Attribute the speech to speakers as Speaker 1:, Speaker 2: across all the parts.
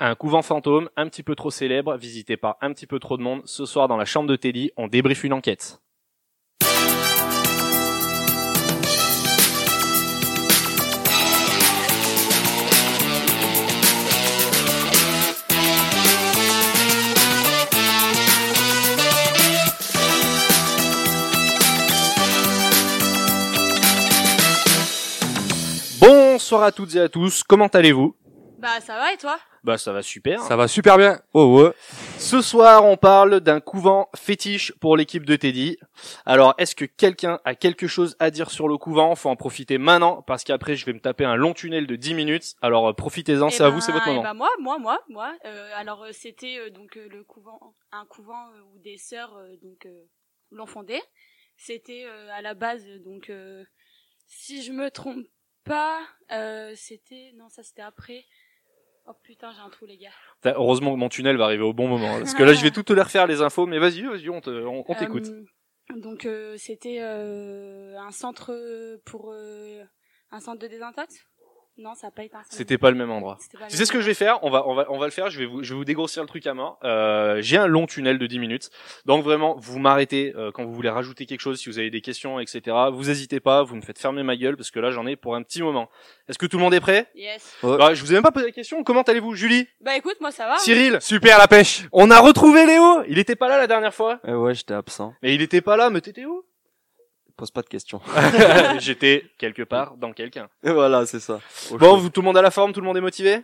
Speaker 1: Un couvent fantôme, un petit peu trop célèbre, visité par un petit peu trop de monde. Ce soir, dans la chambre de Teddy, on débriefe une enquête. Bonsoir à toutes et à tous, comment allez-vous
Speaker 2: Bah ça va et toi
Speaker 1: Bah ça va super.
Speaker 3: Ça va super bien. Oh ouais.
Speaker 1: Ce soir, on parle d'un couvent fétiche pour l'équipe de Teddy. Alors, est-ce que quelqu'un a quelque chose à dire sur le couvent Faut en profiter maintenant parce qu'après je vais me taper un long tunnel de 10 minutes. Alors euh, profitez-en,
Speaker 2: Eh
Speaker 1: c'est à
Speaker 2: ben-
Speaker 1: vous, c'est votre
Speaker 2: eh
Speaker 1: moment.
Speaker 2: ben, moi, moi, moi, moi. Euh, alors euh, c'était euh, donc euh, le couvent, un couvent euh, où des sœurs euh, donc euh, l'ont fondé. C'était euh, à la base euh, donc euh, si je me trompe pas, euh, c'était non ça c'était après. Oh putain j'ai un trou les gars.
Speaker 1: T'as- Heureusement que mon tunnel va arriver au bon moment hein, parce que là je vais tout te les refaire les infos mais vas-y, vas-y, on te- on- on t'écoute.
Speaker 2: Euh, donc euh, c'était euh, un centre euh, pour euh, un centre de désintox. Non ça n'a pas été un centre.
Speaker 1: C'était pas le même endroit.
Speaker 2: C'était pas
Speaker 1: Tu
Speaker 2: le
Speaker 1: sais ce
Speaker 2: même.
Speaker 1: que je vais faire On va, on va, on va le faire. Je vais vous, je vais vous dégrossir le truc à mort. Euh, J'ai un long tunnel de 10 minutes, donc vraiment, vous m'arrêtez euh, quand vous voulez rajouter quelque chose, si vous avez des questions, etc. Vous hésitez pas. Vous me faites fermer ma gueule parce que là, j'en ai pour un petit moment. Est-ce que tout le monde est prêt
Speaker 2: Yes.
Speaker 1: Bah, Je vous ai même pas posé la question. Comment allez-vous, Julie,
Speaker 2: Bah écoute moi ça va.
Speaker 1: Cyril
Speaker 3: Super la pêche.
Speaker 1: On a retrouvé Léo. Il était pas là la dernière fois.
Speaker 4: Eh ouais, j'étais absent.
Speaker 1: Mais il était pas là. Mais t'étais où
Speaker 4: Pose pas de questions.
Speaker 1: J'étais quelque part dans quelqu'un.
Speaker 4: voilà, c'est ça.
Speaker 1: Bon, vous, tout le monde à la forme, tout le monde est motivé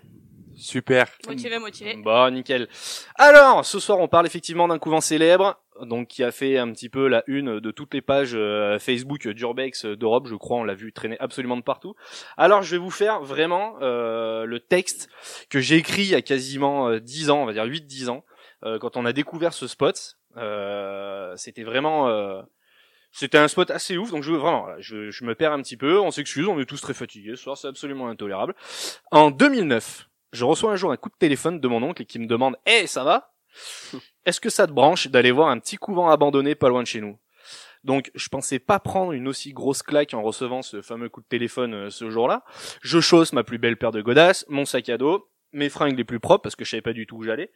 Speaker 3: Super.
Speaker 2: Motivé motivé.
Speaker 1: Bon, bah, nickel. Alors, ce soir, on parle effectivement d'un couvent célèbre, donc qui a fait un petit peu la une de toutes les pages euh, Facebook d'Urbex euh, d'Europe, je crois, on l'a vu traîner absolument de partout. Alors, je vais vous faire vraiment euh, le texte que j'ai écrit il y a quasiment euh, 10 ans, on va dire 8-10 ans, euh, quand on a découvert ce spot. Euh, C'était vraiment... euh, c'était un spot assez ouf, donc je vraiment, voilà, je, je me perds un petit peu. On s'excuse, on est tous très fatigués ce soir, c'est absolument intolérable. En 2009, je reçois un jour un coup de téléphone de mon oncle qui me demande « Eh, ça va Est-ce que ça te branche d'aller voir un petit couvent abandonné pas loin de chez nous ?» Donc, je pensais pas prendre une aussi grosse claque en recevant ce fameux coup de téléphone euh, ce jour-là. Je chausse ma plus belle paire de godasses, mon sac à dos, mes fringues les plus propres parce que je savais pas du tout où j'allais.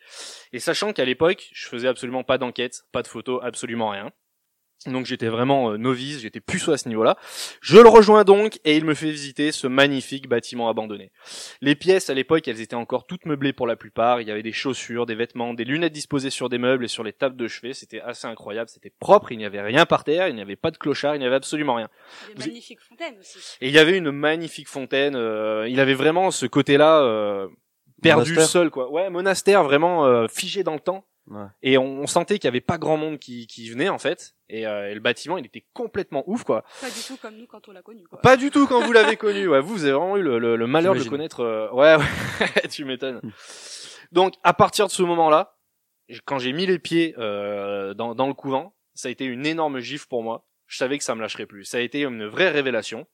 Speaker 1: Et sachant qu'à l'époque, je faisais absolument pas d'enquête, pas de photos, absolument rien. Donc j'étais vraiment euh, novice, j'étais puceau à ce niveau-là. Je le rejoins donc et il me fait visiter ce magnifique bâtiment abandonné. Les pièces à l'époque, elles étaient encore toutes meublées pour la plupart. Il y avait des chaussures, des vêtements, des lunettes disposées sur des meubles et sur les tables de chevet. C'était assez incroyable, c'était propre, il n'y avait rien par terre, il n'y avait pas de clochard, il n'y avait absolument rien.
Speaker 2: Des
Speaker 1: Vous-
Speaker 2: magnifiques fontaines aussi.
Speaker 1: Et il y avait une magnifique fontaine. euh, il avait vraiment ce côté-là euh, perdu
Speaker 4: Monastère.
Speaker 1: seul, quoi. Ouais, monastère vraiment euh, figé dans le temps.
Speaker 4: Ouais.
Speaker 1: Et on, on sentait qu'il y avait pas grand monde qui, qui venait en fait. Et, euh, et le bâtiment, il était complètement ouf, quoi.
Speaker 2: Pas du tout comme nous quand on l'a connu, quoi.
Speaker 1: Pas du tout quand vous l'avez connu. Ouais, vous, vous avez vraiment eu le, le- le malheur de
Speaker 3: J'imagine.
Speaker 1: connaître. euh, Ouais, ouais tu m'étonnes. Donc, à partir de ce moment-là, j- quand j'ai mis les pieds euh, dans, dans le couvent, ça a été une énorme gifle pour moi. Je savais que ça me lâcherait plus. Ça a été une vraie révélation.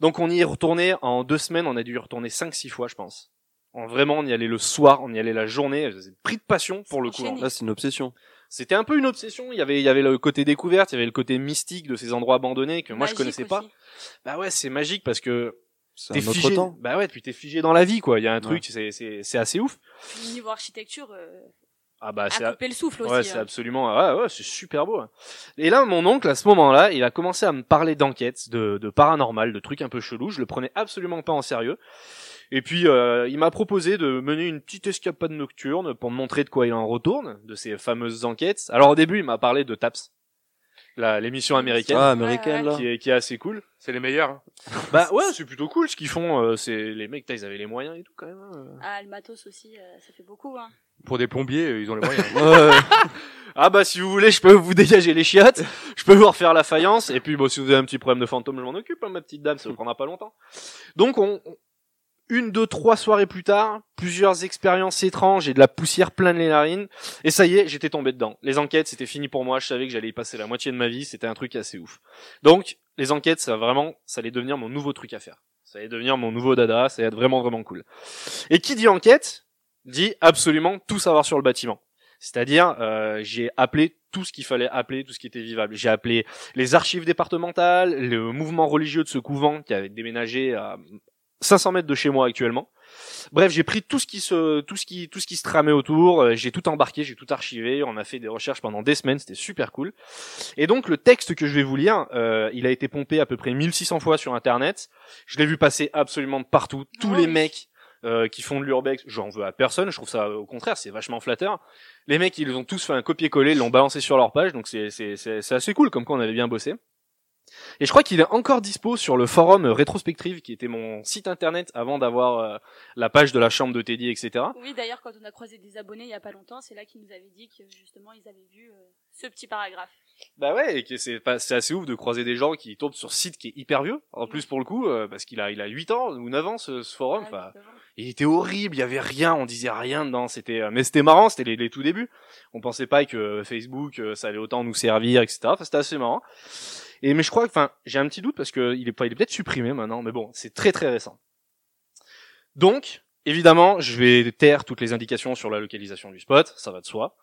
Speaker 1: Donc, on y est retourné en deux semaines. On a dû y retourner cinq, six fois, je pense. En, vraiment, on y allait le soir, on y allait la journée. J'ai pris de passion pour le couvent.
Speaker 2: Enchaîné.
Speaker 4: Là, c'est une obsession.
Speaker 1: C'était un peu une obsession. Il y avait, il y avait le côté découverte, il y avait le côté mystique de ces endroits abandonnés que moi je
Speaker 2: Magique
Speaker 1: connaissais pas.
Speaker 2: aussi.
Speaker 1: Bah ouais, c'est magique parce que
Speaker 4: C'est
Speaker 1: t'es
Speaker 4: un autre
Speaker 1: figé.
Speaker 4: temps.
Speaker 1: Bah ouais, puis t'es figé dans la vie, quoi. Il y a un truc, c'est- c'est c'est assez ouf.
Speaker 2: Puis Niveau architecture, euh,
Speaker 1: Ah bah c'est
Speaker 2: à couper le souffle
Speaker 1: ouais,
Speaker 2: aussi.
Speaker 1: c'est
Speaker 2: hein.
Speaker 1: absolument ouais, ouais, c'est super beau. hein. Et là, mon oncle à ce moment-là, il a commencé à me parler d'enquêtes, de, de paranormal, de trucs un peu chelous. Je le prenais absolument pas en sérieux. Et puis euh, il m'a proposé de mener une petite escapade nocturne pour me montrer de quoi il en retourne de ces fameuses enquêtes. Alors au début, il m'a parlé de Taps, la- l'émission américaine.
Speaker 4: Ah, américaine,
Speaker 2: Ouais,
Speaker 4: là.
Speaker 1: Qui est, qui est assez cool.
Speaker 3: C'est les meilleurs. hein.
Speaker 1: Bah ouais, c'est plutôt cool ce qu'ils font. euh, c'est les mecs, t'as, ils avaient les moyens et tout quand même. hein.
Speaker 2: Ah, le matos aussi, euh, ça fait beaucoup, hein.
Speaker 3: Pour des plombiers, euh, ils ont les moyens.
Speaker 4: Ouais, ouais.
Speaker 1: Ah bah si vous voulez, je peux vous dégager les chiottes, je peux vous refaire la faïence, et puis bon, si vous avez un petit problème de fantôme, je m'en occupe, hein, ma petite dame, ça vous prendra pas longtemps. Donc on, on- une, deux, trois soirées plus tard, plusieurs expériences étranges et de la poussière pleine les narines, et ça y est, j'étais tombé dedans. Les enquêtes, c'était fini pour moi, je savais que j'allais y passer la moitié de ma vie, c'était un truc assez ouf. Donc, les enquêtes, ça vraiment, ça allait devenir mon nouveau truc à faire. Ça allait devenir mon nouveau dada, ça allait être vraiment vraiment cool. Et qui dit enquête, dit absolument tout savoir sur le bâtiment. C'est-à-dire, euh, j'ai appelé tout ce qu'il fallait appeler, tout ce qui était vivable. J'ai appelé les archives départementales, le mouvement religieux de ce couvent qui avait déménagé à 500 mètres de chez moi actuellement. Bref, j'ai pris tout ce qui se, tout ce qui, tout ce qui se tramait autour. euh, J'ai tout embarqué, j'ai tout archivé. On a fait des recherches pendant des semaines. C'était super cool. Et donc le texte que je vais vous lire, euh, il a été pompé à peu près 1600 fois sur Internet. Je l'ai vu passer absolument de partout. Tous
Speaker 2: Ah
Speaker 1: les
Speaker 2: oui.
Speaker 1: mecs euh, qui font de l'urbex, j'en veux à personne. Je trouve ça euh, au contraire, c'est vachement flatteur. Les mecs, ils ont tous fait un copier-coller, ils l'ont balancé sur leur page. Donc c'est, c'est, c'est, c'est assez cool, comme quoi on avait bien bossé. Et je crois qu'il est encore dispo sur le forum euh, Rétrospective, qui était mon site internet avant d'avoir euh, la page de la chambre de Teddy, etc.
Speaker 2: Oui, d'ailleurs, quand on a croisé des abonnés il y a pas longtemps, c'est là qu'ils nous avaient dit que justement ils avaient vu euh, ce petit paragraphe.
Speaker 1: Bah ouais, et que c'est pas, c'est assez ouf de croiser des gens qui tombent sur ce site qui est hyper vieux. En plus pour le coup, euh, parce qu'il a, il a 8 ans ou 9 ans ce, ce forum.
Speaker 2: Ah,
Speaker 1: Enfin,
Speaker 2: justement.
Speaker 1: il était horrible, il y avait rien, on disait rien dedans. C'était, euh, mais c'était marrant, c'était les, les tout débuts. On pensait pas que Facebook, euh, ça allait autant nous servir, etc. Enfin, c'était assez marrant. Et mais je crois, que- enfin, j'ai un petit doute parce que il est pas, il est peut-être supprimé maintenant, mais bon, c'est très très récent. Donc, évidemment, je vais taire toutes les indications sur la localisation du spot, ça va de soi.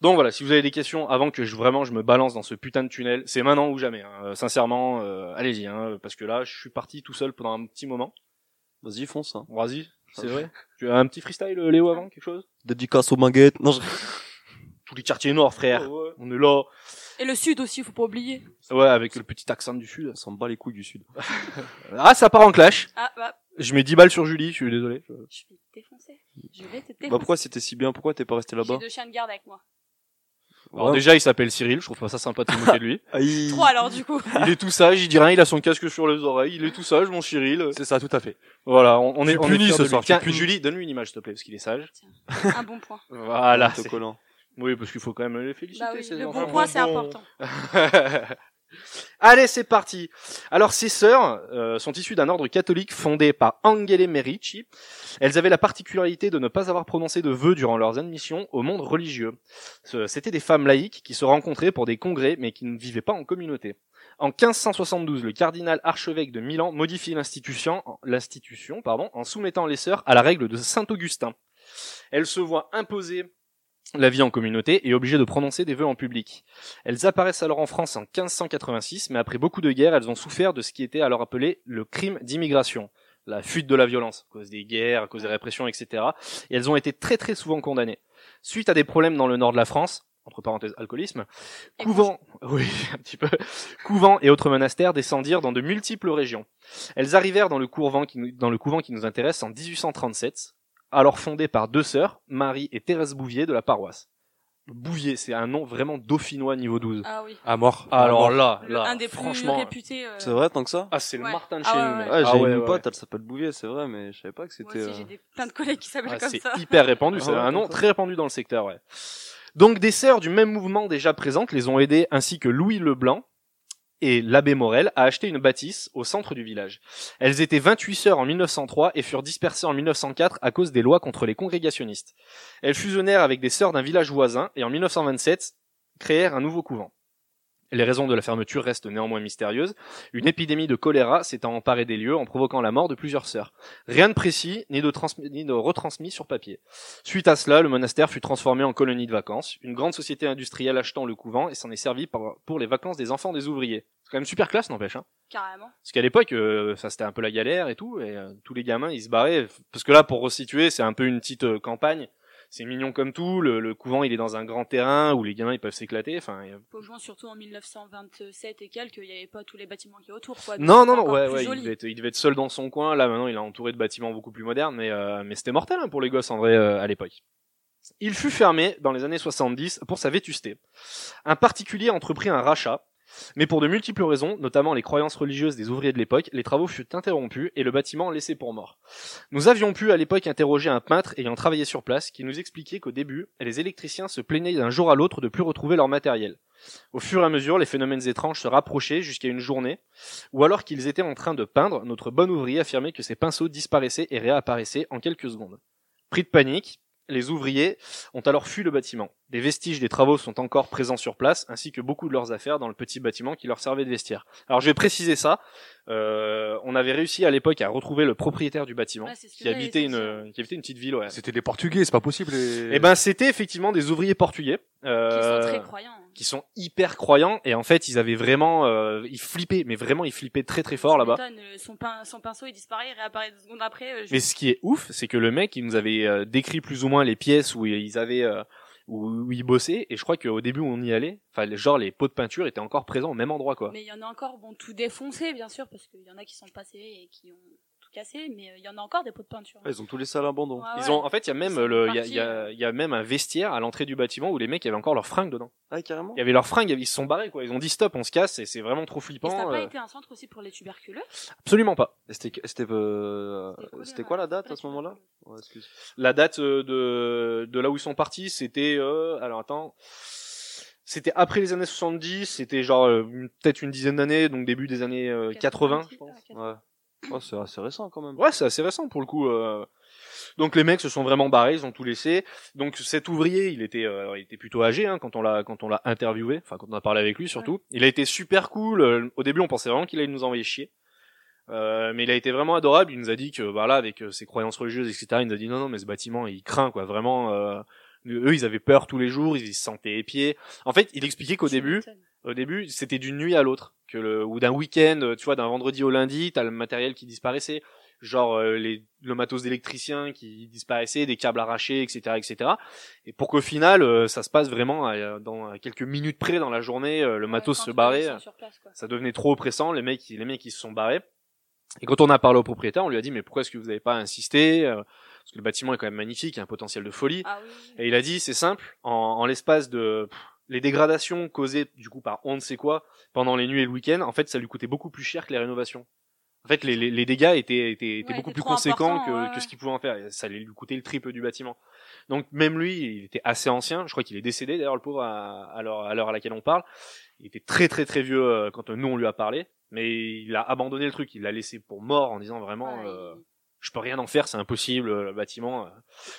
Speaker 1: Donc voilà, si vous avez des questions avant que je vraiment je me balance dans ce putain de tunnel, c'est maintenant ou jamais. hein. Euh, Sincèrement, euh, allez-y, hein, parce que là, je suis parti tout seul pendant un petit moment.
Speaker 4: Vas-y, fonce. Hein.
Speaker 1: Vas-y, c'est vrai. Tu as un petit freestyle, euh, Léo, avant quelque chose
Speaker 4: Dédicace aux manguettes. Non, je...
Speaker 1: Tous les quartiers nord, frère. On est là.
Speaker 2: Et le sud aussi, faut pas oublier.
Speaker 1: Ouais, avec le petit accent du sud.
Speaker 4: on s'en bat les couilles du sud.
Speaker 1: Ah, ça part en clash.
Speaker 2: Ah bah,
Speaker 1: Je mets 10 balles sur Julie, je suis désolé.
Speaker 2: je vais te défoncer. Je vais te défoncer.
Speaker 4: Bah pourquoi c'était si bien Pourquoi t'es pas resté là-bas
Speaker 2: J'ai deux chiens de garde avec moi.
Speaker 1: Alors déjà, il s'appelle Cyril, je trouve pas ça sympa de se moquer de lui.
Speaker 4: Aïe.
Speaker 2: Trois alors du coup.
Speaker 1: Il est tout sage, il dit rien, il a son casque sur les oreilles, il est tout sage, mon Cyril.
Speaker 3: C'est ça, tout à fait.
Speaker 1: Voilà, on, on
Speaker 3: Je
Speaker 1: est
Speaker 3: suis
Speaker 1: on est
Speaker 3: puni
Speaker 1: fiers
Speaker 3: ce
Speaker 1: de
Speaker 3: soir,
Speaker 1: lui.
Speaker 3: je
Speaker 1: Tiens,
Speaker 3: suis puni.
Speaker 1: Julie, donne-lui une image, s'il te plaît, parce qu'il est sage.
Speaker 2: Un bon point.
Speaker 4: Ah,
Speaker 1: Voilà. c'est-
Speaker 4: Autocollant.
Speaker 1: Oui, parce qu'il faut quand même les féliciter.
Speaker 2: Bah oui,
Speaker 1: ces
Speaker 2: le
Speaker 1: enfants.
Speaker 2: bon point c'est important.
Speaker 1: Allez, c'est parti. Alors, ces sœurs euh, sont issues d'un ordre catholique fondé par Angele Merici. Elles avaient la particularité de ne pas avoir prononcé de vœux durant leurs admissions au monde religieux. Ce- C'était des femmes laïques qui se rencontraient pour des congrès, mais qui ne vivaient pas en communauté. En 1572, le cardinal archevêque de Milan modifie l'institution, l'institution, pardon, en soumettant les sœurs à la règle de saint Augustin. Elles se voient imposer la vie en communauté et obligées de prononcer des vœux en public. Elles apparaissent alors en France en 1586, mais après beaucoup de guerres, elles ont souffert de ce qui était alors appelé le crime d'immigration, la fuite de la violence, à cause des guerres, à cause des répressions, etc. Et elles ont été très très souvent condamnées. Suite à des problèmes dans le nord de la France, entre parenthèses alcoolisme,
Speaker 2: Et
Speaker 1: couvents, oui, un petit peu, couvents et autres monastères descendirent dans de multiples régions. Elles arrivèrent dans le couvent qui nous, dans le couvent qui nous intéresse en 1837, alors fondé par deux sœurs, Marie et Thérèse Bouvier de la paroisse. Bouvier, c'est un nom vraiment dauphinois niveau 12.
Speaker 2: Ah oui.
Speaker 3: À mort.
Speaker 1: Ah, Alors là,
Speaker 2: Le-
Speaker 1: là,
Speaker 2: un des plus
Speaker 1: franchement,
Speaker 2: réputés. euh,
Speaker 4: C'est vrai tant que ça
Speaker 1: ah c'est le
Speaker 2: Ouais.
Speaker 1: Martin de
Speaker 2: Ah
Speaker 1: chez
Speaker 2: ouais,
Speaker 1: nous.
Speaker 2: ouais.
Speaker 1: mec.
Speaker 4: Ah, j'ai
Speaker 1: Ah ouais,
Speaker 4: une
Speaker 1: ouais.
Speaker 4: pote, elle s'appelle Bouvier, c'est vrai, mais je savais pas que
Speaker 2: Moi
Speaker 4: c'était. euh,
Speaker 2: aussi j'ai des- plein de collègues qui s'appellent
Speaker 1: euh, Ah,
Speaker 2: comme
Speaker 1: c'est
Speaker 2: ça.
Speaker 1: hyper répandu,
Speaker 4: Ah
Speaker 1: c'est
Speaker 4: ouais,
Speaker 1: un nom
Speaker 4: comme ça.
Speaker 1: très répandu dans le secteur. Ouais. Donc des sœurs du même mouvement déjà présentes les ont aidées ainsi que Louis Leblanc et l'abbé Morel à acheter une bâtisse au centre du village. Elles étaient 28 sœurs en 1903 et furent dispersées en 1904 à cause des lois contre les congrégationnistes. Elles fusionnèrent avec des sœurs d'un village voisin et en 1927 créèrent un nouveau couvent. Les raisons de la fermeture restent néanmoins mystérieuses. Une épidémie de choléra s'étant emparée des lieux en provoquant la mort de plusieurs sœurs. Rien de précis, ni de, transmis- ni de retransmis sur papier. Suite à cela, le monastère fut transformé en colonie de vacances, une grande société industrielle achetant le couvent et s'en est servi par- pour les vacances des enfants des ouvriers. C'est quand même super classe, n'empêche. Hein
Speaker 2: Carrément.
Speaker 1: parce qu'à l'époque, euh, ça c'était un peu la galère et tout, et euh, tous les gamins ils se barraient. Parce que là, pour resituer, c'est un peu une petite euh, campagne. C'est mignon comme tout. Le, le couvent, il est dans un grand terrain où les gamins ils peuvent s'éclater. Enfin, euh,
Speaker 2: Faut jouer surtout en 1927 et quelques, il n'y avait pas tous les bâtiments qui autour quoi. Donc,
Speaker 1: non,
Speaker 2: c'était
Speaker 1: non, non,
Speaker 2: encore
Speaker 1: ouais,
Speaker 2: plus
Speaker 1: ouais, il
Speaker 2: joli.
Speaker 1: devait, être, il devait être seul dans son coin. Là, maintenant, il est entouré de bâtiments beaucoup plus modernes, mais, euh, mais c'était mortel hein, pour les gosses en vrai euh, à l'époque. Il fut fermé dans les années 70 pour sa vétusté. Un particulier entreprit un rachat, mais pour de multiples raisons, notamment les croyances religieuses des ouvriers de l'époque, les travaux furent interrompus et le bâtiment laissé pour mort. Nous avions pu à l'époque interroger un peintre ayant travaillé sur place qui nous expliquait qu'au début, les électriciens se plaignaient d'un jour à l'autre de plus retrouver leur matériel. Au fur et à mesure, les phénomènes étranges se rapprochaient jusqu'à une journée, ou alors qu'ils étaient en train de peindre, notre bon ouvrier affirmait que ses pinceaux disparaissaient et réapparaissaient en quelques secondes. Pris de panique, les ouvriers ont alors fui le bâtiment. Des vestiges des travaux sont encore présents sur place, ainsi que beaucoup de leurs affaires dans le petit bâtiment qui leur servait de vestiaire. Alors je vais préciser ça, euh, on avait réussi à l'époque à retrouver le propriétaire du bâtiment,
Speaker 2: Ouais, c'est ce que
Speaker 1: qui,
Speaker 2: j'allais
Speaker 1: habitait
Speaker 2: dire.
Speaker 1: une, qui habitait une petite ville. Ouais.
Speaker 4: Eh
Speaker 1: Eh ben,
Speaker 3: C'était des Portugais, c'est pas possible. les-
Speaker 1: Et ben c'était effectivement des ouvriers portugais.
Speaker 2: Qui
Speaker 1: Euh,
Speaker 2: sont très croyants. hein.
Speaker 1: qui sont hyper croyants et en fait ils avaient vraiment euh, ils flippaient mais vraiment ils flippaient très très fort là-bas.
Speaker 2: M'étonne, euh, Son, pin- son pinceau, il disparaît, il réapparaît deux secondes après. euh, je-
Speaker 1: Mais ce qui est ouf, c'est que le mec, il nous avait euh, décrit plus ou moins les pièces où ils avaient euh, où, où ils bossaient, et je crois qu'au début où on y allait, enfin, les- genre les pots de peinture étaient encore présents au même endroit, quoi.
Speaker 2: Mais il y en a encore, bon, tout défoncé, bien sûr, parce qu'il y en a qui sont passés et qui ont tout cassé, mais euh, il y en a encore des pots de peinture.
Speaker 4: Ah, Ils ont tous les salles abandon.
Speaker 2: Ouais, ah ouais.
Speaker 1: Ils ont, en fait, il y a
Speaker 2: Ils
Speaker 1: même
Speaker 2: sont
Speaker 1: le, il y a,
Speaker 2: partis,
Speaker 1: il y a- il y a même un vestiaire à l'entrée du bâtiment où les mecs avaient encore leurs fringues dedans.
Speaker 4: Ah, carrément.
Speaker 1: Il y avait leurs fringues, ils se sont barrés, quoi. Ils ont dit stop, on se casse, et c'est vraiment trop
Speaker 2: Et ça n'a
Speaker 1: flippant.
Speaker 2: pas
Speaker 1: euh,
Speaker 2: été un centre aussi pour les tuberculeux
Speaker 1: absolument pas.
Speaker 4: Et C'était c'était, euh,
Speaker 2: C'était cool,
Speaker 4: c'était
Speaker 2: hein,
Speaker 4: quoi la date
Speaker 2: après,
Speaker 4: à ce
Speaker 2: tu
Speaker 4: moment-là
Speaker 2: vois.
Speaker 4: Ouais, excuse.
Speaker 2: Ah,
Speaker 1: La date euh, de, de là où ils sont partis, c'était... euh, alors attends. C'était après les années 70, c'était genre euh, une- peut-être une dizaine d'années, donc début des années euh, 80, je pense.
Speaker 2: ah,
Speaker 4: Ouais. Oh, c'est assez récent quand même.
Speaker 1: Ouais, c'est assez récent pour le coup. euh. Donc les mecs se sont vraiment barrés, ils ont tout laissé. Donc cet ouvrier, il était, euh, alors, il était plutôt âgé hein, quand on l'a quand on l'a interviewé, enfin quand on a parlé avec lui surtout. Il a été super cool. euh, Au début, on pensait vraiment qu'il allait nous envoyer chier. Euh, mais il a été vraiment adorable. Il nous a dit que voilà, avec euh, ses croyances religieuses, etc. Il nous a dit non, non, mais ce bâtiment, il craint quoi, vraiment. euh, Eux, ils avaient peur tous les jours, ils se sentaient épiés. En fait, il expliquait qu'au
Speaker 2: Tu
Speaker 1: début,
Speaker 2: m'étonnes.
Speaker 1: au début, c'était d'une nuit à l'autre, que le ou d'un week-end, euh, tu vois, d'un vendredi au lundi, t'as le matériel qui disparaissait, genre euh, les, le matos d'électricien qui disparaissait, des câbles arrachés, etc., etc. Et pour qu'au final, euh, ça se passe vraiment à- dans à quelques minutes près dans la journée, euh, le
Speaker 2: Ouais,
Speaker 1: matos
Speaker 2: quand
Speaker 1: se
Speaker 2: ils
Speaker 1: barrait, hein. euh,
Speaker 2: sont sur place, quoi.
Speaker 1: ça devenait trop oppressant, les mecs, les mecs ils se sont barrés. Et quand on a parlé au propriétaire, on lui a dit mais pourquoi est-ce que vous n'avez pas insisté euh, Parce que le bâtiment est quand même magnifique, il y a un potentiel de folie.
Speaker 2: Ah oui, oui, oui.
Speaker 1: Et il a dit, c'est simple, en, en l'espace de pff, les dégradations causées du coup par on ne sait quoi pendant les nuits et le week-end, en fait, ça lui coûtait beaucoup plus cher que les rénovations. En fait, les, les, les dégâts étaient, étaient, étaient
Speaker 2: Ouais,
Speaker 1: beaucoup
Speaker 2: étaient
Speaker 1: plus
Speaker 2: trop
Speaker 1: conséquents que,
Speaker 2: importants, ouais,
Speaker 1: que
Speaker 2: ouais.
Speaker 1: ce qu'il pouvait en faire. Et Ça allait lui coûter le triple du bâtiment. Donc même lui, il était assez ancien. Je crois qu'il est décédé d'ailleurs, le pauvre, à, à l'heure à l'heure à laquelle on parle. Il était très très très vieux euh, quand euh, nous on lui a parlé, mais il a abandonné le truc. Il l'a laissé pour mort en disant vraiment,
Speaker 2: Ouais,
Speaker 1: euh,
Speaker 2: il-
Speaker 1: je peux rien en faire, c'est impossible, euh, le bâtiment. euh,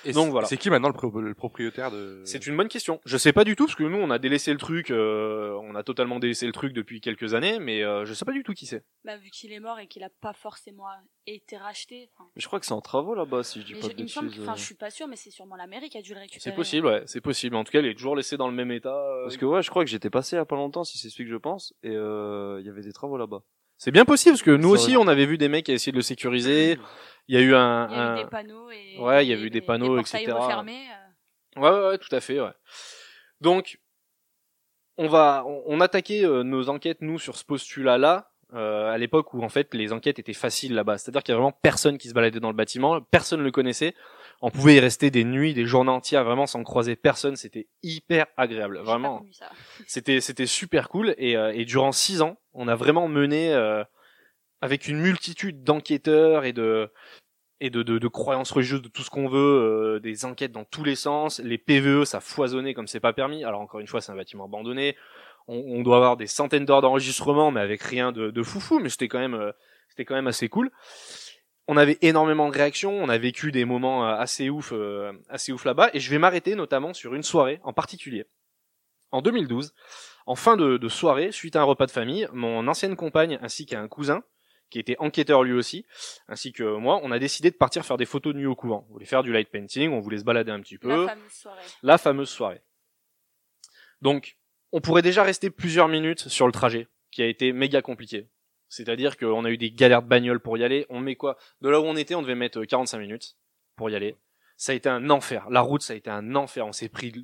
Speaker 3: Et
Speaker 1: Donc,
Speaker 3: c'est-
Speaker 1: voilà.
Speaker 3: C'est qui maintenant le, pro- le propriétaire de
Speaker 1: c'est une bonne question. Je sais pas du tout parce que nous on a délaissé le truc, euh, on a totalement délaissé le truc depuis quelques années, mais euh, je sais pas du tout qui c'est.
Speaker 2: bah, vu qu'il est mort et qu'il a pas forcément été racheté. enfin,
Speaker 4: Mais je crois que c'est en travaux là-bas, si je dis
Speaker 2: mais
Speaker 4: pas
Speaker 2: je,
Speaker 4: de
Speaker 2: il me semble,
Speaker 4: bêtises.
Speaker 2: que- enfin, je suis pas sûre, mais c'est sûrement la mairie qui a dû le récupérer.
Speaker 1: C'est possible, ouais, c'est possible. En tout cas, il est toujours laissé dans le même état. euh,
Speaker 4: Parce que ouais, je crois que j'étais passé il y a pas longtemps, si c'est celui que je pense, et euh, il y avait des travaux là-bas.
Speaker 1: c'est bien possible parce que nous
Speaker 4: Ça
Speaker 1: aussi on avait vu des mecs qui essayaient de le sécuriser. Il y a eu un,
Speaker 2: Il y a eu
Speaker 1: un-
Speaker 2: des panneaux et.
Speaker 1: Euh, Ouais, il y a
Speaker 2: et
Speaker 1: eu des
Speaker 2: des
Speaker 1: panneaux,
Speaker 2: des portails
Speaker 1: etc.
Speaker 2: refermés, euh.
Speaker 1: Ouais, ouais, ouais, tout à fait, ouais. Donc, on va, on, on attaquait euh, nos enquêtes, nous, sur ce postulat-là, euh, à l'époque où, en fait, les enquêtes étaient faciles là-bas. C'est-à-dire qu'il y avait vraiment personne qui se baladait dans le bâtiment, personne ne le connaissait. On pouvait y rester des nuits, des journées entières, vraiment, sans croiser personne. C'était hyper agréable,
Speaker 2: J'ai pas
Speaker 1: vraiment.
Speaker 2: connu ça.
Speaker 1: C'était c'était super cool et, euh, et durant six ans, on a vraiment mené euh, avec une multitude d'enquêteurs et de et de, de, de croyances religieuses de tout ce qu'on veut, euh, des enquêtes dans tous les sens, les PVE ça foisonnait comme c'est pas permis. Alors encore une fois, c'est un bâtiment abandonné. On, on doit avoir des centaines d'heures d'enregistrement, mais avec rien de, de foufou. Mais c'était quand même euh, c'était quand même assez cool. On avait énormément de réactions, on a vécu des moments euh, assez ouf, euh, assez ouf là-bas. Et je vais m'arrêter notamment sur une soirée en particulier. En 2012, en fin de, de soirée, suite à un repas de famille, mon ancienne compagne ainsi qu'un cousin, qui était enquêteur lui aussi, ainsi que moi, on a décidé de partir faire des photos de nuit au couvent. On voulait faire du light painting, on voulait se balader un petit peu
Speaker 2: La fameuse soirée.
Speaker 1: la fameuse soirée. Donc, on pourrait déjà rester plusieurs minutes sur le trajet, qui a été méga compliqué. C'est-à-dire qu'on a eu des galères de bagnole pour y aller. On met quoi De là où on était, on devait mettre euh, 45 minutes pour y aller. Ça a été un enfer. La route, ça a été un enfer. On s'est pris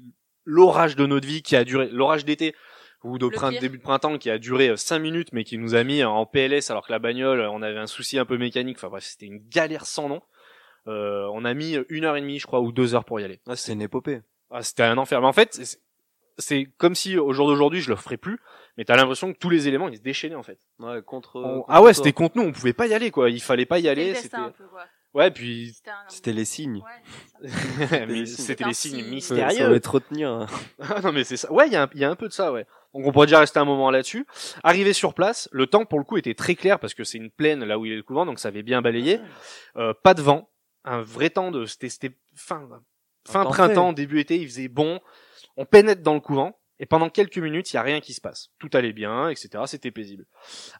Speaker 1: l'orage de notre vie qui a duré, l'orage d'été ou de
Speaker 2: Le
Speaker 1: print-
Speaker 2: pire.
Speaker 1: début de printemps qui a duré euh, 5 minutes mais qui nous a mis en PLS alors que la bagnole, euh, on avait un souci un peu mécanique. Enfin bref, c'était une galère sans nom. Euh, on a mis une heure et demie, je crois, ou deux heures pour y aller.
Speaker 4: Ah, c'est une épopée.
Speaker 1: Ah, c'était un enfer. Mais en fait, c'est- c'est comme si au jour d'aujourd'hui, je le ferais plus, mais t'as l'impression que tous les éléments, ils se déchaînaient en fait.
Speaker 4: Ouais, contre.
Speaker 1: On-
Speaker 4: contre
Speaker 1: ah ouais,
Speaker 4: toi.
Speaker 1: c'était contre nous, on pouvait pas y aller quoi, il fallait pas y
Speaker 2: C'était
Speaker 1: aller,
Speaker 2: le destin
Speaker 1: c'était
Speaker 2: un peu, quoi.
Speaker 1: Ouais, puis
Speaker 2: C'était un-
Speaker 4: C'était les signes.
Speaker 2: Ouais, c'est ça.
Speaker 1: mais
Speaker 4: les signes.
Speaker 1: c'était les
Speaker 2: Un
Speaker 1: signes
Speaker 2: signe.
Speaker 4: Ça- Ça
Speaker 1: mystérieux.
Speaker 4: va te retenir. hein.
Speaker 1: Ah non mais c'est ça. Ouais, il y, a un- il y a un peu de ça, ouais. Donc on pourrait déjà rester un moment là-dessus. Arrivé sur place, le temps pour le coup était très clair parce que c'est une plaine là où il est le couvent, donc ça avait bien balayé. Euh, pas de vent, un vrai temps de c'était c'était fin fin
Speaker 4: temps
Speaker 1: printemps, début été, il faisait bon. On pénètre dans le couvent et pendant quelques minutes, il y a rien qui se passe. Tout allait bien, etc. C'était paisible.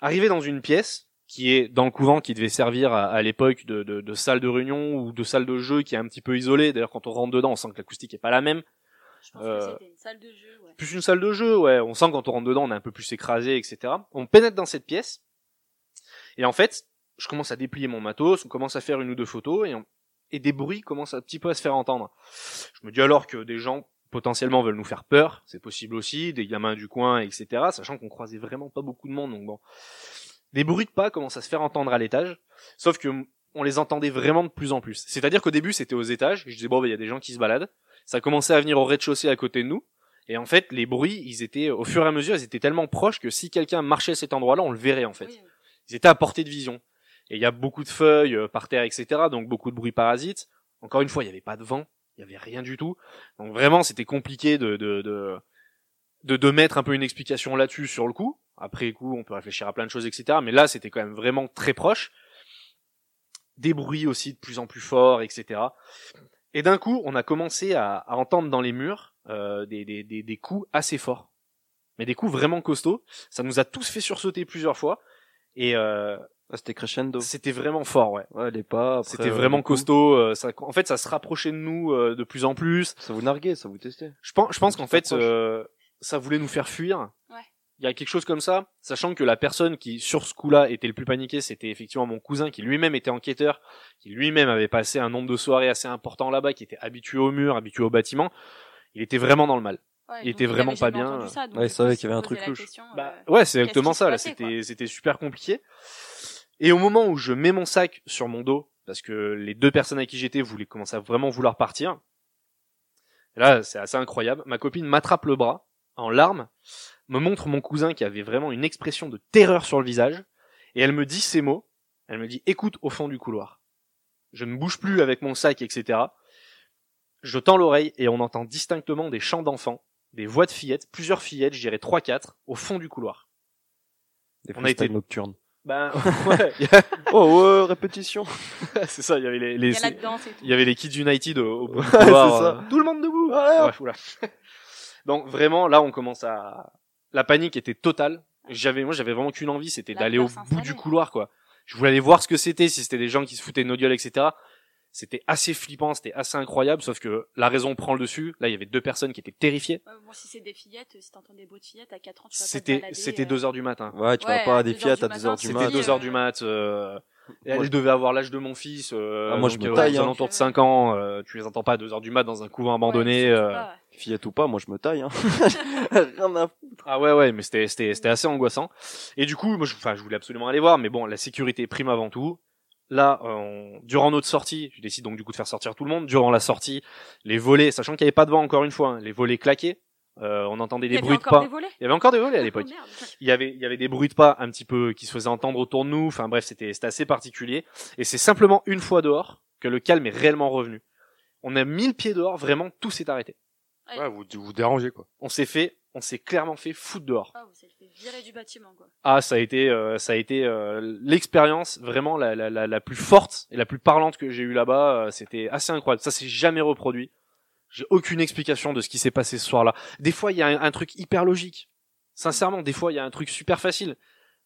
Speaker 1: Arrivé dans une pièce qui est dans le couvent qui devait servir à, à l'époque de, de, de salle de réunion ou de salle de jeu qui est un petit peu isolée. D'ailleurs, quand on rentre dedans, on sent que l'acoustique est pas la même.
Speaker 2: Je pense
Speaker 1: Euh,
Speaker 2: que c'était une salle de jeu, ouais.
Speaker 1: plus une salle de jeu, ouais. On sent quand on rentre dedans, on est un peu plus écrasé, etc. On pénètre dans cette pièce. Et en fait, je commence à déplier mon matos, on commence à faire une ou deux photos et, on- et des bruits commencent un petit peu à se faire entendre. Je me dis alors que des gens potentiellement veulent nous faire peur, c'est possible aussi, des gamins du coin, etc. Sachant qu'on croisait vraiment pas beaucoup de monde, donc bon. Des bruits de pas commencent à se faire entendre à l'étage, sauf que on les entendait vraiment de plus en plus. C'est-à-dire qu'au début c'était aux étages, je disais bon, bah, il y a des gens qui se baladent. Ça commençait à venir au rez-de-chaussée à côté de nous. Et en fait, les bruits, ils étaient, au fur et à mesure, ils étaient tellement proches que si quelqu'un marchait à cet endroit-là, on le verrait, en fait.
Speaker 2: Oui, euh,
Speaker 1: Ils étaient à portée de vision. Et il y a beaucoup de feuilles euh, par terre, etc. Donc beaucoup de bruits parasites. Encore une fois, il n'y avait pas de vent. Il n'y avait rien du tout. Donc vraiment, c'était compliqué de, de, de, de, de mettre un peu une explication là-dessus sur le coup. Après coup, on peut réfléchir à plein de choses, etc. Mais là, c'était quand même vraiment très proche. Des bruits aussi de plus en plus forts, etc. Et d'un coup, on a commencé à, à entendre dans les murs euh, des, des, des, des coups assez forts. Mais des coups vraiment costauds. Ça nous a tous fait sursauter plusieurs fois. Et euh,
Speaker 4: Ah, c'était crescendo.
Speaker 1: c'était vraiment fort, ouais.
Speaker 4: Ouais, les pas. après,
Speaker 1: C'était
Speaker 4: euh,
Speaker 1: vraiment
Speaker 4: beaucoup.
Speaker 1: costaud. euh, ça, en fait, ça se rapprochait de nous euh, de plus en plus.
Speaker 4: Ça vous narguait, ça vous testait.
Speaker 1: Je pense, je pense qu'en
Speaker 4: Tu
Speaker 1: fait,
Speaker 4: t'approches.
Speaker 1: euh, ça voulait nous faire fuir.
Speaker 2: Ouais.
Speaker 1: Il y a quelque chose comme ça, sachant que la personne qui, sur ce coup-là, était le plus paniqué, c'était effectivement mon cousin qui lui-même était enquêteur, qui lui-même avait passé un nombre de soirées assez important là-bas, qui était habitué au mur, habitué au bâtiment. Il était vraiment dans le mal.
Speaker 2: Ouais,
Speaker 1: il
Speaker 2: donc
Speaker 1: était vraiment
Speaker 2: avait
Speaker 1: pas
Speaker 2: jamais
Speaker 1: bien. euh.
Speaker 2: entendu ça, donc
Speaker 4: Ouais, il
Speaker 2: du coup,
Speaker 4: savait
Speaker 2: il
Speaker 4: qu'il y avait un
Speaker 2: se
Speaker 4: truc
Speaker 2: posait la
Speaker 4: louche.
Speaker 2: question, euh,
Speaker 1: Bah, ouais, c'est exactement
Speaker 2: qui se
Speaker 1: ça. Là,
Speaker 2: passait,
Speaker 1: c'était c'était super compliqué. Et au moment où je mets mon sac sur mon dos, parce que les deux personnes à qui j'étais voulaient commencer à vraiment vouloir partir. Là, c'est assez incroyable. Ma copine m'attrape le bras en larmes, me montre mon cousin qui avait vraiment une expression de terreur sur le visage, et elle me dit ces mots. Elle me dit "Écoute au fond du couloir. Je ne bouge plus avec mon sac, etc. Je tends l'oreille et on entend distinctement des chants d'enfants, des voix de fillettes, plusieurs fillettes, je dirais trois quatre, au fond du couloir."
Speaker 4: Des
Speaker 1: On a été-
Speaker 4: freestyles nocturnes.
Speaker 1: Ben ouais, il y
Speaker 4: oh, ouais, répétition.
Speaker 1: a- c'est ça, il y avait les, les-
Speaker 2: Il y a la danse et tout.
Speaker 1: il y avait les Kids United au, au bout du
Speaker 4: c'est
Speaker 1: couloir,
Speaker 4: ça.
Speaker 1: euh, Tout le monde debout. Bref, oula. Donc vraiment là on commence à la panique était totale. J'avais moi j'avais vraiment qu'une envie, c'était
Speaker 2: La
Speaker 1: d'aller
Speaker 2: peur
Speaker 1: au bout
Speaker 2: s'installait.
Speaker 1: du couloir quoi. Je voulais aller voir ce que c'était si c'était des gens qui se foutaient de nos gueules etc. C'était assez flippant, c'était assez incroyable sauf que la raison prend le dessus. Là il y avait deux personnes qui étaient terrifiées.
Speaker 2: Ouais, bon, si c'est des fillettes, euh, si t'entends des bruits de fillettes à 4 ans, tu vas pas te
Speaker 1: C'était
Speaker 2: balader,
Speaker 1: c'était
Speaker 2: euh,
Speaker 1: deux heures du matin.
Speaker 4: Ouais, tu
Speaker 2: Ouais,
Speaker 4: vas pas
Speaker 2: à
Speaker 4: à des
Speaker 2: deux heures
Speaker 4: fillettes
Speaker 2: du
Speaker 4: à 2 heures
Speaker 2: matin,
Speaker 4: du
Speaker 1: C'était
Speaker 4: mat.
Speaker 2: matin.
Speaker 1: deux heures du mat. euh, et
Speaker 4: Moi,
Speaker 1: elle
Speaker 4: je-
Speaker 1: devait avoir l'âge de mon fils. euh,
Speaker 4: Ah, moi, je
Speaker 1: donc,
Speaker 4: me
Speaker 1: euh,
Speaker 4: taille,
Speaker 1: aux
Speaker 4: hein.
Speaker 1: alentours de 5 ans. euh, tu les entends pas à 2 heures du mat dans un couvent
Speaker 2: ouais,
Speaker 1: abandonné.
Speaker 2: surtout
Speaker 1: euh.
Speaker 2: pas, ouais.
Speaker 4: Fillette ou pas, moi je me taille. Hein. Rien à
Speaker 1: Ah ouais, ouais, mais c'était c'était c'était assez angoissant. Et du coup, moi, je, enfin, je voulais absolument aller voir, mais bon, la sécurité prime avant tout. Là, euh, on- durant notre sortie, je décide donc du coup de faire sortir tout le monde. Durant la sortie, les volets, sachant qu'il n'y avait pas de vent encore une fois, hein, les volets claquaient. euh, on entendait
Speaker 2: Il y
Speaker 1: des
Speaker 2: avait
Speaker 1: bruits de
Speaker 2: encore
Speaker 1: pas.
Speaker 2: des volets.
Speaker 1: Il y avait encore des volets à
Speaker 2: Oh,
Speaker 1: l'époque.
Speaker 2: merde.
Speaker 1: il y avait il y avait des bruits de pas un petit peu qui se faisaient entendre autour de nous enfin bref c'était c'était assez particulier et c'est simplement une fois dehors que le calme est réellement revenu on a mis le pied dehors vraiment tout s'est arrêté
Speaker 3: Ouais, vous vous dérangez quoi.
Speaker 1: on s'est fait on s'est clairement fait foutre dehors
Speaker 2: Ah, vous êtes fait virer du bâtiment, quoi.
Speaker 1: ah ça a été euh, ça a été euh, l'expérience vraiment la, la, la, la plus forte et la plus parlante que j'ai eue là-bas euh, c'était assez incroyable ça s'est jamais reproduit j'ai aucune explication de ce qui s'est passé ce soir-là des fois il y a un, un truc hyper logique sincèrement des fois il y a un truc super facile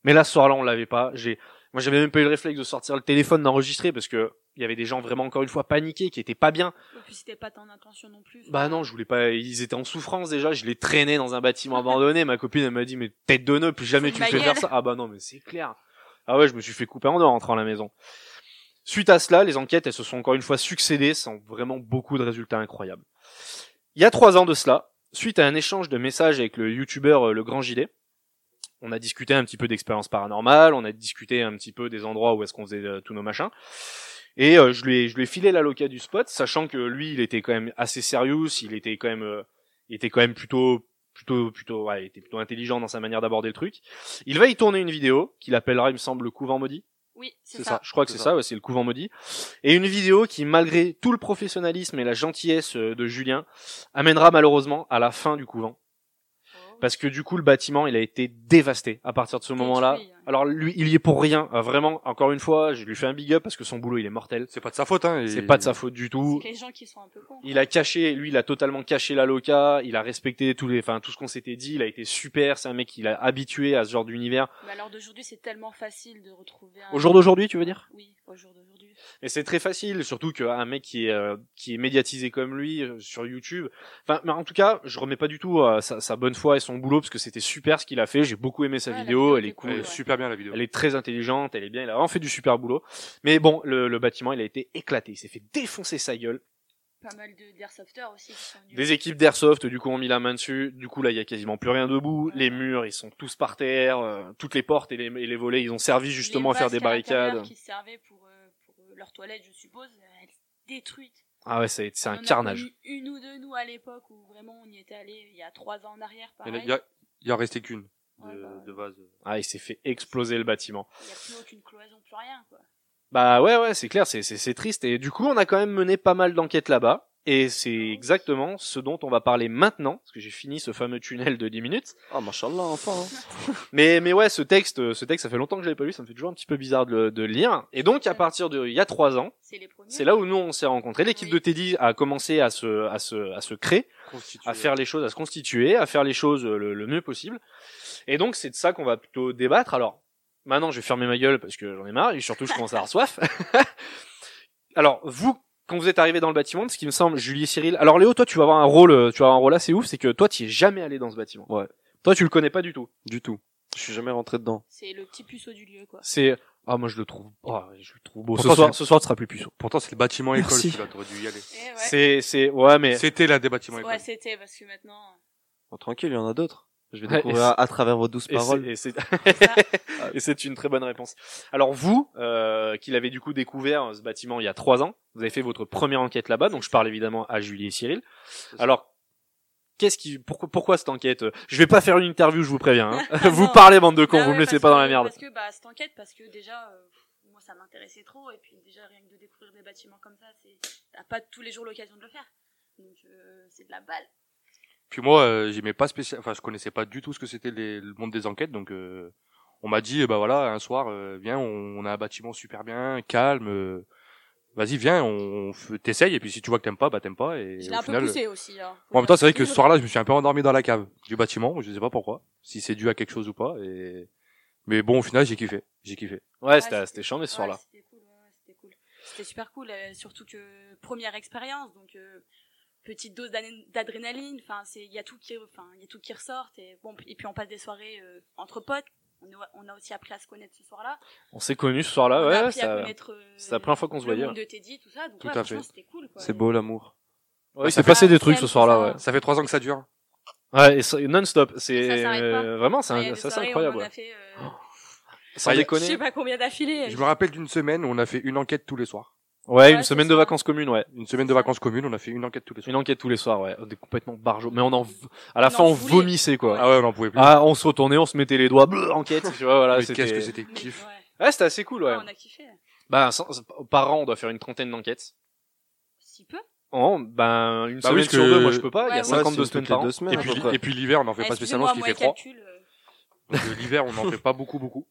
Speaker 1: mais là ce soir-là on l'avait pas j'ai moi j'avais même pas eu le réflexe de sortir le téléphone d'enregistrer parce que il y avait des gens vraiment encore une fois paniqués qui étaient pas bien
Speaker 2: Et puis c'était pas ton intention non plus.
Speaker 1: bah non, je voulais pas. Ils étaient en souffrance déjà. Je les traînais dans un bâtiment abandonné. Ma copine elle m'a dit mais tête de nœud, plus jamais tu me
Speaker 2: Ma
Speaker 1: fais
Speaker 2: gueule.
Speaker 1: faire ça. Ah bah non, mais c'est clair. Ah ouais, je me suis fait couper en deux en rentrant à la maison. Suite à cela, les enquêtes elles se sont encore une fois succédées sans vraiment beaucoup de résultats incroyables. Il y a trois ans de cela, suite à un échange de messages avec le youtubeur euh, Le Grand Gilet, on a discuté un petit peu d'expérience paranormale, on a discuté un petit peu des endroits où est-ce qu'on faisait euh, tous nos machins. Et euh, je lui ai, je lui ai filé la loca du spot, sachant que lui, il était quand même assez sérieux, il était quand même, euh, il était quand même plutôt, plutôt, plutôt, ouais, il était plutôt intelligent dans sa manière d'aborder le truc. Il va y tourner une vidéo qu'il appellera, il me semble, le couvent maudit.
Speaker 2: Oui, c'est ça.
Speaker 1: Je crois que Ah, c'est
Speaker 4: C'est
Speaker 1: ça,
Speaker 4: ça.
Speaker 1: ouais, c'est le couvent maudit. Et une vidéo qui, malgré tout le professionnalisme et la gentillesse euh, de Julien, amènera malheureusement à la fin du couvent
Speaker 2: Oh.
Speaker 1: parce que du coup le bâtiment il a été dévasté à partir de ce moment-là.
Speaker 2: Détruit, ouais.
Speaker 1: Alors lui il y est pour rien, Ah, vraiment encore une fois, je lui fais un big up parce que son boulot il est mortel.
Speaker 3: C'est pas de sa faute hein. il-
Speaker 1: C'est pas de sa faute du tout.
Speaker 2: Les gens qui sont un peu cons.
Speaker 1: Il a caché, lui, il a totalement caché la loca, il a respecté tous les, enfin, tout ce qu'on s'était dit, il a été super, c'est un mec qui l'a habitué à ce genre d'univers.
Speaker 2: Mais alors d'aujourd'hui, c'est tellement facile de retrouver un.
Speaker 1: Au jour d'aujourd'hui, tu veux dire?
Speaker 2: Oui, au jour d'aujourd'hui.
Speaker 1: Mais c'est très facile, surtout qu'un mec qui est, euh, qui est médiatisé comme lui euh, sur YouTube. Enfin, mais en tout cas, je remets pas du tout euh, sa, sa bonne foi et son boulot parce que c'était super ce qu'il a fait. J'ai beaucoup aimé sa
Speaker 2: Ouais, la
Speaker 1: vidéo.
Speaker 2: vidéo
Speaker 1: Elle est
Speaker 2: était
Speaker 1: cool.
Speaker 2: cool,
Speaker 3: Elle est
Speaker 2: ouais.
Speaker 3: super bien la vidéo.
Speaker 1: Elle est très intelligente, elle est bien, il a vraiment fait du super boulot. Mais bon, le, le bâtiment, il a été éclaté, il s'est fait défoncer sa gueule.
Speaker 2: Pas mal de d'airsofters aussi qui sont venus.
Speaker 1: Des équipes d'airsoft, du coup, ont mis la main dessus. Du coup, là, il y a quasiment plus rien
Speaker 2: Ah,
Speaker 1: debout. Les murs, ils sont tous par terre. euh, toutes les portes et les, et les volets, ils ont servi justement à
Speaker 2: Les
Speaker 1: faire des
Speaker 2: vasques l'intérieur
Speaker 1: barricades.
Speaker 2: Qui servaient pour, euh, pour euh, leur toilette, je suppose, euh, elles étaient détruites.
Speaker 1: Ah ouais, ça a été- c'est
Speaker 2: On
Speaker 1: un
Speaker 2: en a
Speaker 1: carnage.
Speaker 2: connu Une ou deux, nous, à l'époque, où vraiment on y était allé il y a trois ans en arrière,
Speaker 3: Il
Speaker 2: pareil.
Speaker 3: y en a- il y a- il y en restait qu'une
Speaker 2: Ouais, bah,
Speaker 3: de, de vase.
Speaker 1: Ah, il s'est fait exploser le bâtiment.
Speaker 2: Il n'y a plus aucune cloison, plus rien, quoi.
Speaker 1: Bah ouais, ouais, c'est clair, c'est- c'est c'est triste. Et du coup, on a quand même mené pas mal d'enquêtes là-bas. Et c'est exactement ce dont on va parler maintenant, parce que j'ai fini ce fameux tunnel de 10 minutes.
Speaker 4: Ah, machallah, enfin. hein.
Speaker 1: Mais, mais ouais, ce texte, euh, ce texte, ça fait longtemps que je l'avais pas lu, ça me fait toujours un petit peu bizarre de, le- de le lire. Et donc, à partir de, il y a trois ans,
Speaker 2: C'est les premiers.
Speaker 1: c'est là où nous, on s'est rencontrés. L'équipe
Speaker 2: Oui.
Speaker 1: de Teddy a commencé à se, à se, à se créer,
Speaker 3: Constituée.
Speaker 1: à faire les choses, à se constituer, à faire les choses euh, le, le mieux possible. Et donc, c'est de ça qu'on va plutôt débattre. Alors, maintenant, je vais fermer ma gueule parce que j'en ai marre et surtout, je commence à avoir soif. alors, vous, quand vous êtes arrivé dans le bâtiment, ce qui me semble, Julie et Cyril. Alors, Léo, toi, tu vas avoir un rôle, euh, tu vas avoir un rôle assez ouf, c'est que toi, tu es jamais allé dans ce bâtiment.
Speaker 4: Ouais.
Speaker 1: Toi, tu le connais pas du tout.
Speaker 4: Du tout. Je suis jamais rentré dedans.
Speaker 2: C'est le petit puceau du lieu, quoi.
Speaker 1: C'est ah moi je le trouve ah, je le trouve beau.
Speaker 3: Pourtant,
Speaker 1: ce soir
Speaker 3: c'est-
Speaker 1: ce soir tu seras plus puceau.
Speaker 3: Pourtant, c'est le bâtiment école,
Speaker 4: Merci.
Speaker 3: celui-là, t'aurais dû y aller.
Speaker 2: Et ouais.
Speaker 1: C'est c'est ouais mais
Speaker 3: C'était l'un des bâtiments école.
Speaker 2: Ouais, c'était parce que maintenant. euh,
Speaker 4: Bon, tranquille, il y en a d'autres. Je vais
Speaker 1: Ouais,
Speaker 4: découvrir
Speaker 1: et
Speaker 4: à, à travers vos douces
Speaker 1: et c'est
Speaker 4: paroles.
Speaker 1: et c'est-
Speaker 2: ça.
Speaker 1: et c'est une très bonne réponse. Alors vous euh, qui l'avez du coup découvert euh, ce bâtiment il y a trois ans, vous avez fait votre première enquête là-bas donc je parle évidemment à Julie et Cyril.
Speaker 3: ça.
Speaker 1: Alors qu'est-ce qui pourquoi pourquoi cette enquête Je vais pas faire une interview je vous préviens. hein. vous
Speaker 2: Non.
Speaker 1: parlez bande de cons
Speaker 2: Bah
Speaker 1: vous
Speaker 2: ouais,
Speaker 1: me laissez
Speaker 2: parce
Speaker 1: pas dans
Speaker 2: que-
Speaker 1: la merde.
Speaker 2: Parce que bah, cette enquête, parce que déjà, euh, moi ça m'intéressait trop, et puis déjà rien que de découvrir des bâtiments comme ça, c'est t'as pas tous les jours l'occasion de le faire. Donc euh, c'est de la balle.
Speaker 3: Puis moi, euh, j'aimais pas spécial, enfin, je connaissais pas du tout ce que c'était les- le monde des enquêtes, donc euh, on m'a dit, eh ben voilà, un soir, euh, viens, on, on a un bâtiment super bien, calme. euh, Vas-y, viens, on, on f- t'essaye, et puis si tu vois que t'aimes pas, bah t'aimes pas. Et
Speaker 2: Je
Speaker 3: au
Speaker 2: l'ai un
Speaker 3: final,
Speaker 2: peu poussé aussi. Hein,
Speaker 3: Bon, en même temps, c'est vrai que ce soir-là, je me suis un peu endormi dans la cave du bâtiment. Je sais pas pourquoi, si c'est dû à quelque chose ou pas. Et mais bon, au final, j'ai kiffé, j'ai kiffé.
Speaker 1: Ouais c'était c'était chiant ce soir là.
Speaker 2: Ouais, C'était cool, ouais, ouais, c'était cool. C'était super cool, euh, surtout que première expérience, donc euh, petite dose d'an- d'adrénaline. Enfin, c'est il y a tout qui, enfin il y a tout qui ressort. Et bon, et puis on passe des soirées euh, entre potes. On a, on a aussi appris à se connaître ce soir-là.
Speaker 1: On s'est connus ce soir là
Speaker 2: on a
Speaker 1: Ah ouais
Speaker 2: appris à
Speaker 1: ça
Speaker 2: connaître. euh,
Speaker 1: c'est la première fois qu'on se
Speaker 2: le
Speaker 1: voyait, hein.
Speaker 2: monde de Teddy, tout ça. Donc
Speaker 3: Tout
Speaker 2: ouais,
Speaker 3: à fait.
Speaker 2: franchement, c'était cool. quoi.
Speaker 4: C'est beau l'amour.
Speaker 1: ouais, il
Speaker 3: Ça
Speaker 1: s'est
Speaker 3: fait
Speaker 1: passé
Speaker 2: un
Speaker 1: des trucs
Speaker 2: week-end,
Speaker 1: ce soir là
Speaker 2: tout
Speaker 1: ouais.
Speaker 2: ça.
Speaker 3: Ça fait trois ans que ça dure.
Speaker 1: Ouais, et ça- non-stop,
Speaker 2: Ça,
Speaker 1: c'est
Speaker 2: ça s'arrête pas.
Speaker 1: euh, vraiment c'est
Speaker 2: Ouais, il y a
Speaker 1: un-
Speaker 2: des
Speaker 1: ça, c'est
Speaker 2: soirées où
Speaker 1: incroyable.
Speaker 2: On
Speaker 1: ouais.
Speaker 2: a fait, euh,
Speaker 1: Sans
Speaker 3: Ah, il y a-
Speaker 2: je sais
Speaker 1: déconner.
Speaker 2: pas combien d'affilées.
Speaker 3: Je me rappelle d'une semaine où on a fait une enquête tous les soirs.
Speaker 1: Ouais,
Speaker 2: Ouais,
Speaker 1: une
Speaker 2: c'est
Speaker 1: semaine de
Speaker 2: ça.
Speaker 1: vacances communes, ouais.
Speaker 3: Une semaine de vacances communes, on a fait une enquête tous les soirs.
Speaker 1: Une enquête tous les soirs, ouais. Des complètement barjo. Mais on en, v- à la
Speaker 2: On
Speaker 1: fin,
Speaker 2: en
Speaker 1: on
Speaker 2: foulait.
Speaker 1: vomissait, quoi.
Speaker 3: Ah ouais, on en pouvait plus.
Speaker 1: Ah, on se retournait, on se mettait les doigts, bleu, enquête, tu vois, voilà.
Speaker 3: Mais qu'est-ce
Speaker 1: c'était
Speaker 3: que Ah, c'était
Speaker 2: Mais,
Speaker 3: kiff.
Speaker 2: ouais.
Speaker 1: Ouais, c'était assez cool, ouais.
Speaker 2: Ah, On a kiffé.
Speaker 1: Bah, sans- par an, on doit faire une trentaine d'enquêtes.
Speaker 2: Si peu.
Speaker 1: En, ben, une
Speaker 3: Bah oui,
Speaker 1: semaine
Speaker 3: parce
Speaker 1: sur
Speaker 3: que-
Speaker 1: deux, moi, je peux pas. Il y
Speaker 2: Ouais,
Speaker 1: a
Speaker 2: ouais,
Speaker 1: 52
Speaker 4: c'est
Speaker 1: semaines
Speaker 4: toutes les
Speaker 1: par an.
Speaker 4: deux semaines,
Speaker 3: Et
Speaker 4: à
Speaker 3: puis,
Speaker 4: peu près.
Speaker 3: et puis l'hiver, on en fait
Speaker 2: Ah,
Speaker 3: pas spécialement
Speaker 2: excusez-moi,
Speaker 3: parce
Speaker 2: moi,
Speaker 3: qu'il fait
Speaker 2: les
Speaker 3: froid.
Speaker 2: calculs, euh,
Speaker 3: Donc, euh, l'hiver, on en fait pas beaucoup, beaucoup.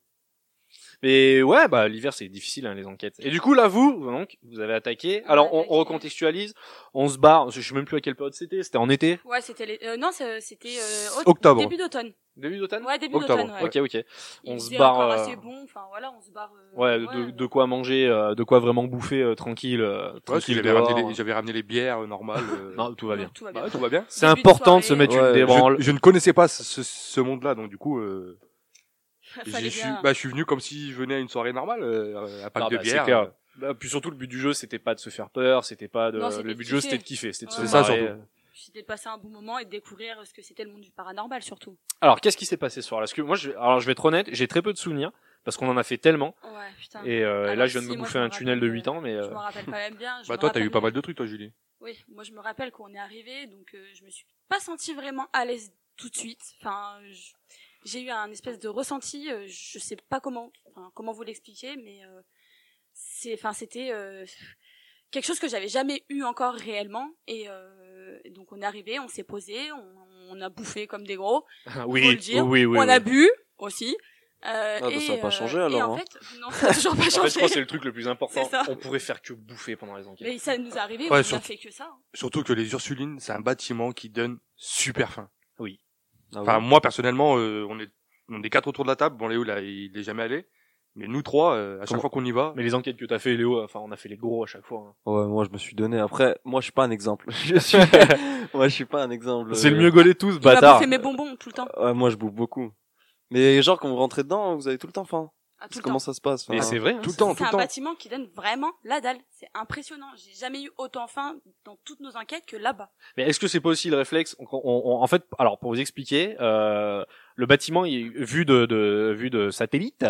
Speaker 1: Mais ouais, bah l'hiver c'est difficile hein, les enquêtes. Et du coup là vous donc vous avez attaqué.
Speaker 2: On a
Speaker 1: Alors on, on
Speaker 2: attaqué.
Speaker 1: recontextualise, on se barre. Je sais même plus à quelle période c'était. C'était en été,
Speaker 2: Ouais, c'était les... euh, non, c'est- c'était euh, au-
Speaker 3: Octobre.
Speaker 2: début d'automne.
Speaker 1: début d'automne.
Speaker 2: Ouais, début
Speaker 3: Octobre,
Speaker 2: d'automne. Ouais.
Speaker 1: Ok ok.
Speaker 2: Il
Speaker 1: on se
Speaker 2: faisait
Speaker 1: barre,
Speaker 2: encore
Speaker 1: euh,
Speaker 2: assez bon. Enfin voilà, on se barre. euh,
Speaker 1: Ouais, de, de quoi manger, euh, de quoi vraiment bouffer euh, tranquille, euh,
Speaker 3: Ouais, parce que
Speaker 1: tranquille
Speaker 3: j'avais
Speaker 1: dehors.
Speaker 3: ramené, les- j'avais ramené les bières euh, normales. euh,
Speaker 1: Non, tout va bien.
Speaker 2: Donc, Tout va
Speaker 3: bah
Speaker 2: bien.
Speaker 3: ouais, tout va bien.
Speaker 1: C'est
Speaker 2: Début de
Speaker 1: important de se
Speaker 2: soirée,
Speaker 1: mettre
Speaker 4: Ouais,
Speaker 1: une
Speaker 4: je-
Speaker 1: débranle.
Speaker 3: Je, je ne connaissais pas ce, ce monde-là, donc du coup, euh,
Speaker 2: Fallait
Speaker 3: j'y suis,
Speaker 2: bien.
Speaker 3: bah, je suis venu comme si je venais à une soirée normale, euh, à pack
Speaker 1: Ah,
Speaker 3: de
Speaker 1: bah, c'est
Speaker 3: bière.
Speaker 1: clair. Bah, puis surtout, le but du jeu, c'était pas de se faire peur, c'était pas de.
Speaker 2: Non, c'était
Speaker 1: le
Speaker 2: de
Speaker 1: but du jeu,
Speaker 2: kiffer.
Speaker 1: c'était de kiffer, c'était de se
Speaker 2: C'est
Speaker 3: ça,
Speaker 1: marrer.
Speaker 3: surtout.
Speaker 2: C'était de passer un bon moment et de découvrir ce que c'était le monde du paranormal surtout.
Speaker 1: Alors, qu'est-ce qui s'est passé ce soir-là Parce que moi, je... alors je vais être honnête, j'ai très peu de souvenirs parce qu'on en a fait tellement.
Speaker 2: Ouais, putain.
Speaker 1: Et, euh, et
Speaker 2: Alors,
Speaker 1: là, je viens de
Speaker 2: si,
Speaker 1: me
Speaker 2: moi,
Speaker 1: bouffer
Speaker 2: je me
Speaker 1: un tunnel de
Speaker 2: rappelle,
Speaker 1: 8 ans, mais.
Speaker 2: Je
Speaker 1: euh,
Speaker 2: me rappelle quand même bien. je
Speaker 3: Bah,
Speaker 2: me
Speaker 3: toi, t'as eu
Speaker 2: rappelle-
Speaker 3: pas mal de trucs, toi, Julie.
Speaker 2: Oui, moi je me rappelle qu'on est arrivé, donc euh, je me suis pas sentie vraiment à l'aise tout de suite. Enfin, je- j'ai eu un espèce de ressenti, euh, je sais pas comment, enfin, comment vous l'expliquer, mais euh, c'est, enfin, c'était euh, quelque chose que j'avais jamais eu encore réellement. Et euh, donc on est arrivé, on s'est posé, on, on a bouffé comme des gros, Faut
Speaker 1: oui,
Speaker 2: le dire,
Speaker 1: oui, oui, oui.
Speaker 2: on a bu aussi. Euh,
Speaker 4: bah,
Speaker 2: et,
Speaker 4: ça a pas
Speaker 2: euh,
Speaker 4: changé,
Speaker 2: et
Speaker 4: alors,
Speaker 2: en
Speaker 4: hein.
Speaker 2: fait, non, ça a toujours pas
Speaker 1: En fait, je
Speaker 2: changé.
Speaker 1: crois que c'est le truc le plus important.
Speaker 2: C'est ça.
Speaker 1: On pourrait faire que bouffer pendant les enquêtes.
Speaker 2: mais ça nous est arrivé,
Speaker 3: Ouais,
Speaker 2: on n'a
Speaker 3: surtout-
Speaker 2: fait que ça. hein.
Speaker 3: Surtout que les Ursulines, c'est un bâtiment qui donne super faim.
Speaker 4: Ah ouais.
Speaker 3: Enfin, moi, personnellement, euh, on est, on est quatre autour de la table. Bon, Léo, là, il est jamais allé. Mais nous trois, euh, à chaque
Speaker 4: Comment-
Speaker 3: fois qu'on y va,
Speaker 1: Mais les enquêtes que t'as fait, Léo, enfin, on a fait les gros à chaque fois. hein.
Speaker 4: Ouais, moi je me suis donné. Après, moi je suis pas un exemple. Je suis, moi je suis pas un exemple.
Speaker 1: C'est le
Speaker 4: Euh,
Speaker 1: mieux gaulé tous,
Speaker 2: Tu vas
Speaker 1: bâtard.
Speaker 2: bouffer mes bonbons tout le temps.
Speaker 4: Ouais, moi je bouffe beaucoup. Mais genre quand vous rentrez dedans, vous avez tout le temps faim.
Speaker 2: Ah, tout
Speaker 4: C'est
Speaker 2: le
Speaker 4: Comment
Speaker 2: temps.
Speaker 4: ça se passe
Speaker 1: Et
Speaker 4: enfin,
Speaker 1: c'est vrai. hein.
Speaker 3: tout le temps, tout
Speaker 2: C'est
Speaker 3: le
Speaker 2: un
Speaker 3: temps.
Speaker 2: bâtiment qui donne vraiment la dalle. C'est impressionnant. J'ai jamais eu autant faim dans toutes nos enquêtes que là-bas.
Speaker 1: Mais est-ce que c'est pas aussi le réflexe on- on- on- En fait, alors pour vous expliquer, euh, le bâtiment, il- vu de, de vu de satellite,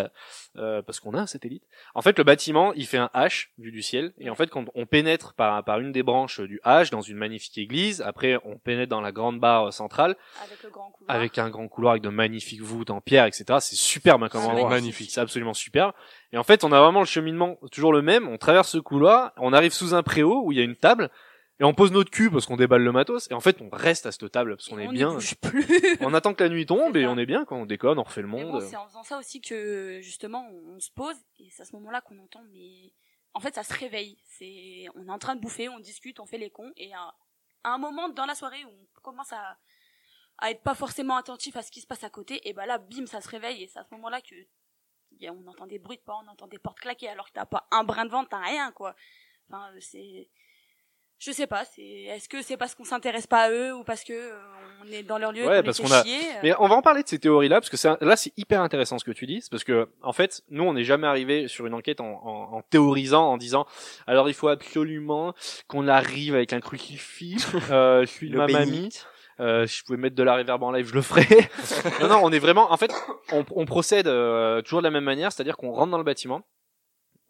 Speaker 1: euh, parce qu'on a un satellite. En fait, le bâtiment, il fait un H vu du ciel, et en fait, quand on pénètre par par une des branches du H dans une magnifique église, après on pénètre dans la grande barre centrale
Speaker 2: Avec le grand couloir.
Speaker 1: avec un grand couloir avec de magnifiques voûtes en pierre, etc. C'est superbe hein, comme
Speaker 2: C'est
Speaker 1: endroit.
Speaker 3: magnifique.
Speaker 1: C'est absolument superbe. Et en fait, on a vraiment le cheminement toujours le même. On traverse ce couloir, on arrive sous un préau où il y a une table. Et on pose notre cul parce qu'on déballe le matos. Et en fait, on reste à cette table parce qu'on
Speaker 2: Et
Speaker 1: est
Speaker 2: on
Speaker 1: bien.
Speaker 2: ne bouge plus.
Speaker 1: On attend que la nuit tombe
Speaker 2: C'est
Speaker 1: et
Speaker 2: ça.
Speaker 1: on est bien quand on déconne, on refait le
Speaker 2: Mais bon,
Speaker 1: monde.
Speaker 2: c'est en faisant ça aussi que justement on, on se pose et c'est à ce moment-là qu'on entend mais en fait ça se réveille. C'est on est en train de bouffer, on discute, on fait les cons et à, à un moment dans la soirée où on commence à à être pas forcément attentif à ce qui se passe à côté et bah là bim ça se réveille et c'est à ce moment-là que y a- on entend des bruits de pas, on entend des portes claquer alors que t'as pas un brin de vent, t'as rien quoi. Enfin euh, c'est je sais pas, c'est est-ce que c'est parce qu'on s'intéresse pas à eux ou parce que euh, on est dans leur lieu
Speaker 1: Ouais,
Speaker 2: et qu'on
Speaker 1: parce
Speaker 2: les
Speaker 1: qu'on
Speaker 2: fait
Speaker 1: a-
Speaker 2: chier, euh.
Speaker 1: Mais on va en parler de ces théories-là, parce que c'est un- là, c'est hyper intéressant ce que tu dis, c'est parce que, en fait, nous, on n'est jamais arrivé sur une enquête en, en- en théorisant, en disant, alors il faut absolument qu'on arrive avec un crucifix, euh, je suis de
Speaker 4: Le
Speaker 1: ma
Speaker 4: pays.
Speaker 1: mamie, euh, si je pouvais mettre de la réverb en live, je le ferais. non, non, on est vraiment, en fait, on, on procède euh, toujours de la même manière, c'est-à-dire qu'on rentre dans le bâtiment,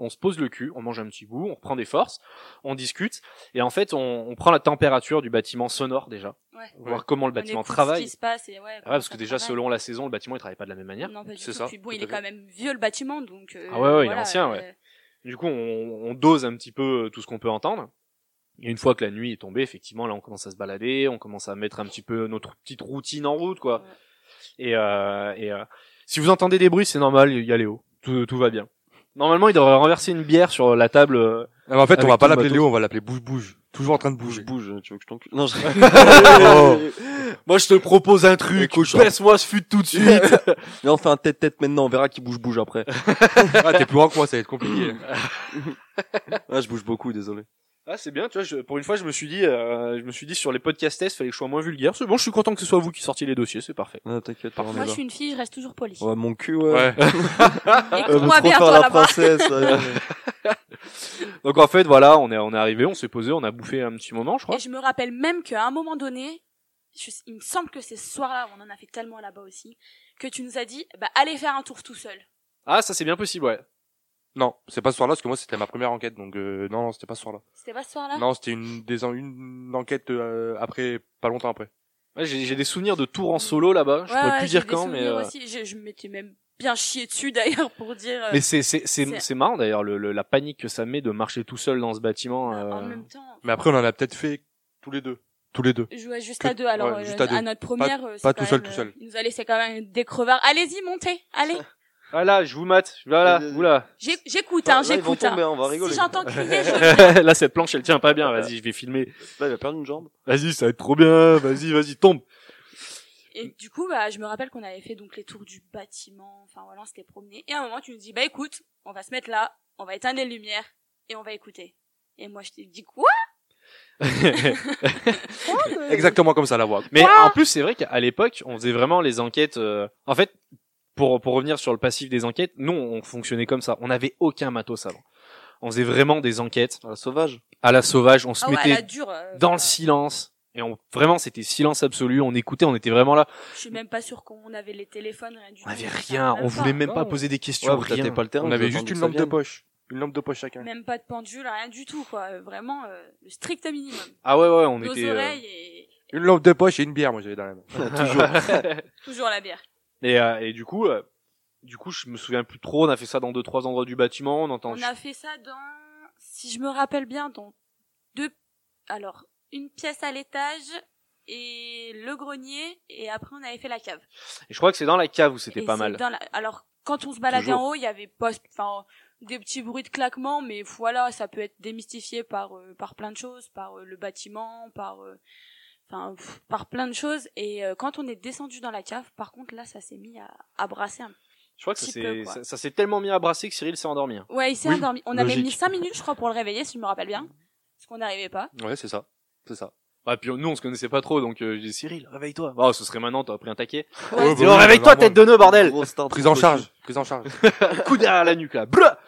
Speaker 1: on se pose le cul, on mange un petit bout, on reprend des forces, on discute, et en fait, on, on prend la température du bâtiment sonore déjà,
Speaker 2: Ouais.
Speaker 1: voir comment le
Speaker 2: On
Speaker 1: bâtiment
Speaker 2: écoute
Speaker 1: travaille.
Speaker 2: Ce qui se passe et ouais,
Speaker 1: Ah ouais, parce que déjà, selon la saison, le bâtiment, il travaille pas de la même manière.
Speaker 2: Non, pas du
Speaker 3: C'est
Speaker 2: tout.
Speaker 3: ça,
Speaker 2: Puis bon,
Speaker 3: tout
Speaker 2: il
Speaker 3: à
Speaker 2: est
Speaker 3: fait.
Speaker 2: quand même vieux le bâtiment, donc. euh,
Speaker 1: Ah ouais, ouais, il est
Speaker 2: voilà,
Speaker 1: ancien, ouais.
Speaker 2: euh,
Speaker 1: Du coup, on, on dose un petit peu euh, tout ce qu'on peut entendre. Et une fois que la nuit est tombée, effectivement, là, on commence à se balader, on commence à mettre un petit peu notre petite routine en route, quoi.
Speaker 2: Ouais.
Speaker 1: Et, euh, et euh, si vous entendez des bruits, c'est normal, il y a Léo. Tout, tout va bien. Normalement, il devrait renverser une bière sur la table. euh,
Speaker 3: Ah, mais en fait, on
Speaker 1: Avec
Speaker 3: va pas
Speaker 1: ton
Speaker 3: l'appeler
Speaker 1: bateau.
Speaker 3: Léo, on va l'appeler Bouge Bouge. Toujours en train de
Speaker 4: Bouge,
Speaker 3: bouger.
Speaker 4: bouge, tu veux que je t'encule Non, je...
Speaker 3: Oh.
Speaker 1: Moi, je te propose un truc.
Speaker 4: Écoute,
Speaker 1: Baisse-moi ce fut tout de suite.
Speaker 4: Mais on fait un tête-tête maintenant, on verra qui bouge bouge après.
Speaker 3: Ah, t'es plus grand que moi, ça va être compliqué.
Speaker 4: Ah, je bouge beaucoup, désolé.
Speaker 1: Ah, c'est bien, tu vois, je- pour une fois, je me suis dit, euh, je me suis dit sur les podcasts, il fallait que je sois moins vulgaire. C'est bon, je suis content que ce soit vous qui sortiez les dossiers, c'est parfait.
Speaker 4: Non, Ah, t'inquiète, on
Speaker 2: Moi,
Speaker 4: est
Speaker 2: je
Speaker 4: là.
Speaker 2: suis une fille, je reste toujours polie.
Speaker 4: Ouais, mon cul, ouais. Euh,
Speaker 3: Ouais.
Speaker 4: me
Speaker 2: Écoute-moi bien,
Speaker 4: refaire
Speaker 2: toi,
Speaker 4: la
Speaker 2: là-bas.
Speaker 4: princesse. ouais.
Speaker 1: Donc en fait, voilà, on est on est arrivé, on s'est posé, on a bouffé un petit moment, je crois.
Speaker 2: Et je me rappelle même qu'à un moment donné, je- il me semble que c'est ce soir-là, on en a fait tellement là-bas aussi, que tu nous as dit, bah, allez faire un tour tout seul.
Speaker 1: Ah, ça c'est bien possible, ouais.
Speaker 3: Non, c'est pas ce soir-là, parce que moi, c'était ma première enquête, donc euh, non, non, c'était pas ce soir-là.
Speaker 2: C'était pas ce soir-là?
Speaker 3: Non, c'était une, des, en- une enquête euh, après, pas longtemps après.
Speaker 1: Ouais, J'ai j'ai des souvenirs de tours en solo là-bas. Je
Speaker 2: Ouais,
Speaker 1: pourrais
Speaker 2: ouais,
Speaker 1: plus
Speaker 2: j'ai
Speaker 1: dire
Speaker 2: des
Speaker 1: quand, mais
Speaker 2: souvenirs
Speaker 1: euh,
Speaker 2: aussi. Je, je m'étais même bien chié dessus, d'ailleurs, pour dire. euh,
Speaker 1: mais c'est c'est c'est
Speaker 2: C'est-
Speaker 1: c'est marrant d'ailleurs le, le- la panique que ça met de marcher tout seul dans ce bâtiment. euh.
Speaker 2: Bah, En même temps,
Speaker 3: Mais après, on en a peut-être fait tous les deux. Tous les deux.
Speaker 2: jouer juste
Speaker 3: Que-
Speaker 2: à deux. Alors,
Speaker 3: ouais, juste
Speaker 2: euh,
Speaker 3: à deux.
Speaker 2: notre première, euh, c'est
Speaker 3: pas
Speaker 2: quand
Speaker 3: tout seul,
Speaker 2: même,
Speaker 3: tout seul.
Speaker 2: euh, Il nous a laissé quand même des crevards. Allez-y, montez, allez.
Speaker 1: Ah là, je vous mate. Voilà,
Speaker 4: Euh,
Speaker 1: oula.
Speaker 2: J'ai- J'écoute,
Speaker 4: Là,
Speaker 2: hein,
Speaker 4: ils vont
Speaker 2: j'écoute. hein.
Speaker 4: tomber, on va rigoler.
Speaker 2: Si j'entends crier, je...
Speaker 1: là cette planche elle tient pas bien. Vas-y, je vais filmer.
Speaker 4: Là, il a perdu une jambe.
Speaker 1: Vas-y, ça va être trop bien. Vas-y, vas-y, tombe.
Speaker 2: Et du coup, bah, je me rappelle qu'on avait fait donc les tours du bâtiment. Enfin voilà, on s'était promené. Et à un moment, tu nous dis, bah écoute, on va se mettre là, on va éteindre les lumières et on va écouter. Et moi, je t'ai dit quoi
Speaker 3: Exactement comme ça, la voix.
Speaker 1: Mais
Speaker 2: Quoi
Speaker 1: en plus, c'est vrai qu'à l'époque, on faisait vraiment les enquêtes. euh, En fait, pour, pour revenir sur le passif des enquêtes, nous, on fonctionnait comme ça. On n'avait aucun matos avant. On faisait vraiment des enquêtes
Speaker 4: Ah, sauvage.
Speaker 1: à la sauvage. On se
Speaker 2: Ah ouais,
Speaker 1: mettait
Speaker 2: elle a dur. euh,
Speaker 1: dans le
Speaker 2: voilà.
Speaker 1: silence. Et on, vraiment, c'était silence absolu. On écoutait, on était vraiment là.
Speaker 2: Je suis même pas sûre qu'on avait les téléphones, rien du tout.
Speaker 1: On avait
Speaker 2: ça,
Speaker 1: rien. On voulait même pas
Speaker 3: Non.
Speaker 1: poser des questions.
Speaker 4: Ouais, vous
Speaker 1: rien.
Speaker 4: tâtez pas le terrain.
Speaker 3: On
Speaker 4: vous
Speaker 3: avait
Speaker 4: attendez
Speaker 3: juste
Speaker 4: que
Speaker 3: une
Speaker 4: ça
Speaker 3: lampe de
Speaker 4: vienne.
Speaker 3: poche. Une lampe de poche chacun.
Speaker 2: Même pas de pendule, rien du tout, quoi. Euh, Vraiment, euh, le strict minimum.
Speaker 1: Ah ouais, ouais, on
Speaker 2: Nos
Speaker 1: était. euh,
Speaker 2: oreilles et
Speaker 3: Une lampe de poche et une bière, moi, j'avais dans la main.
Speaker 2: toujours la bière.
Speaker 1: et, euh, et du coup, euh, du coup, je me souviens plus trop. On a fait ça dans deux, trois endroits du bâtiment. On entend.
Speaker 2: On a fait ça dans, si je me rappelle bien, dans deux, alors, une pièce à l'étage et le grenier, et après on avait fait la cave.
Speaker 1: Et je crois que c'est dans la cave où c'était
Speaker 2: Et
Speaker 1: pas
Speaker 2: c'est
Speaker 1: mal.
Speaker 2: dans la- Alors, quand on se baladait
Speaker 1: Toujours.
Speaker 2: en haut, il y avait pas, enfin, des petits bruits de claquement, mais voilà, ça peut être démystifié par, euh, par plein de choses, par euh, le bâtiment, par, euh, enfin, pff, par plein de choses. Et euh, quand on est descendu dans la cave, par contre, là, ça s'est mis à, à brasser un
Speaker 1: Je crois que ça
Speaker 2: Petit peu,
Speaker 1: s'est-
Speaker 2: quoi.
Speaker 1: ça ça s'est tellement mis à brasser que Cyril s'est endormi. hein.
Speaker 2: Ouais, il s'est
Speaker 3: Oui,
Speaker 2: endormi. On avait
Speaker 3: logique.
Speaker 2: mis 5 minutes, je crois, pour le réveiller, si je me rappelle bien. Parce qu'on n'arrivait pas.
Speaker 3: Ouais, c'est ça. C'est ça.
Speaker 2: Oh,
Speaker 1: Ah, puis nous, on se connaissait pas trop, donc euh, j'ai dit Cyril, réveille-toi. Oh, ce serait maintenant, t'aurais pris un taquet.
Speaker 2: Ouais,
Speaker 3: Ouais,
Speaker 1: Dis,
Speaker 3: bah
Speaker 1: oh,
Speaker 3: oui,
Speaker 1: réveille-toi,
Speaker 3: normal.
Speaker 1: tête de nœud, bordel
Speaker 4: Grosse tarte
Speaker 3: Prise en
Speaker 4: cochon.
Speaker 3: charge. Prise en charge.
Speaker 1: Coup derrière la nuque, là. Blah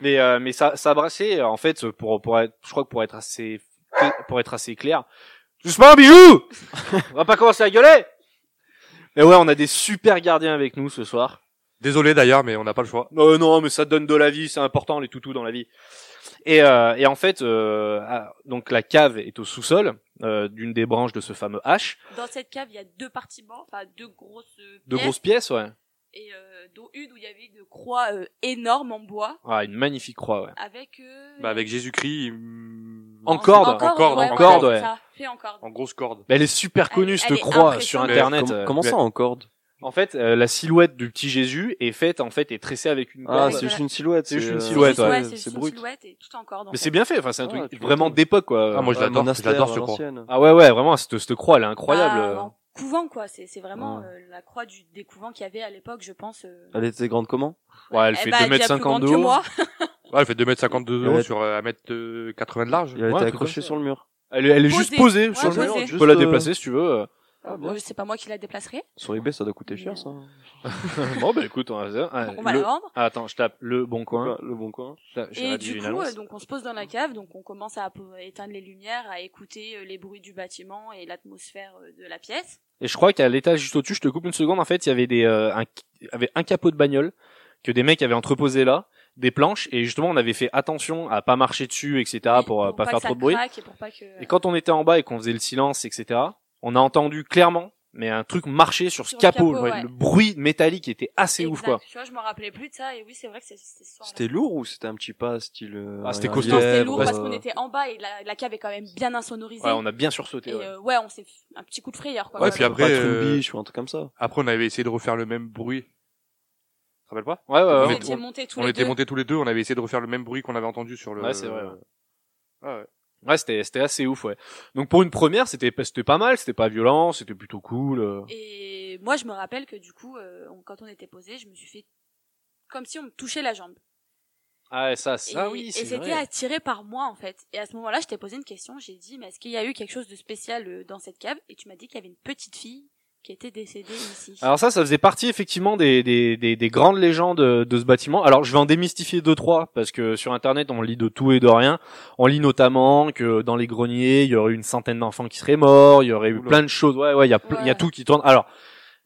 Speaker 1: mais, euh, mais ça, ça brassait, euh, en fait, pour, pour être, je crois que pour être assez, pour être assez clair. Doucement, bijou! on va pas commencer à gueuler! Mais ouais, on a des super gardiens avec nous ce soir.
Speaker 3: Désolé d'ailleurs, mais on n'a pas le choix.
Speaker 1: Euh, non, mais ça donne de la vie, c'est important les toutous dans la vie. Et, euh, et en fait, euh, ah, donc la cave est au sous-sol euh, d'une des branches de ce fameux H,
Speaker 2: Dans cette cave, il y a deux partiments, enfin deux grosses euh, pièces,
Speaker 1: de grosses pièces, ouais.
Speaker 2: et euh, dont une où il y avait une croix euh, énorme en bois
Speaker 1: Ah, une magnifique croix, ouais.
Speaker 2: avec euh,
Speaker 3: Bah, avec Jésus-Christ.
Speaker 1: En corde.
Speaker 3: En corde,
Speaker 2: ouais,
Speaker 3: en
Speaker 2: voilà,
Speaker 1: corde,
Speaker 2: c'est
Speaker 1: ouais.
Speaker 2: ça, fait en corde.
Speaker 3: En grosse corde.
Speaker 1: Mais elle est super
Speaker 2: Elle-
Speaker 1: connue
Speaker 2: elle
Speaker 1: cette
Speaker 2: est
Speaker 1: croix sur
Speaker 2: impressionnante.
Speaker 1: internet.
Speaker 4: Com-
Speaker 1: euh.
Speaker 4: comment ça hein en corde
Speaker 1: En fait, euh, la silhouette du petit Jésus est faite en fait est tressée avec une
Speaker 4: Ah,
Speaker 1: corde.
Speaker 4: c'est
Speaker 2: voilà.
Speaker 4: juste une silhouette.
Speaker 1: C'est juste une
Speaker 4: euh,
Speaker 1: silhouette,
Speaker 2: ouais,
Speaker 1: ouais,
Speaker 2: c'est juste
Speaker 4: C'est
Speaker 2: une
Speaker 4: brut.
Speaker 2: silhouette et tout en corde. en
Speaker 1: mais
Speaker 2: fait.
Speaker 1: c'est bien fait, enfin c'est un
Speaker 4: Ah, tu
Speaker 1: truc
Speaker 4: m'étonnes.
Speaker 1: vraiment d'époque quoi.
Speaker 3: Ah, moi, je
Speaker 4: Ouais,
Speaker 3: l'adore, je
Speaker 4: monastère
Speaker 3: l'adore,
Speaker 4: à
Speaker 3: je crois.
Speaker 4: l'ancienne.
Speaker 1: Ah ouais ouais, vraiment cette, cette croix elle est incroyable. euh.
Speaker 2: Ah, en couvent quoi, c'est c'est vraiment
Speaker 4: Ouais.
Speaker 2: euh, la croix du des couvents qu'il y avait à l'époque, je pense. euh.
Speaker 4: Elle était grande comment
Speaker 1: ouais, elle
Speaker 2: Eh
Speaker 1: fait
Speaker 2: bah,
Speaker 1: 2
Speaker 2: déjà
Speaker 1: mètres
Speaker 2: plus
Speaker 1: 50
Speaker 2: grande
Speaker 1: de
Speaker 2: que
Speaker 1: haut.
Speaker 2: moi.
Speaker 3: Ouais, elle fait 2m50 de
Speaker 4: Ouais.
Speaker 3: haut sur euh, 1m80 de large.
Speaker 4: Elle était
Speaker 1: Ouais, un truc
Speaker 4: accrochée
Speaker 1: comme ça.
Speaker 4: sur le mur.
Speaker 1: Elle, est- elle est juste posée,
Speaker 2: Ouais,
Speaker 1: sur le mur.
Speaker 2: posée.
Speaker 1: Tu peux la
Speaker 4: Juste, euh,
Speaker 1: déplacer si tu veux.
Speaker 4: Ah,
Speaker 2: Euh, c'est pas moi qui la déplacerai.
Speaker 1: Euh,
Speaker 4: Sur eBay, ça doit coûter cher, ça.
Speaker 1: bon bah écoute, on va faire. Ah,
Speaker 2: donc on va
Speaker 1: le-
Speaker 2: la vendre.
Speaker 1: Ah, attends, je tape le bon coin.
Speaker 4: Bah, Le bon coin.
Speaker 1: Là, j'ai
Speaker 2: Et
Speaker 1: rédigé
Speaker 2: du
Speaker 1: une
Speaker 2: coup,
Speaker 1: annonce.
Speaker 2: euh, donc on se pose dans la cave, donc on commence à ap- éteindre les lumières, à écouter euh, les bruits du bâtiment et l'atmosphère euh, de la pièce.
Speaker 1: Et je crois qu'à l'étage juste au-dessus, je te coupe une seconde. En fait, il y avait des, euh, un, il y avait un capot de bagnole que des mecs avaient entreposé là, des planches, et justement, on avait fait attention à pas marcher dessus, etc.,
Speaker 2: Oui,
Speaker 1: pour, euh, pas,
Speaker 2: que
Speaker 1: faire
Speaker 2: ça
Speaker 1: trop de bruit.
Speaker 2: craque Et pour pas que...
Speaker 1: Et quand on était en bas et qu'on faisait le silence, etc., on a entendu clairement, mais un truc marcher sur ce
Speaker 2: Sur le
Speaker 1: capot.
Speaker 2: capot,
Speaker 1: ouais,
Speaker 2: ouais.
Speaker 1: Le bruit métallique était assez ouf,
Speaker 2: Exact.
Speaker 1: quoi.
Speaker 2: Tu vois, je me rappelais plus de ça, et oui, c'est vrai que c'est- c'était ce soir-là.
Speaker 4: C'était lourd ou c'était un petit pas style. euh,
Speaker 1: Ah, c'était
Speaker 4: un
Speaker 1: costaud.
Speaker 2: Non, c'était
Speaker 4: lièvre,
Speaker 2: lourd parce
Speaker 4: euh,
Speaker 2: qu'on était en bas et la, la cave est quand même bien insonorisée.
Speaker 1: Ouais, on a bien sursauté.
Speaker 2: Et
Speaker 1: ouais.
Speaker 2: euh, ouais, on s'est fait un petit coup de frayeur, quoi.
Speaker 3: Ouais,
Speaker 2: quand
Speaker 3: puis
Speaker 2: même.
Speaker 3: après,
Speaker 4: Pas
Speaker 3: euh,
Speaker 4: Trumbiche ou un truc comme ça.
Speaker 3: après, on avait essayé de refaire le même bruit. Tu te rappelles pas?
Speaker 1: Ouais, ouais,
Speaker 3: on
Speaker 1: ouais,
Speaker 2: on
Speaker 3: est-
Speaker 2: était montés tous
Speaker 3: on
Speaker 2: les
Speaker 3: était
Speaker 2: deux.
Speaker 3: montés tous les deux, on avait essayé de refaire le même bruit qu'on avait entendu sur le.
Speaker 1: Ouais, c'est vrai, ouais.
Speaker 3: Ah ouais.
Speaker 1: Ouais, c'était, c'était assez ouf, ouais. Donc pour une première, c'était, pas- c'était pas mal, c'était pas violent, c'était plutôt cool. euh.
Speaker 2: Et moi, je me rappelle que du coup, euh, on- quand on était posés, je me suis fait comme si on me touchait la jambe.
Speaker 1: Ah, ouais, ça,
Speaker 2: Et,
Speaker 1: ça, oui,
Speaker 2: et
Speaker 1: c'est
Speaker 2: c'était
Speaker 1: vrai.
Speaker 2: attiré par moi, en fait. Et à ce moment-là, je t'ai posé une question, j'ai dit, mais est-ce qu'il y a eu quelque chose de spécial euh, dans cette cave Et tu m'as dit qu'il y avait une petite fille qui était décédée ici.
Speaker 1: Alors ça, ça faisait partie effectivement des, des, des, des grandes légendes euh, de ce bâtiment. Alors je vais en démystifier deux trois parce que sur internet on lit de tout et de rien. On lit notamment que dans les greniers il y aurait une centaine d'enfants qui seraient morts, il y aurait eu
Speaker 3: Oula.
Speaker 1: plein de choses. Ouais ouais, il y a pl- il y
Speaker 2: Ouais.
Speaker 1: a tout qui tourne. Alors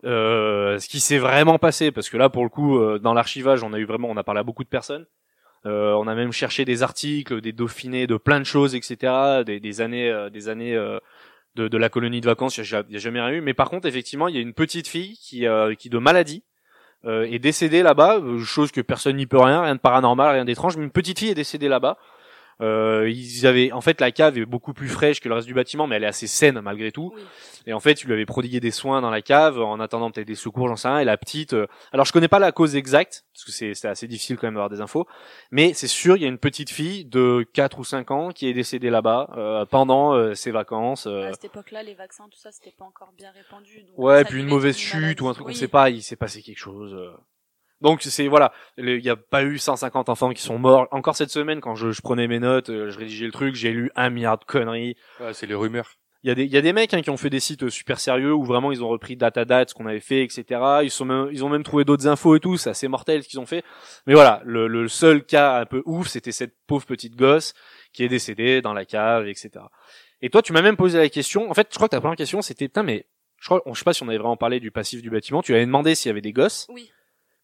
Speaker 1: euh, ce qui s'est vraiment passé parce que là pour le coup euh, dans l'archivage on a eu vraiment on a parlé à beaucoup de personnes. Euh, on a même cherché des articles, des dauphinés, de plein de choses, etc. Des, des années, euh, des années euh, de, de la colonie de vacances, il n'y a, ja- y a jamais rien eu. Mais par contre, effectivement, il y a une petite fille qui, euh, qui de maladie, euh, est décédée là-bas, euh, chose que personne n'y peut rien, rien de paranormal, rien d'étrange, mais une petite fille est décédée là-bas. Euh, ils avaient, en fait, la cave est beaucoup plus fraîche que le reste du bâtiment, mais elle est assez saine malgré tout.
Speaker 2: Oui.
Speaker 1: Et en fait, ils lui avaient prodigué des soins dans la cave en attendant peut-être des secours, j'en sais rien. Et la petite, euh, alors je connais pas la cause exacte parce que c'est c'est assez difficile quand même d'avoir des infos, mais c'est sûr, il y a une petite fille de 4 ou 5 ans qui est décédée là-bas euh, pendant euh, ses vacances. euh,
Speaker 2: À cette époque-là, les vaccins, tout ça, c'était pas encore bien répandu. donc euh,
Speaker 1: Ouais,
Speaker 2: ça
Speaker 1: puis une
Speaker 2: devait être
Speaker 1: mauvaise chute ou un truc, on
Speaker 2: maladie.
Speaker 1: sait pas, il s'est passé quelque chose. euh. Donc c'est voilà, le- il n'y a pas eu 150 enfants qui sont morts. Encore cette semaine, quand je, je prenais mes notes, euh, je rédigeais le truc, j'ai lu un milliard de conneries.
Speaker 3: Ah, c'est les rumeurs.
Speaker 1: Il y a des, il y a des mecs hein, qui ont fait des sites euh, super sérieux où vraiment ils ont repris date à date ce qu'on avait fait, etc. Ils sont même, ils ont même trouvé d'autres infos et tout, c'est assez mortel ce qu'ils ont fait. Mais voilà, le, le seul cas un peu ouf, c'était cette pauvre petite gosse qui est décédée dans la cave, etc. Et toi, tu m'as même posé la question. En fait, je crois que ta première question, c'était putain, mais je crois, on- je sais pas si on avait vraiment parlé du passif du bâtiment. Tu avais demandé s'il y avait des gosses,
Speaker 2: Oui.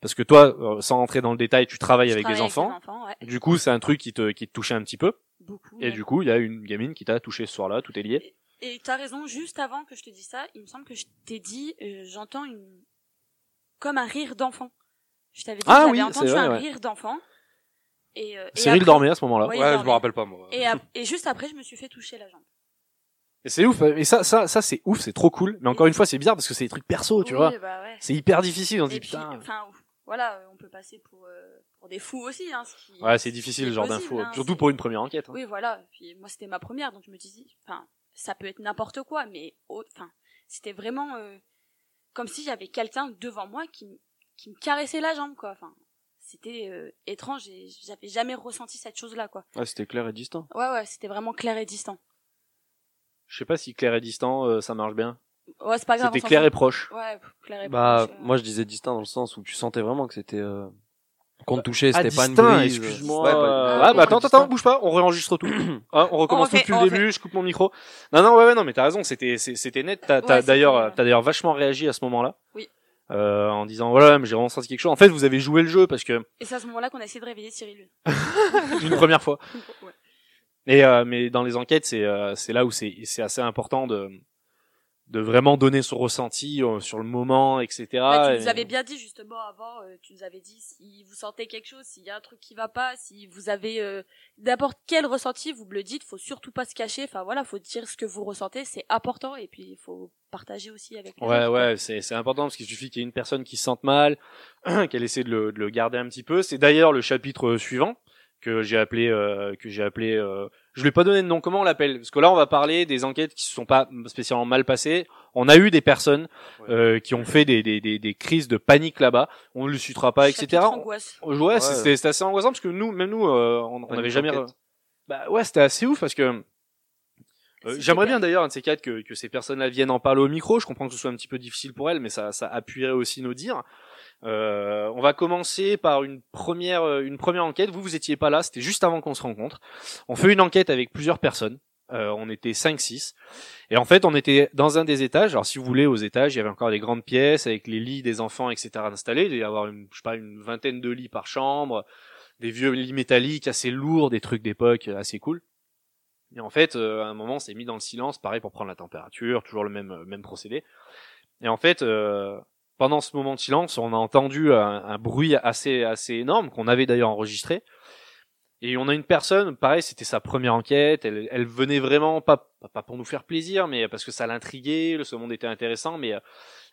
Speaker 1: parce que toi, euh, sans rentrer dans le détail, tu travailles
Speaker 2: je
Speaker 1: avec
Speaker 2: travaille
Speaker 1: des enfants.
Speaker 2: ouais.
Speaker 1: Du coup, c'est un truc qui te, qui te touchait un petit peu.
Speaker 2: Beaucoup.
Speaker 1: Et
Speaker 2: même.
Speaker 1: du coup, il y a une gamine qui t'a touché ce soir-là. Tout est lié.
Speaker 2: Et t'as raison, juste avant que je te dise ça, il me semble que je t'ai dit, euh, j'entends une, comme un rire d'enfant. Je t'avais dit,
Speaker 1: Ah
Speaker 2: j'avais
Speaker 1: oui,
Speaker 2: entendu
Speaker 1: c'est vrai,
Speaker 2: un
Speaker 1: ouais.
Speaker 2: rire d'enfant. Et, euh, et
Speaker 1: Cyril
Speaker 2: après-
Speaker 1: dormait à ce moment-là.
Speaker 2: Ouais, il
Speaker 3: Ouais, je
Speaker 2: dormait.
Speaker 3: me rappelle pas, moi.
Speaker 2: Et, ap- et juste après, je me suis fait toucher la jambe.
Speaker 1: Et C'est ouf, et ça, ça, ça c'est ouf, c'est trop cool. Mais encore une fois, c'est bizarre parce que c'est des trucs perso, Oh, tu
Speaker 2: Oui,
Speaker 1: vois.
Speaker 2: bah ouais.
Speaker 1: C'est hyper difficile, on se
Speaker 2: Et
Speaker 1: dit
Speaker 2: puis,
Speaker 1: putain.
Speaker 2: enfin, voilà, euh, on peut passer pour, euh, pour des fous aussi, hein, ce qui-
Speaker 1: Ouais, c'est
Speaker 2: c'est
Speaker 1: difficile ce genre
Speaker 2: possible,
Speaker 1: d'info,
Speaker 2: hein,
Speaker 1: surtout
Speaker 2: c'est-
Speaker 1: pour une première enquête. hein.
Speaker 2: Oui, voilà. Puis moi, c'était ma première, donc je me disais, enfin, ça peut être n'importe quoi, mais au- enfin, c'était vraiment euh, comme si j'avais quelqu'un devant moi qui, m- qui me caressait la jambe, quoi. Enfin, c'était euh, étrange et j'avais jamais ressenti cette chose-là, quoi.
Speaker 4: Ah, c'était clair et distinct.
Speaker 2: Ouais, ouais, c'était vraiment clair et distant.
Speaker 1: Je sais pas si clair et distant, euh, ça marche bien.
Speaker 2: Ouais, c'est pas grave.
Speaker 1: C'était
Speaker 2: on s'en
Speaker 1: clair et
Speaker 2: fout.
Speaker 1: proche.
Speaker 2: Ouais, pff, clair et
Speaker 4: Bah,
Speaker 2: proche, euh.
Speaker 4: moi je disais distinct dans le sens où tu sentais vraiment que c'était euh, qu'on te
Speaker 1: Bah,
Speaker 4: touchait, c'était pas une
Speaker 1: distinct,
Speaker 4: brise.
Speaker 1: Excuse-moi.
Speaker 4: Ouais,
Speaker 1: euh,
Speaker 4: bah,
Speaker 1: ah, bah, attends,
Speaker 4: contre
Speaker 1: attends,
Speaker 4: distinct.
Speaker 1: bouge pas, on réenregistre tout. Ah, on recommence
Speaker 2: On refait,
Speaker 1: tout depuis
Speaker 2: on
Speaker 1: le début, je coupe mon micro. Non, non, ouais, ouais, non, mais t'as raison, c'était, c'est- c'était net. T'as, t'as
Speaker 2: Ouais, c'était-
Speaker 1: d'ailleurs, euh, t'as d'ailleurs vachement réagi à ce moment-là.
Speaker 2: Oui.
Speaker 1: Euh, en disant, voilà, mais j'ai vraiment senti quelque chose. En fait, vous avez joué le jeu parce que,
Speaker 2: Et c'est à ce moment-là qu'on a essayé de réveiller Cyril.
Speaker 1: une première fois.
Speaker 2: Ouais.
Speaker 1: Et, euh, mais dans les enquêtes, c'est, euh, c'est là où c'est, c'est assez important de, de vraiment donner son ressenti euh, sur le moment, etc.
Speaker 2: Bah, tu
Speaker 1: Et-
Speaker 2: nous avais bien dit justement avant, euh, tu nous avais dit si vous sentez quelque chose, s'il y a un truc qui va pas, si vous avez euh, n'importe quel ressenti, vous me le dites, faut surtout pas se cacher, enfin voilà, faut dire ce que vous ressentez, c'est important et puis il faut partager aussi avec les
Speaker 1: Ouais,
Speaker 2: autres,
Speaker 1: ouais, c'est c'est important parce qu'il suffit qu'il y ait une personne qui se sente mal, qu'elle essaie de le, de le garder un petit peu. C'est d'ailleurs le chapitre suivant que j'ai appelé, euh, que j'ai appelé. euh, je lui ai pas donné de nom. Comment on l'appelle Parce que là, on va parler des enquêtes qui se sont pas spécialement mal passées. On a eu des personnes
Speaker 3: Ouais.
Speaker 1: euh, qui ont fait des, des, des, des crises de panique là-bas. On ne le citera pas,
Speaker 2: Chapitre
Speaker 1: etc.
Speaker 2: angoisse.
Speaker 1: Ouais, c'est- c'est c'est assez angoissant parce que nous, même nous, euh, on on
Speaker 4: Panique
Speaker 1: n'avait jamais.
Speaker 4: enquête.
Speaker 1: Bah ouais, c'était assez ouf parce que. Euh,
Speaker 2: C'était
Speaker 1: J'aimerais
Speaker 2: bien.
Speaker 1: bien d'ailleurs, un de ces quatre, que, que ces personnes-là viennent en parler au micro. Je comprends que ce soit un petit peu difficile pour elles, mais ça, ça appuierait aussi nos dires. Euh, on va commencer par une première, euh, une première enquête. Vous, vous étiez pas là, c'était juste avant qu'on se rencontre. On fait une enquête avec plusieurs personnes. Euh, on était 5-6. Et en fait, on était dans un des étages. Alors, si vous voulez, aux étages, il y avait encore des grandes pièces avec les lits des enfants, etc. installés. Il devait y avoir, une, je sais pas, une vingtaine de lits par chambre, des vieux lits métalliques assez lourds, des trucs d'époque euh, assez cool. Et en fait, euh, à un moment, on s'est mis dans le silence, pareil pour prendre la température, toujours le même, euh, même procédé. Et en fait, euh, pendant ce moment de silence, on a entendu euh, un, un bruit assez, assez énorme qu'on avait d'ailleurs enregistré. Et on a une personne, pareil, c'était sa première enquête. Elle, elle venait vraiment pas, pas pour nous faire plaisir, mais parce que ça l'intriguait, le- ce monde était intéressant. Mais euh,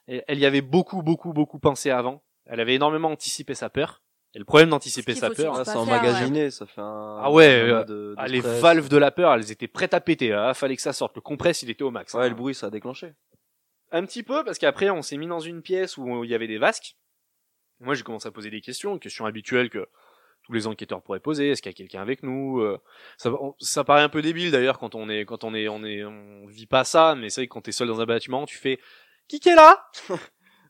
Speaker 1: elle elle y avait beaucoup, beaucoup, beaucoup pensé avant. Elle avait énormément anticipé sa peur. Et le problème d'anticiper
Speaker 2: qu'il
Speaker 1: sa
Speaker 2: faut
Speaker 1: peur, hein,
Speaker 2: surtout pas
Speaker 4: Là, c'est
Speaker 2: faire,
Speaker 4: emmagasiné, ça fait un.
Speaker 1: Ah ouais,
Speaker 4: un
Speaker 1: euh,
Speaker 4: moment de- de
Speaker 1: ah, les
Speaker 4: stress.
Speaker 1: valves de la peur, elles étaient prêtes à péter. Hein. Fallait que ça sorte. Le compresse, il était au max. hein.
Speaker 4: Ouais, le bruit, ça a déclenché.
Speaker 1: Un petit peu, parce qu'après, on s'est mis dans une pièce où il y avait des vasques. Moi, j'ai commencé à poser des questions, une question habituelle que tous les enquêteurs pourraient poser. Est-ce qu'il y a quelqu'un avec nous Euh, ça, on- ça paraît un peu débile d'ailleurs quand on est, quand on est, on est, on vit pas ça. Mais c'est vrai que quand t'es seul dans un bâtiment, tu fais qui qui est là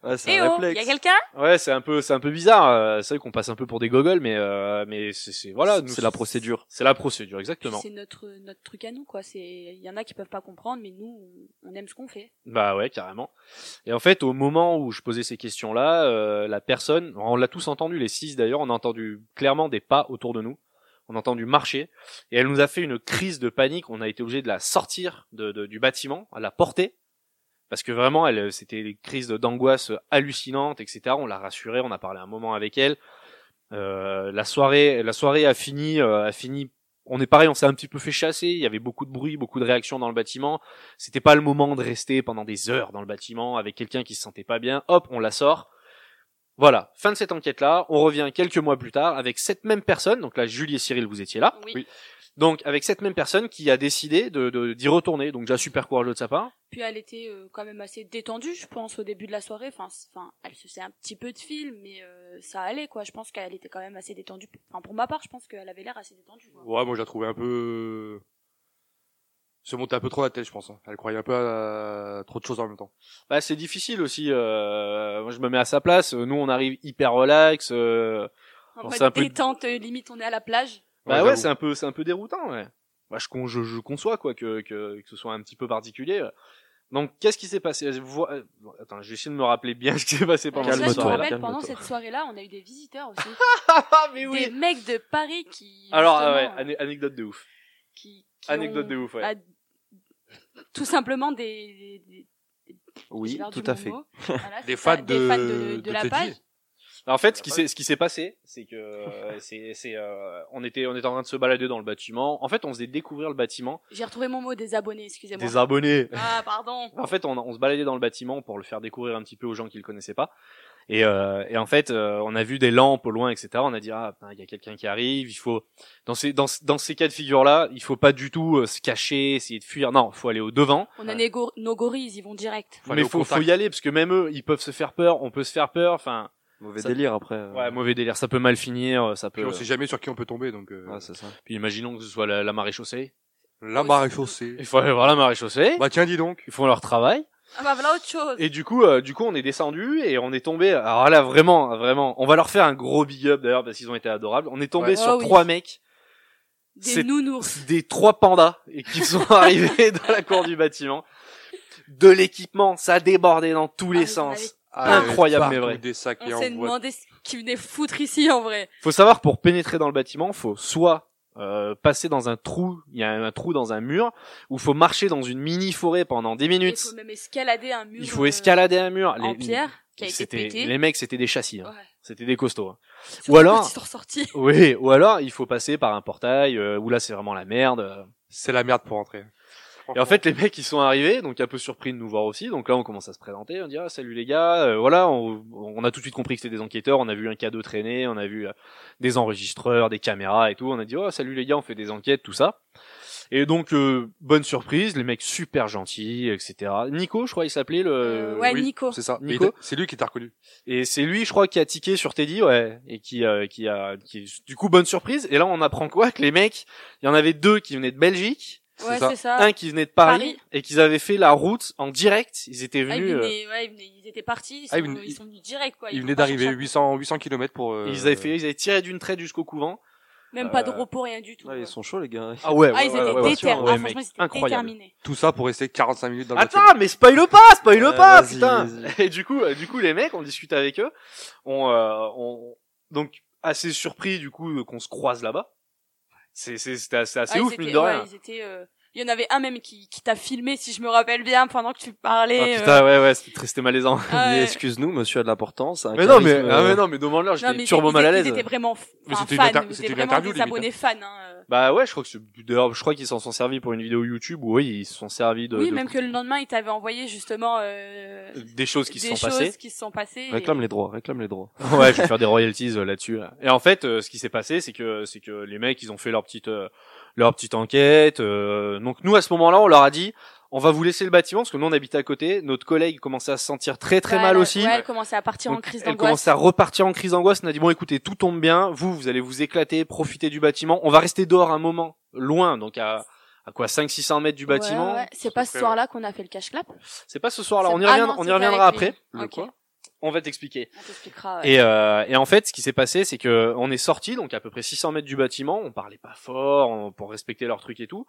Speaker 4: Ouais, c'est
Speaker 2: Eh
Speaker 4: un
Speaker 2: oh, il y a
Speaker 4: réflexe.
Speaker 2: quelqu'un
Speaker 1: Ouais, c'est un peu, c'est un peu bizarre. euh, C'est vrai qu'on passe un peu pour des gogoles, mais euh, mais c'est, c'est- voilà, nous,
Speaker 4: C'est la procédure.
Speaker 1: C'est la procédure, exactement.
Speaker 2: C'est notre notre truc à nous quoi, c'est il y en a qui peuvent pas comprendre mais nous on on aime ce qu'on fait.
Speaker 1: Bah ouais, carrément. Et en fait, au moment où je posais ces questions-là, euh, la personne, on l'a tous entendu, les six d'ailleurs, on a entendu clairement des pas autour de nous. On a entendu marcher et elle nous a fait une crise de panique. On a été obligé de la sortir de, de- du bâtiment, à la porter, parce que vraiment, elle, euh, c'était des crises de- d'angoisse euh, hallucinantes, etc. On l'a rassurée, on a parlé un moment avec elle. Euh, la soirée, la soirée a fini, euh, a fini. On est pareil, on s'est un petit peu fait chasser. Il y avait beaucoup de bruit, beaucoup de réactions dans le bâtiment c'était pas le moment de rester pendant des heures dans le bâtiment avec quelqu'un qui se sentait pas bien. Hop, on la sort. Voilà, fin de cette enquête-là. On revient quelques mois plus tard avec cette même personne. Donc là, Julie et Cyril, vous étiez là.
Speaker 2: Oui.
Speaker 1: Donc avec cette même personne qui a décidé de de- d'y retourner. Donc déjà super courageux de sa part.
Speaker 2: Puis elle était euh, quand même assez détendue, je pense, au début de la soirée. Enfin, c- enfin, elle se faisait un petit peu de film, mais euh, ça allait, quoi. Je pense qu'elle était quand même assez détendue. Enfin, pour ma part, je pense qu'elle avait l'air assez détendue. quoi.
Speaker 3: Ouais, moi je la trouvais un peu. euh, Se monter un peu trop la tête, je pense. hein. Elle croyait un peu à trop de choses en même temps.
Speaker 1: Bah c'est difficile aussi. euh, moi, je me mets à sa place. Nous, on arrive hyper relax. euh,
Speaker 2: En
Speaker 1: Bon,
Speaker 2: mode
Speaker 1: c'est un peu-
Speaker 2: détente, euh, limite, on est à la plage.
Speaker 1: Bah ouais,
Speaker 3: j'avoue.
Speaker 1: c'est un peu, c'est un peu déroutant. Ouais. Bah, je, con- je, je conçois quoi que, que que ce soit un petit peu particulier. ouais. Donc qu'est-ce qui s'est passé Je vois- euh, bon, Attends, je vais essayer de me rappeler bien ce qui s'est passé pendant
Speaker 2: Parce que là,
Speaker 1: cette
Speaker 2: je me
Speaker 4: Calme-toi,
Speaker 1: soirée-là.
Speaker 2: rappelle, pendant
Speaker 4: calme-toi.
Speaker 2: cette soirée-là, on a eu des visiteurs aussi.
Speaker 1: Ah mais
Speaker 2: Des mecs de Paris qui...
Speaker 1: Alors ah
Speaker 2: justement,
Speaker 1: ouais,
Speaker 2: euh,
Speaker 1: ane- anecdote de ouf.
Speaker 2: qui, qui
Speaker 1: Anecdote
Speaker 2: ont-
Speaker 1: de ouf. Ouais.
Speaker 2: bah, tout simplement des... des- j'ai
Speaker 4: Oui,
Speaker 2: perdu
Speaker 4: tout à
Speaker 2: mon
Speaker 4: fait.
Speaker 2: mot. Voilà, c'est
Speaker 3: Des fans
Speaker 2: ça,
Speaker 3: de,
Speaker 2: des fans de, de la
Speaker 3: Teddy.
Speaker 2: page.
Speaker 1: Alors, en fait, ce qui s'est ce qui s'est passé, c'est que euh, c'est c'est euh, on était on était en train de se balader dans le bâtiment. En fait, on faisait découvrir le bâtiment.
Speaker 2: J'ai retrouvé mon mot, des abonnés, excusez-moi.
Speaker 1: Des abonnés.
Speaker 2: Ah, pardon.
Speaker 1: En fait, on, on se baladait dans le bâtiment pour le faire découvrir un petit peu aux gens qui le connaissaient pas. Et, euh, et en fait, euh, on a vu des lampes au loin, etc. On a dit ah putain, il y a quelqu'un qui arrive. Il faut dans ces dans, ce- dans ces cas de figure là, il faut pas du tout euh, se cacher, essayer de fuir. Non, faut aller au devant.
Speaker 2: On a nos go- nos gorilles, ils y vont direct.
Speaker 3: Faut aller
Speaker 1: mais
Speaker 3: au
Speaker 1: faut
Speaker 3: contact.
Speaker 1: faut y aller parce que même eux, ils peuvent se faire peur. On peut se faire peur. Enfin,
Speaker 4: Mauvais
Speaker 1: Ça-
Speaker 4: délire après. euh.
Speaker 1: Ouais, mauvais délire, ça peut mal finir, euh, ça
Speaker 3: Puis
Speaker 1: peut.
Speaker 3: on sait jamais sur qui on peut tomber, donc euh,
Speaker 4: Ouais, c'est ça.
Speaker 1: Puis imaginons que ce soit la, la maréchaussée.
Speaker 3: la marée chaussée.
Speaker 1: Il faut aller voir la maréchaussée.
Speaker 3: Bah tiens, dis donc.
Speaker 1: Ils font leur travail.
Speaker 2: Ah bah voilà autre chose.
Speaker 1: Et du coup, euh, du coup, on est descendu et on est tombé. Alors là, vraiment, vraiment, on va leur faire un gros big up d'ailleurs parce qu'ils ont été adorables. On est tombé
Speaker 3: Ouais.
Speaker 1: sur
Speaker 2: Oh oui.
Speaker 1: trois mecs, c'est-
Speaker 2: Des nounours.
Speaker 1: des trois pandas, et qui sont arrivés dans la cour du bâtiment. De l'équipement, ça débordait dans tous
Speaker 2: Ah,
Speaker 1: les
Speaker 2: ils en avaient
Speaker 1: sens.
Speaker 3: Ah,
Speaker 1: Incroyable,
Speaker 3: partout
Speaker 1: mais vrai.
Speaker 3: Des sacs et
Speaker 2: On s'est
Speaker 3: en boîte.
Speaker 2: demandé ce qu'ils venaient foutre ici en vrai.
Speaker 1: Faut savoir pour pénétrer dans le bâtiment, faut soit euh, passer dans un trou, il y a un trou dans un mur, ou faut marcher dans une mini forêt pendant 10
Speaker 2: Il
Speaker 1: minutes.
Speaker 2: faut même escalader un mur.
Speaker 1: Il faut
Speaker 2: euh,
Speaker 1: escalader un mur.
Speaker 2: En
Speaker 1: Les-
Speaker 2: pierre qui a été
Speaker 1: c'était-
Speaker 2: pété.
Speaker 1: les mecs, c'était des châssis. hein.
Speaker 2: Ouais.
Speaker 1: C'était des costauds. hein.
Speaker 2: Surtout quand
Speaker 1: alors-
Speaker 2: Ils sont ressortis.
Speaker 1: Oui, ou alors il faut passer par un portail euh, où là c'est vraiment la merde. euh.
Speaker 3: C'est la merde pour entrer.
Speaker 1: Et en fait les mecs ils sont arrivés, donc un peu surpris de nous voir aussi. Donc là on commence à se présenter, on dit ah, salut les gars, euh, voilà, on, on a tout de suite compris que c'était des enquêteurs, on a vu un cadeau traîner, on a vu euh, des enregistreurs, des caméras et tout, on a dit oh salut les gars, on fait des enquêtes, tout ça. Et donc euh, bonne surprise, les mecs super gentils, etc. Nico, je crois il s'appelait le.
Speaker 2: Euh, ouais,
Speaker 3: oui.
Speaker 2: Nico.
Speaker 3: c'est ça. Mais
Speaker 1: Nico.
Speaker 3: il t'a- C'est lui qui t'a reconnu.
Speaker 1: Et c'est lui, je crois, qui a tiqué sur Teddy, ouais, et qui, euh, qui a, qui, du coup, bonne surprise. Et là, on apprend quoi Que les mecs, il y en avait deux qui venaient de Belgique,
Speaker 2: Ouais,
Speaker 3: ça.
Speaker 2: c'est ça.
Speaker 1: un qui venait de Paris,
Speaker 2: Ah. Paris.
Speaker 1: et qu'ils avaient fait la route en direct. Ils étaient
Speaker 2: Ah, ils,
Speaker 1: venus, euh,
Speaker 2: venaient, ouais, ils, venaient- ils étaient partis, ils sont,
Speaker 3: Ah, ils venaient-
Speaker 2: ils sont venus direct quoi.
Speaker 3: Il
Speaker 2: Ils
Speaker 3: venait
Speaker 2: ont pas
Speaker 3: d'arriver
Speaker 2: cherché
Speaker 3: 800 800 km pour. euh,
Speaker 1: et ils avaient fait, ils avaient tiré d'une traite jusqu'au couvent.
Speaker 2: à- Même pas de
Speaker 1: Euh,
Speaker 2: repos, rien du tout.
Speaker 4: Ah,
Speaker 2: quoi.
Speaker 4: ils sont chauds, les gars.
Speaker 1: Ah ouais,
Speaker 2: Ah, ils étaient déter. Ah,
Speaker 1: mec,
Speaker 2: franchement, ils étaient
Speaker 1: incroyable. Ah,
Speaker 2: déterminés.
Speaker 3: Tout ça pour rester 45 minutes dans le
Speaker 1: Attends, mais spoil pas, spoil
Speaker 4: Euh,
Speaker 1: pas,
Speaker 4: vas-y,
Speaker 1: putain.
Speaker 4: vas-y.
Speaker 1: Et du coup, euh, du coup, les mecs, on discute avec eux. On, euh, on donc assez surpris du coup qu'on se croise là-bas. C'est, c'est, c'était assez, assez
Speaker 2: Ah, ils
Speaker 1: ouf
Speaker 2: étaient-
Speaker 1: mine de rien.
Speaker 2: ouais, ils étaient, euh, Il y en avait un même qui, qui t'a filmé, si je me rappelle bien, pendant que tu parlais.
Speaker 1: Ah
Speaker 2: euh,
Speaker 1: putain, ouais, ouais, c'était très- c'était malaisant.
Speaker 2: ah,
Speaker 4: Mais
Speaker 2: ouais.
Speaker 4: Excuse-nous, monsieur a de l'importance. un
Speaker 1: Mais non, mais,
Speaker 4: charisme,
Speaker 1: ah, mais
Speaker 4: euh,
Speaker 1: non, mais demande-leur,
Speaker 2: Non, mais
Speaker 1: j'étais
Speaker 2: ils-
Speaker 1: turbo
Speaker 2: ils-
Speaker 1: mal à l'aise.
Speaker 2: Ils étaient vraiment f-
Speaker 3: Mais
Speaker 2: enfin,
Speaker 3: c'était une
Speaker 2: fans,
Speaker 3: inter-
Speaker 2: ils
Speaker 3: c'était
Speaker 2: étaient
Speaker 3: une
Speaker 2: vraiment
Speaker 3: interview,
Speaker 2: des
Speaker 3: limite,
Speaker 2: abonnés fans. Hein. euh.
Speaker 1: Bah ouais, je crois que c'est, d'ailleurs, je crois qu'ils s'en sont servis pour une vidéo YouTube ou oui, ils se sont servis de,
Speaker 2: oui,
Speaker 1: de-
Speaker 2: même que le lendemain, ils t'avaient envoyé justement euh,
Speaker 1: des choses qui
Speaker 2: des
Speaker 1: se sont
Speaker 2: choses
Speaker 1: passées.
Speaker 2: qui se sont passées.
Speaker 4: Réclame les droits, réclame les droits.
Speaker 1: ouais, je vais faire des royalties euh, là-dessus. là. Et en fait, euh, ce qui s'est passé, c'est que c'est que les mecs, ils ont fait leur petite euh, leur petite enquête. euh, donc nous, à ce moment-là, on leur a dit, on va vous laisser le bâtiment parce que nous, on habitait à côté. Notre collègue commençait à se sentir très très
Speaker 2: Ouais,
Speaker 1: mal
Speaker 2: elle-
Speaker 1: aussi.
Speaker 2: Bah, Ouais, elle commençait à partir en
Speaker 1: Donc,
Speaker 2: crise
Speaker 1: elle
Speaker 2: d'angoisse.
Speaker 1: commence à repartir en crise d'angoisse. On a dit bon, écoutez, tout tombe bien. Vous, vous allez vous éclater, profiter du bâtiment. On va rester dehors un moment, loin, donc à à quoi 5 600 mètres du bâtiment.
Speaker 2: Ouais, ouais. C'est pas ce
Speaker 3: près,
Speaker 2: soir-là qu'on a fait le cash clap.
Speaker 1: C'est pas ce soir-là.
Speaker 2: C'est-
Speaker 1: On y
Speaker 2: Ah
Speaker 1: reviendra, on
Speaker 2: non,
Speaker 1: y
Speaker 2: c'était
Speaker 1: reviendra
Speaker 2: avec lui.
Speaker 1: après.
Speaker 2: Ok.
Speaker 1: On va t'expliquer.
Speaker 2: On t'expliquera. ouais.
Speaker 1: Et, euh, et en fait, ce qui s'est passé, c'est que on est sorti, donc à peu près 600 mètres du bâtiment. On parlait pas fort on- pour respecter leur truc et tout.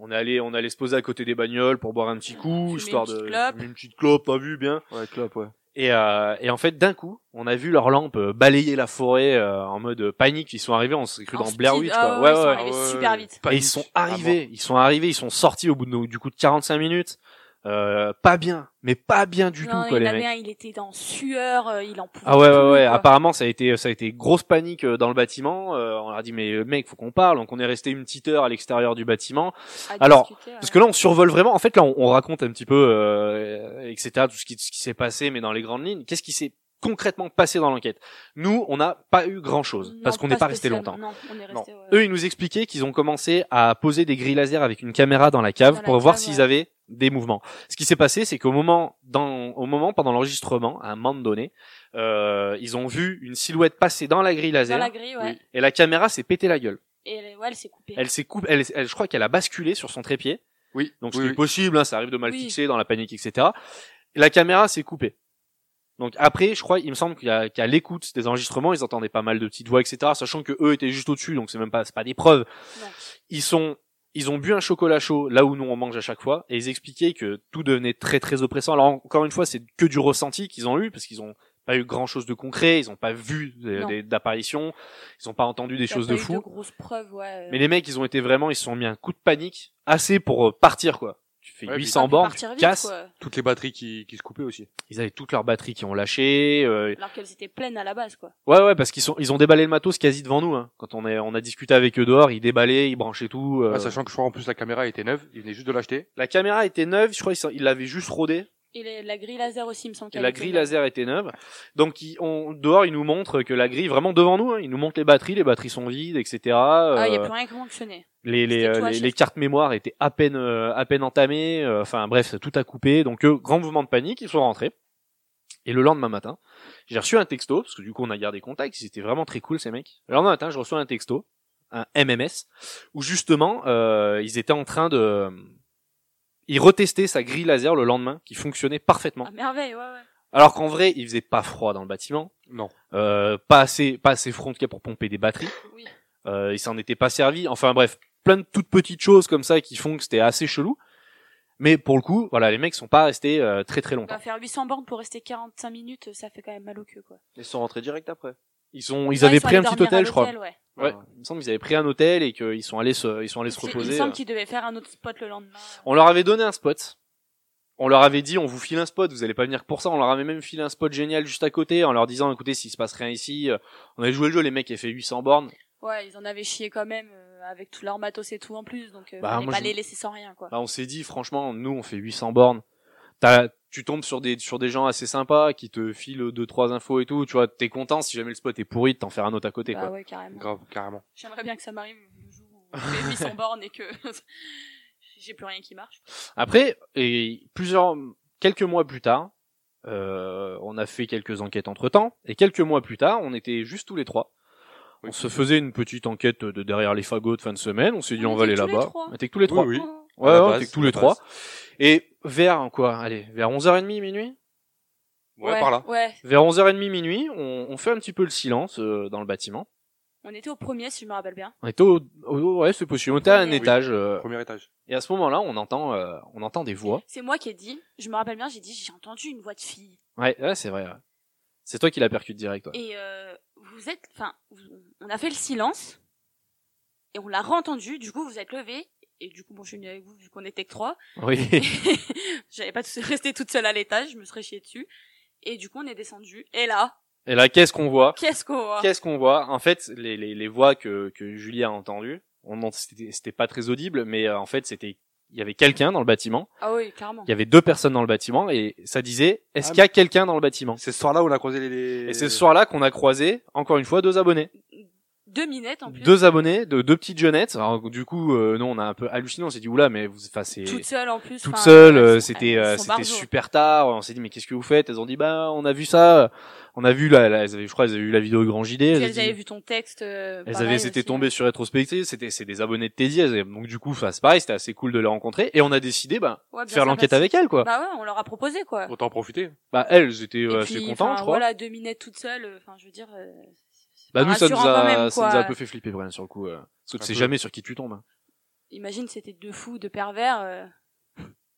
Speaker 1: On allait, on allait se poser à côté des bagnoles pour boire un petit coup,
Speaker 2: Fumer
Speaker 1: histoire
Speaker 2: une petite
Speaker 1: de
Speaker 2: clope.
Speaker 1: fumer une petite clope, pas vu bien.
Speaker 4: Ouais, clope, ouais.
Speaker 1: Et, euh, et en fait, d'un coup, on a vu leurs lampes euh, balayer la forêt euh, en mode panique. Ils sont arrivés, on s'est cru
Speaker 2: En
Speaker 1: dans Blair
Speaker 2: speed,
Speaker 1: Witch.
Speaker 2: ah
Speaker 1: Quoi.
Speaker 2: ouais,
Speaker 1: ouais,
Speaker 2: ils
Speaker 1: ouais.
Speaker 2: sont arrivés super vite.
Speaker 1: Et ils sont arrivés, ils sont arrivés, ils sont sortis au bout de, du coup de 45 minutes. Euh, pas bien, mais pas bien du
Speaker 2: non,
Speaker 1: tout, quoi,
Speaker 2: il
Speaker 1: les
Speaker 2: en avait
Speaker 1: mecs.
Speaker 2: un, il était en sueur, euh, il en pouvait
Speaker 1: Ah ouais,
Speaker 2: plus,
Speaker 1: ouais, ouais.
Speaker 2: quoi.
Speaker 1: Apparemment, ça a été, ça a été grosse panique euh, dans le bâtiment. Euh, on leur a dit, mais euh, mec, faut qu'on parle. Donc, on est resté une petite heure à l'extérieur du bâtiment.
Speaker 2: À
Speaker 1: Alors,
Speaker 2: discuter, ouais.
Speaker 1: Parce que là, on survole vraiment. En fait, là, on, on raconte un petit peu, euh, etc., tout ce qui, ce qui s'est passé, mais dans les grandes lignes. Qu'est-ce qui s'est concrètement passé dans l'enquête Nous, on n'a pas eu grand-chose
Speaker 2: Non,
Speaker 1: parce qu'on n'est pas resté
Speaker 2: spécialement.
Speaker 1: longtemps.
Speaker 2: Non, on est resté. ouais.
Speaker 1: Eux, ils nous expliquaient qu'ils ont commencé à poser des grilles laser avec une caméra dans la cave
Speaker 2: Dans la
Speaker 1: pour voir
Speaker 2: cave,
Speaker 1: s'ils
Speaker 2: ouais.
Speaker 1: avaient des mouvements. Ce qui s'est passé, c'est qu'au moment, dans, au moment pendant l'enregistrement, à un moment donné, euh, ils ont vu une silhouette passer dans la grille laser
Speaker 2: Dans la grille, ouais.
Speaker 1: et la caméra s'est pété la gueule.
Speaker 2: Et elle, ouais, elle s'est coupée.
Speaker 1: Elle s'est coupée, elle, elle- je crois qu'elle a basculé sur son trépied.
Speaker 3: Oui.
Speaker 1: Donc
Speaker 3: oui,
Speaker 1: c'est
Speaker 3: oui.
Speaker 1: possible, hein, ça arrive de mal
Speaker 2: Oui.
Speaker 1: fixer dans la panique, etc. La caméra s'est coupée. Donc après, je crois, il me semble qu'il y a- qu'à l'écoute des enregistrements, ils entendaient pas mal de petites voix, etc. Sachant que eux étaient juste au-dessus, donc c'est même pas, c'est pas des preuves.
Speaker 2: Non.
Speaker 1: Ils sont, ils ont bu un chocolat chaud là où nous on mange à chaque fois, et ils expliquaient que tout devenait très très oppressant. Alors encore une fois, c'est que du ressenti qu'ils ont eu parce qu'ils ont pas eu grand chose de concret, ils ont pas vu des-
Speaker 2: Non.
Speaker 1: des- d'apparitions, ils ont pas entendu des
Speaker 2: T'as
Speaker 1: choses
Speaker 2: pas
Speaker 1: de
Speaker 2: eu
Speaker 1: fou.
Speaker 2: De grosses preuves, ouais.
Speaker 1: Mais les mecs, ils ont été vraiment, ils se sont mis un coup de panique assez pour euh, partir quoi. Tu fais
Speaker 3: Ouais, puis
Speaker 1: 800
Speaker 2: Faut
Speaker 1: bornes,
Speaker 2: partir
Speaker 1: tu
Speaker 2: vite,
Speaker 1: casses.
Speaker 2: quoi.
Speaker 3: Toutes les batteries qui, qui se coupaient aussi.
Speaker 1: Ils avaient toutes leurs batteries qui ont lâché. euh,
Speaker 2: Alors qu'elles étaient pleines à la base, quoi.
Speaker 1: Ouais ouais, parce qu'ils sont, ils ont déballé le matos quasi devant nous. Hein. Quand on est, on a discuté avec eux dehors, ils déballaient, ils branchaient tout. euh.
Speaker 3: Ah, sachant que je crois en plus la caméra était neuve, il venait juste de l'acheter.
Speaker 1: La caméra était neuve, je crois ils s'en- ils l'avaient juste rodée.
Speaker 2: Et les- la grille laser aussi, il me semble
Speaker 1: Et
Speaker 2: qu'elle
Speaker 1: la
Speaker 2: était
Speaker 1: grille
Speaker 2: là.
Speaker 1: laser était neuve. Donc ils, on, dehors, ils nous montrent que la grille vraiment devant nous. Hein, ils nous montrent les batteries, les batteries sont vides, etc.
Speaker 2: Ah, il n'y a
Speaker 1: euh,
Speaker 2: plus rien qui fonctionnait.
Speaker 1: les les,
Speaker 2: C'était
Speaker 1: euh,
Speaker 2: toi,
Speaker 1: les,
Speaker 2: chef.
Speaker 1: les cartes mémoire étaient à peine euh, à peine entamées euh, enfin bref tout a coupé donc eux, grand mouvement de panique ils sont rentrés Et le lendemain matin, j'ai reçu un texto, parce que du coup on a gardé contact, ils étaient vraiment très cool ces mecs. Le lendemain matin, je reçois un texto, un MMS, où justement euh, ils étaient en train de... Ils retestaient sa grille laser le lendemain, qui fonctionnait parfaitement.
Speaker 2: Ah, merveille, ouais, ouais.
Speaker 1: Alors qu'en vrai, il faisait pas froid dans le bâtiment,
Speaker 3: Non.
Speaker 1: euh, pas assez pas assez front en tout cas pour pomper des batteries.
Speaker 2: Oui.
Speaker 1: Euh, il s'en était pas servi. Enfin bref, plein de toutes petites choses comme ça qui font que c'était assez chelou. Mais pour le coup, voilà, les mecs sont pas restés euh, très très
Speaker 2: On va
Speaker 1: longtemps.
Speaker 2: faire 800 bornes pour rester 45 minutes, ça fait quand même mal au cul, quoi.
Speaker 4: Ils sont rentrés direct après. Ah,
Speaker 1: Ils sont ils
Speaker 2: Ouais,
Speaker 1: avaient
Speaker 2: Bah, sont
Speaker 1: pris un
Speaker 2: allés
Speaker 1: petit
Speaker 2: dormir à
Speaker 1: hôtel, je crois.
Speaker 2: l'hôtel, ouais.
Speaker 1: Ouais, il me semble qu'ils avaient pris un hôtel et qu'ils sont allés se ils sont allés se
Speaker 2: Parce que Il
Speaker 1: reposer.
Speaker 2: me
Speaker 1: euh.
Speaker 2: semble qu'ils devaient faire un autre spot le lendemain.
Speaker 1: On leur avait donné un spot. On leur avait dit, on vous file un spot, vous allez pas venir que pour ça. On leur avait même filé un spot génial juste à côté en leur disant, écoutez, s'il se passe rien ici, euh, on avait joué le jeu, les mecs, ils fait 800 bornes.
Speaker 2: Ouais, ils en avaient chié quand même, euh, avec tout leur matos et tout en plus, donc euh,
Speaker 1: Bah,
Speaker 2: fallait
Speaker 1: moi,
Speaker 2: pas
Speaker 1: je-
Speaker 2: les laisser sans rien, quoi.
Speaker 1: Bah, on s'est dit, franchement, nous, on fait 800 bornes. T'as, tu tombes sur des, sur des gens assez sympas qui te filent deux, trois infos et tout. Tu vois, t'es content. Si jamais le spot est pourri, de t'en faire un autre à côté,
Speaker 2: bah
Speaker 1: quoi.
Speaker 2: ouais, carrément.
Speaker 3: Grave, carrément.
Speaker 2: J'aimerais bien que ça m'arrive le jour où on fait 800 bornes et que j'ai plus rien qui marche.
Speaker 1: Après, et plusieurs, quelques mois plus tard, euh, on a fait quelques enquêtes entre temps. Et quelques mois plus tard, on était juste tous les trois. On
Speaker 3: Oui.
Speaker 1: se faisait une petite enquête de derrière les fagots de fin de semaine. On s'est dit,
Speaker 2: On
Speaker 1: on, va
Speaker 2: était
Speaker 1: aller
Speaker 2: tous les
Speaker 1: là-bas.
Speaker 2: trois.
Speaker 1: On était que tous les trois.
Speaker 3: Oui.
Speaker 1: Ah
Speaker 2: Oh,
Speaker 1: Ouais,
Speaker 3: À la
Speaker 1: ouais, on
Speaker 3: base,
Speaker 1: était que tous
Speaker 3: à
Speaker 1: les
Speaker 3: la
Speaker 1: trois.
Speaker 3: base.
Speaker 1: Et vers, quoi, allez, vers 11h30, minuit?
Speaker 3: Ouais, par là.
Speaker 2: Ouais,
Speaker 1: Vers 11h30 minuit, on, on fait un petit peu le silence euh, dans le bâtiment.
Speaker 2: on était au premier, si je me rappelle bien.
Speaker 1: On était au, au- ouais, c'est possible. On était à un
Speaker 2: Oui.
Speaker 1: étage euh,
Speaker 3: Premier étage.
Speaker 1: et à ce moment-là, on entend euh, on entend des voix.
Speaker 2: C'est moi qui ai dit, je me rappelle bien, j'ai dit, j'ai entendu une voix de fille.
Speaker 1: Ouais, ouais, c'est vrai. ouais. C'est toi qui la percute direct. ouais.
Speaker 2: Et euh, vous êtes, enfin, vous- on a fait le silence et on l'a re-entendu. Du coup, vous êtes levé et du coup, bon, je suis venue avec vous vu qu'on était que trois.
Speaker 1: Oui.
Speaker 2: J'avais pas tout- resté toute seule à l'étage, je me serais chiée dessus. Et du coup, on est descendu. Et là,
Speaker 1: Et là, qu'est-ce qu'on voit
Speaker 2: qu'est-ce qu'on voit
Speaker 1: Qu'est-ce qu'on voit En fait, les, les, les voix que, que Julie a entendues, on en- c'était c'était pas très audible, mais euh, en fait, c'était il y avait quelqu'un dans le bâtiment.
Speaker 2: Ah oui, clairement.
Speaker 1: Il y avait deux personnes dans le bâtiment et ça disait
Speaker 2: Ah,
Speaker 1: Est-ce qu'il y a quelqu'un dans le bâtiment
Speaker 3: C'est ce soir-là où on a croisé les- les.
Speaker 1: Et c'est ce soir-là qu'on a croisé encore une fois deux abonnés.
Speaker 2: Deux minettes en plus.
Speaker 1: deux abonnés, de deux petites jeunettes. Alors, du coup, euh, nous on a un peu halluciné. On s'est dit oula, mais vous, enfin c'est
Speaker 2: Toutes seules en plus.
Speaker 1: toute
Speaker 2: enfin,
Speaker 1: seule.
Speaker 2: elles
Speaker 1: euh,
Speaker 2: sont-
Speaker 1: C'était
Speaker 2: elles
Speaker 1: euh,
Speaker 2: sont
Speaker 1: c'était
Speaker 2: barjots.
Speaker 1: super tard. On s'est dit mais qu'est-ce que vous faites Elles ont dit bah on a vu ça, on a vu la, la- elles avaient, je crois, elles avaient vu la vidéo au Grand JD.
Speaker 2: Puis
Speaker 1: Elles,
Speaker 2: Elles
Speaker 1: avaient
Speaker 2: avaient
Speaker 1: dit-
Speaker 2: vu ton texte. euh,
Speaker 1: elles
Speaker 2: pareil
Speaker 1: avaient, c'était
Speaker 2: aussi.
Speaker 1: tombé sur rétrospective. C'était c'est des abonnés de Teddy. Elles avaient- donc du coup, enfin c'est pareil, c'était assez cool de les rencontrer. Et on a décidé bah
Speaker 2: Ouais,
Speaker 1: de
Speaker 2: Oh, bien
Speaker 1: faire
Speaker 2: sympathique.
Speaker 1: l'enquête avec elles quoi.
Speaker 2: Bah ouais, on leur a proposé quoi.
Speaker 3: Autant en profiter.
Speaker 1: Bah elles étaient
Speaker 2: Et
Speaker 1: euh,
Speaker 2: puis,
Speaker 1: assez contentes,
Speaker 2: enfin,
Speaker 1: je crois.
Speaker 2: Voilà, deux minettes toutes seules. euh, Enfin, je veux dire. euh, c'est
Speaker 1: Bah
Speaker 2: pas
Speaker 1: nous ça nous
Speaker 2: rassurant
Speaker 1: a
Speaker 2: quand même,
Speaker 1: ça nous a
Speaker 2: quoi.
Speaker 1: un peu fait flipper Brian sur le coup. euh, parce que tu
Speaker 3: Un
Speaker 1: sais
Speaker 3: peu.
Speaker 1: jamais sur qui tu tombes. hein.
Speaker 2: Imagine, c'était deux fous, deux pervers. euh,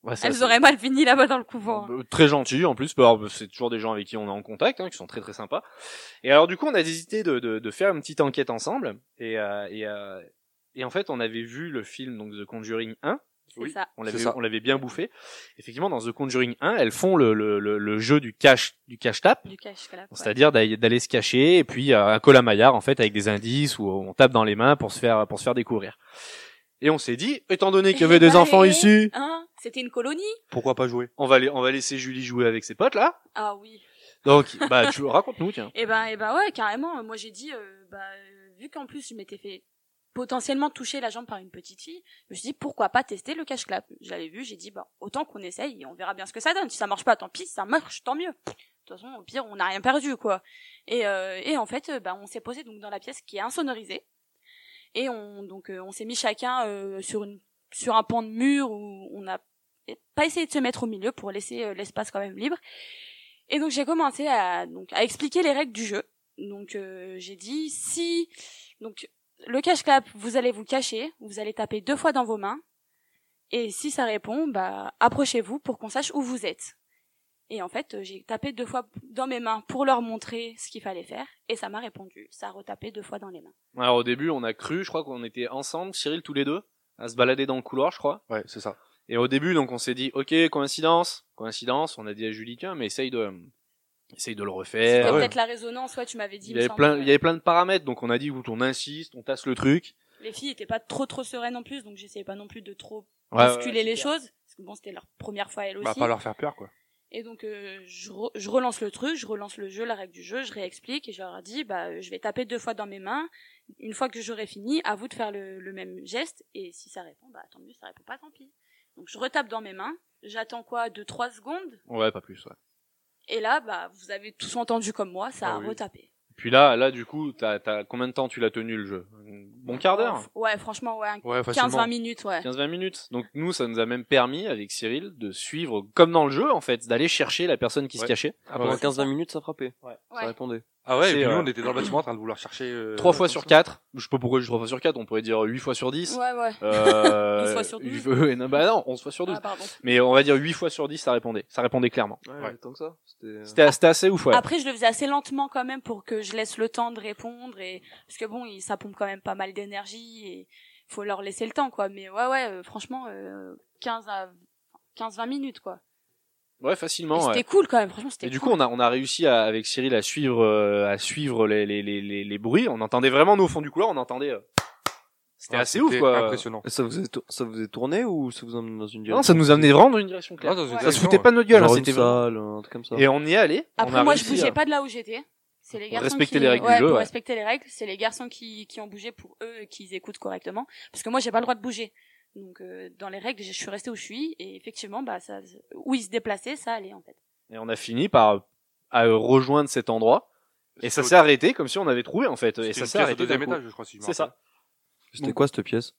Speaker 1: Ouais, ça,
Speaker 2: elles
Speaker 1: c'est-
Speaker 2: auraient mal fini là-bas dans le couvent. hein.
Speaker 1: Euh, Très gentil en plus, bah, alors, c'est toujours des gens avec qui on est en contact, hein, qui sont très très sympas. Et alors du coup, on a hésité de, de, de faire une petite enquête ensemble. Et, euh, et, euh, et en fait, on avait vu le film donc The Conjuring 1.
Speaker 2: C'est
Speaker 3: oui.
Speaker 2: ça.
Speaker 1: On
Speaker 3: C'est
Speaker 1: l'avait,
Speaker 3: ça.
Speaker 1: on l'avait bien bouffé. Effectivement, dans The Conjuring 1, elles font le, le, le, le jeu du cache du cache tap,
Speaker 2: Du cash là. quoi.
Speaker 1: c'est-à-dire d'aller, d'aller se cacher et puis euh, un col à maillard en fait avec des indices où on tape dans les mains pour se faire pour se faire découvrir. Et on s'est dit, étant donné qu'il y avait
Speaker 2: Eh
Speaker 1: des
Speaker 2: ben,
Speaker 1: enfants
Speaker 2: eh,
Speaker 1: ici,
Speaker 2: Hein C'était une colonie
Speaker 3: Pourquoi pas jouer
Speaker 1: on va, les- on va laisser Julie jouer avec ses potes là.
Speaker 2: Ah oui.
Speaker 1: Donc, bah, tu raconte-nous,
Speaker 4: hein.
Speaker 1: tiens.
Speaker 2: Et ben, et ben ouais, carrément. Moi, j'ai dit, euh, bah, euh, vu qu'en plus je m'étais fait potentiellement toucher la jambe par une petite fille, je me suis dit pourquoi pas tester le cash clap. Je l'avais vu, j'ai dit bah autant qu'on essaye et on verra bien ce que ça donne. Si ça marche pas, tant pis. Si ça marche, tant mieux. De toute façon, au pire, on n'a rien perdu quoi. Et, euh, et en fait, euh, bah, on s'est posé donc dans la pièce qui est insonorisée et on donc euh, on s'est mis chacun euh, sur une sur un pan de mur où on n'a pas essayé de se mettre au milieu pour laisser euh, l'espace quand même libre. Et donc j'ai commencé à donc à expliquer les règles du jeu. Donc euh, j'ai dit si donc le cache clap, vous allez vous cacher, vous allez taper deux fois dans vos mains et si ça répond, bah approchez-vous pour qu'on sache où vous êtes. Et en fait, euh, j'ai tapé deux fois dans mes mains pour leur montrer ce qu'il fallait faire et ça m'a répondu, ça a retapé deux fois dans les mains.
Speaker 1: Alors, au début, on a cru, je crois qu'on était ensemble, Cyril, tous les deux, à se balader dans le couloir, je crois.
Speaker 3: Ouais, c'est ça.
Speaker 1: Et au début, donc, on s'est dit, ok, coïncidence, coïncidence, on a dit à Julie, tiens, mais essaye de, essaye de le
Speaker 2: C'était
Speaker 1: refaire.
Speaker 3: ouais.
Speaker 2: peut-être la résonance, ouais, tu m'avais dit.
Speaker 1: Eh Il
Speaker 2: me
Speaker 1: y avait
Speaker 2: semble. euh,
Speaker 1: plein, il y avait plein de paramètres, donc on a dit, écoute, on insiste, on tasse le truc.
Speaker 2: Les filles étaient pas trop trop sereines en plus, donc j'essayais pas non plus de trop
Speaker 1: Ouais, ouais,
Speaker 2: bousculer
Speaker 1: ouais,
Speaker 2: les
Speaker 1: c'est
Speaker 2: choses parce que bon, c'était leur première fois elles aussi.
Speaker 3: Bah, pas leur faire peur, quoi.
Speaker 2: Et donc euh, je, re- je relance le truc, je relance le jeu, la règle du jeu, je réexplique et je leur dis bah euh, je vais taper deux fois dans mes mains. Une fois que j'aurai fini, à vous de faire le, le même geste et si ça répond bah tant mieux, ça répond pas tant pis. Donc je retape dans mes mains, j'attends quoi de trois secondes
Speaker 1: clair. Ouais, pas plus, ouais.
Speaker 2: Et là, bah, vous avez tous entendu comme moi, ça
Speaker 3: Ah
Speaker 2: a
Speaker 3: oui.
Speaker 2: retapé.
Speaker 1: Puis là, là, du coup, t'as, t'as combien de temps tu l'as tenu le jeu Un Bon quart d'heure
Speaker 2: Ouais, franchement, ouais,
Speaker 3: Ouais,
Speaker 2: 15-20
Speaker 3: facilement.
Speaker 2: minutes, ouais.
Speaker 1: 15-20 minutes. Donc nous, ça nous a même permis, avec Cyril, de suivre, comme dans le jeu, en fait, d'aller chercher la personne qui se
Speaker 3: Ouais.
Speaker 1: cachait.
Speaker 3: Ah,
Speaker 4: Pendant
Speaker 3: ouais.
Speaker 4: 15-20 minutes, ça frappait. Ça
Speaker 2: Ouais.
Speaker 4: répondait.
Speaker 3: Ah ouais, et
Speaker 1: C'est,
Speaker 3: puis nous,
Speaker 1: euh,
Speaker 3: on était dans le bâtiment en train de vouloir chercher. euh,
Speaker 1: Trois fois sur quatre. Je sais pas pourquoi je dis trois fois sur quatre. On pourrait dire huit fois sur dix.
Speaker 2: Ouais, ouais.
Speaker 1: Euh,
Speaker 2: 12 fois sur 12.
Speaker 1: euh, non, bah non, 11 fois sur 12.
Speaker 2: Ah, pardon.
Speaker 1: Mais on va dire 8 fois sur 10, ça répondait. Ça répondait clairement.
Speaker 4: Ouais,
Speaker 3: Ouais.
Speaker 4: tant que ça. C'était.
Speaker 3: Euh.
Speaker 1: C'était euh. c'était assez ouf, ouais.
Speaker 2: Après, je le faisais assez lentement quand même pour que je laisse le temps de répondre et parce que bon, il- ça pompe quand même pas mal d'énergie et faut leur laisser le temps quoi. Mais ouais, ouais, euh, franchement, euh, 15 à 15-20 minutes quoi.
Speaker 1: Ouais,
Speaker 2: Et
Speaker 1: facilement,
Speaker 2: C'était
Speaker 1: ouais.
Speaker 2: cool quand même, franchement, c'était
Speaker 1: Et du
Speaker 2: cool.
Speaker 1: coup, on a, on a réussi à, avec Cyril à suivre, euh, à suivre les, les, les, les, les bruits. On entendait vraiment, nous, au fond du couloir, on entendait. euh, C'était
Speaker 3: Ouais,
Speaker 1: assez ouf, quoi.
Speaker 3: Ah, Impressionnant.
Speaker 4: Ça vous est, ça vous est tourné ou ça vous emmène dans une
Speaker 1: Non,
Speaker 4: direction
Speaker 1: ça nous amenait vraiment dans une direction claire.
Speaker 3: Ah, dans
Speaker 2: Ça
Speaker 3: une
Speaker 1: Ça se
Speaker 3: direction,
Speaker 1: foutait
Speaker 3: ouais.
Speaker 1: pas de notre gueule, hein,
Speaker 4: Genre une
Speaker 1: c'était vraiment-
Speaker 4: salle, un truc comme ça.
Speaker 1: Et on y est allé. on
Speaker 2: Après,
Speaker 1: a
Speaker 2: moi, je
Speaker 1: réussi,
Speaker 2: bougeais
Speaker 1: euh,
Speaker 2: pas de là où j'étais. C'est les garçons
Speaker 1: respecter
Speaker 2: qui...
Speaker 1: les règles du
Speaker 2: ouais,
Speaker 1: jeu,
Speaker 2: Pour
Speaker 1: ouais.
Speaker 2: respecter les règles, c'est les garçons qui, qui ont bougé pour eux et qu'ils écoutent correctement. Parce que moi, j'ai pas le droit de bouger. Donc, euh, dans les règles, je suis restée où je suis. Et effectivement, bah, ça, où ils se déplaçaient, ça allait, en fait.
Speaker 1: Et on a fini par, euh, à euh, rejoindre cet endroit. Et ça
Speaker 3: C'était
Speaker 1: s'est arrêté comme si on avait trouvé, en fait.
Speaker 3: au-
Speaker 1: Et
Speaker 3: c'était
Speaker 1: ça
Speaker 3: une
Speaker 1: s'est
Speaker 3: pièce au
Speaker 1: arrêté.
Speaker 3: deuxième
Speaker 1: d'un coup.
Speaker 3: étage, je crois, si je me
Speaker 1: C'est ça.
Speaker 3: rappelle.
Speaker 4: C'était quoi cette pièce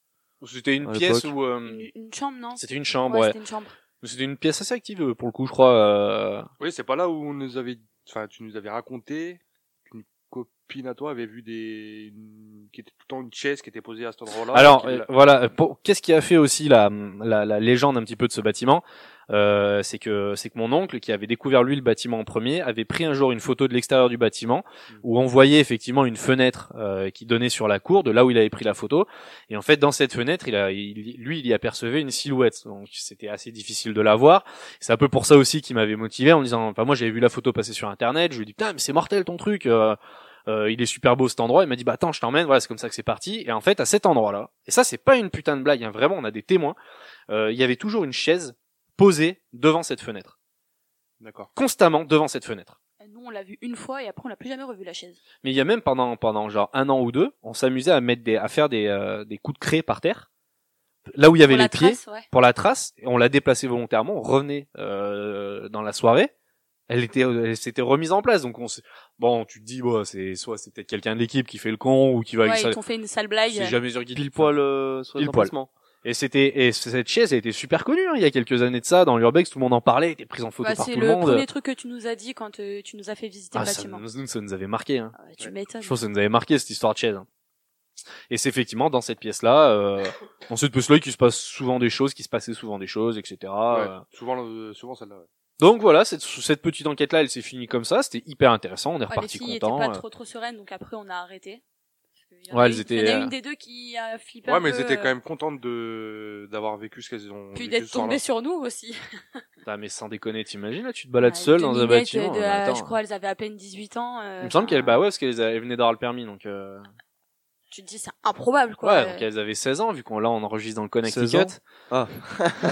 Speaker 1: C'était une
Speaker 4: À
Speaker 1: pièce
Speaker 4: l'époque.
Speaker 1: où, euh,
Speaker 2: Une, une chambre, non
Speaker 1: c'était une chambre,
Speaker 2: Ouais,
Speaker 1: ouais.
Speaker 2: c'était une chambre.
Speaker 1: C'était une pièce assez active euh, pour le coup, je crois. euh,
Speaker 3: Oui, c'est pas là où on nous avait, enfin, tu nous avais raconté qu'une copine à toi avait vu des, une- qui était tout le temps une chaise qui était posée à cet endroit-là.
Speaker 1: Alors
Speaker 3: Qui-
Speaker 1: euh, voilà, euh, pour- qu'est-ce qui a fait aussi la, la, la légende un petit peu de ce bâtiment, euh, c'est que c'est que mon oncle qui avait découvert lui le bâtiment en premier avait pris un jour une photo de l'extérieur du bâtiment où on voyait effectivement une fenêtre euh, qui donnait sur la cour de là où il avait pris la photo et en fait dans cette fenêtre il a il- lui il y apercevait une silhouette donc c'était assez difficile de la voir c'est un peu pour ça aussi qui m'avait motivé en me disant enfin moi j'avais vu la photo passer sur internet je lui ai dit putain mais c'est mortel ton truc euh, euh, il est super beau cet endroit. Il m'a dit bah attends, je t'emmène. Voilà, c'est comme ça que c'est parti. Et en fait, à cet endroit-là, et ça c'est pas une putain de blague, hein, vraiment, on a des témoins. euh, il y avait toujours une chaise posée devant cette fenêtre,
Speaker 3: D'accord.
Speaker 1: constamment devant cette fenêtre.
Speaker 2: Euh, Nous, on l'a vu une fois et après, on l'a plus jamais revu, la chaise.
Speaker 1: Mais il y a même pendant pendant genre un an ou deux, on s'amusait à mettre des à faire des euh, des coups de craie par terre, là où il y avait
Speaker 2: Pour
Speaker 1: les
Speaker 2: la
Speaker 1: pieds
Speaker 2: trace, ouais.
Speaker 1: pour la trace. Et on l'a déplacée volontairement. On revenait euh, dans la soirée. Elle était, elle s'était remise en place. Donc on s'est- bon, tu te dis, bon, c'est soit c'est peut-être quelqu'un de l'équipe qui fait le con ou qui va
Speaker 2: Ouais,
Speaker 1: ça-
Speaker 2: ils t'ont fait une sale blague.
Speaker 1: C'est jamais sûr qu'il
Speaker 4: Pile poil euh, sur les
Speaker 1: Pile poil.
Speaker 4: emplacements.
Speaker 1: Et c'était et c- cette chaise a été super connue hein, il y a quelques années de ça dans l'urbex tout le monde en parlait, elle était prise en photo
Speaker 2: Bah,
Speaker 1: par
Speaker 2: c'est
Speaker 1: tout
Speaker 2: le,
Speaker 1: le, monde.
Speaker 2: premier truc que tu nous as dit quand euh, tu nous as fait visiter
Speaker 1: Ah,
Speaker 2: le
Speaker 1: ça,
Speaker 2: bâtiment.
Speaker 1: nous, ça nous avait marqué hein.
Speaker 2: Ah, ouais, tu m'étonnes.
Speaker 1: Je pense que ça nous avait marqué cette histoire de chaise. hein. Et c'est effectivement dans cette pièce là euh, dans cette pièce là qu'il se passe souvent des choses, qu'il se passait souvent des choses, etc. Euh,
Speaker 3: Ouais, Souvent, euh, souvent celle-là. ouais.
Speaker 1: Donc voilà, cette, cette petite enquête là, elle s'est finie comme ça, c'était hyper intéressant, on est
Speaker 2: Ouais,
Speaker 1: reparti
Speaker 2: les filles
Speaker 1: content.
Speaker 2: étaient pas trop trop sereines, donc après on a arrêté. Parce que y en
Speaker 1: Ouais,
Speaker 2: a
Speaker 1: elles
Speaker 2: une-
Speaker 1: étaient,
Speaker 2: Il y en a
Speaker 1: euh,
Speaker 2: une des deux qui a flippé
Speaker 3: Ouais,
Speaker 2: un
Speaker 3: mais
Speaker 2: peu,
Speaker 3: elles étaient
Speaker 2: euh,
Speaker 3: quand même contentes de, d'avoir vécu ce qu'elles ont
Speaker 2: Puis
Speaker 3: vécu
Speaker 2: d'être
Speaker 3: ce soir-là.
Speaker 2: tombées sur nous aussi.
Speaker 1: Ah, mais sans déconner, t'imagines là, tu te balades
Speaker 2: Ouais,
Speaker 1: seul
Speaker 2: deux
Speaker 1: dans un
Speaker 2: Bah, minettes,
Speaker 1: bâtiment.
Speaker 2: de-
Speaker 1: mais
Speaker 2: euh,
Speaker 1: attends.
Speaker 2: je crois elles avaient à peine 18 ans. euh,
Speaker 1: Il me semble
Speaker 2: enfin,
Speaker 1: qu'elle bah ouais parce qu'elle elle venait d'avoir le permis donc euh,
Speaker 2: Tu te dis c'est improbable quoi.
Speaker 1: ouais,
Speaker 2: Euh,
Speaker 1: donc elles avaient 16 ans, vu qu'on là on enregistre dans le Connecticut.
Speaker 4: 16 ans. Ah.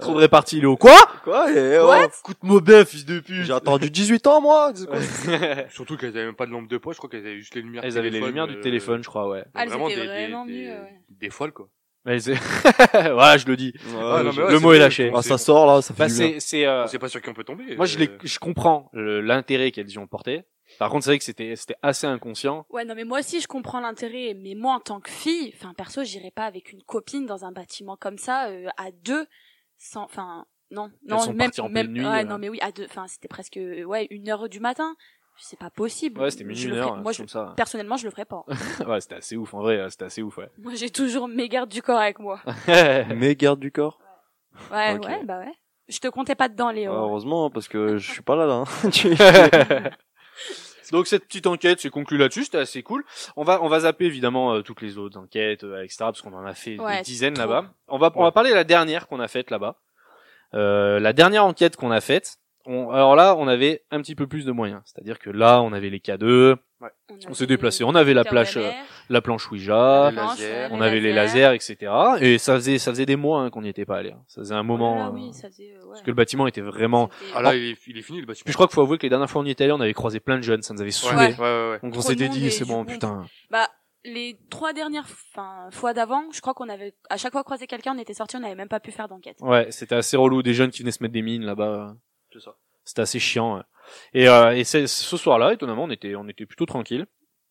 Speaker 1: Trop de répartie, il est au quoi
Speaker 4: Quoi eh, oh,
Speaker 2: What
Speaker 4: Écoute-moi bien, fils de pute. J'ai attendu 18 ans, moi. C'est quoi
Speaker 3: Surtout qu'elles avaient même pas de lampe de poche, je crois qu'elles avaient juste les lumières.
Speaker 1: Elles
Speaker 3: du
Speaker 1: avaient les
Speaker 3: téléphone,
Speaker 1: lumières du
Speaker 3: euh,
Speaker 1: téléphone, je crois, ouais.
Speaker 2: Ah, elles
Speaker 3: vraiment
Speaker 2: étaient
Speaker 3: des, des-
Speaker 2: vraiment
Speaker 3: des-
Speaker 2: mieux, ouais.
Speaker 3: des folles, quoi.
Speaker 1: Mais c'est- voilà, je le dis.
Speaker 3: Ah, non, mais ouais,
Speaker 1: le
Speaker 3: c'est
Speaker 1: mot est
Speaker 3: vrai,
Speaker 1: lâché.
Speaker 3: on
Speaker 4: Ah,
Speaker 3: sait-
Speaker 4: ça sort là, ça fait
Speaker 1: Bah,
Speaker 4: du bien.
Speaker 1: c'est, c'est, euh,
Speaker 3: On sait pas sur qui on peut tomber.
Speaker 1: moi je,
Speaker 3: euh,
Speaker 1: les, je comprends le- l'intérêt qu'elles y ont porté. Par contre, c'est vrai que c'était, c'était assez inconscient.
Speaker 2: Ouais, non mais moi aussi je comprends l'intérêt, mais moi en tant que fille, enfin perso, j'irais pas avec une copine dans un bâtiment comme ça euh, à deux sans enfin non, non,
Speaker 1: sont
Speaker 2: même
Speaker 1: parties en
Speaker 2: même
Speaker 1: pleine nuit,
Speaker 2: ouais,
Speaker 1: euh.
Speaker 2: non mais oui, à deux, enfin c'était presque euh, ouais, une heure du matin. C'est pas possible.
Speaker 1: Ouais, c'était
Speaker 2: Je
Speaker 1: minuit,
Speaker 2: le
Speaker 1: une heure, hein,
Speaker 2: ferais- Moi, je,
Speaker 1: comme ça.
Speaker 2: personnellement, je le ferais pas.
Speaker 1: Ouais, c'était assez ouf, en vrai, euh, c'était assez ouf, ouais.
Speaker 2: Moi, j'ai toujours mes gardes du corps avec moi.
Speaker 4: Mais garde du corps.
Speaker 2: Ouais,
Speaker 4: Ok.
Speaker 2: ouais, bah ouais. Je te comptais pas dedans, Léo.
Speaker 4: Ah,
Speaker 1: Oh,
Speaker 4: heureusement, parce que je suis pas là, là. hein. Tu-
Speaker 1: Donc cette petite enquête s'est conclue là-dessus, c'était assez cool. On va on va zapper évidemment euh, toutes les autres enquêtes, euh, etc. Parce qu'on en a fait
Speaker 2: Ouais,
Speaker 1: des dizaines
Speaker 2: trop.
Speaker 1: là-bas. On va on va
Speaker 3: Ouais.
Speaker 1: parler de la dernière qu'on a faite là-bas. Euh, la dernière enquête qu'on a faite. On, alors là, on avait un petit peu plus de moyens. C'est-à-dire que là, on avait les K2, on
Speaker 2: avait
Speaker 1: s'est déplacé, on avait la
Speaker 2: Peter
Speaker 1: planche,
Speaker 2: Banner,
Speaker 1: euh, la planche Ouija,
Speaker 3: Les
Speaker 2: la planche,
Speaker 3: lasers.
Speaker 2: ouais,
Speaker 1: on avait les lasers, etc. Et ça faisait ça faisait des mois hein, qu'on n'y était pas allé. hein. Ça faisait un moment
Speaker 2: Voilà,
Speaker 1: euh,
Speaker 2: Oh oui, ça faisait, euh, ouais.
Speaker 1: parce que le bâtiment était vraiment.
Speaker 2: C'était-
Speaker 3: Ah là, il est, il est fini le bâtiment.
Speaker 1: Puis je crois qu'il faut avouer que les dernières fois on y était allé, on avait croisé plein de jeunes, ça nous avait saoulé.
Speaker 3: Ouais, ouais, ouais. ouais.
Speaker 1: Donc on
Speaker 2: Trop de
Speaker 1: s'était
Speaker 2: monde
Speaker 1: dit
Speaker 2: et
Speaker 1: c'est
Speaker 2: du
Speaker 1: bon
Speaker 2: coup,
Speaker 1: putain.
Speaker 2: Bah, les trois dernières enfin, fois d'avant, je crois qu'on avait, à chaque fois croisé quelqu'un, on était sorti, on n'avait même pas pu faire d'enquête.
Speaker 1: Ouais, c'était assez relou, des jeunes qui venaient se mettre des mines là-bas.
Speaker 3: C'est ça.
Speaker 1: C'était assez chiant. ouais. Et, euh, et c'est- ce soir-là, étonnamment, on était, on était plutôt tranquille.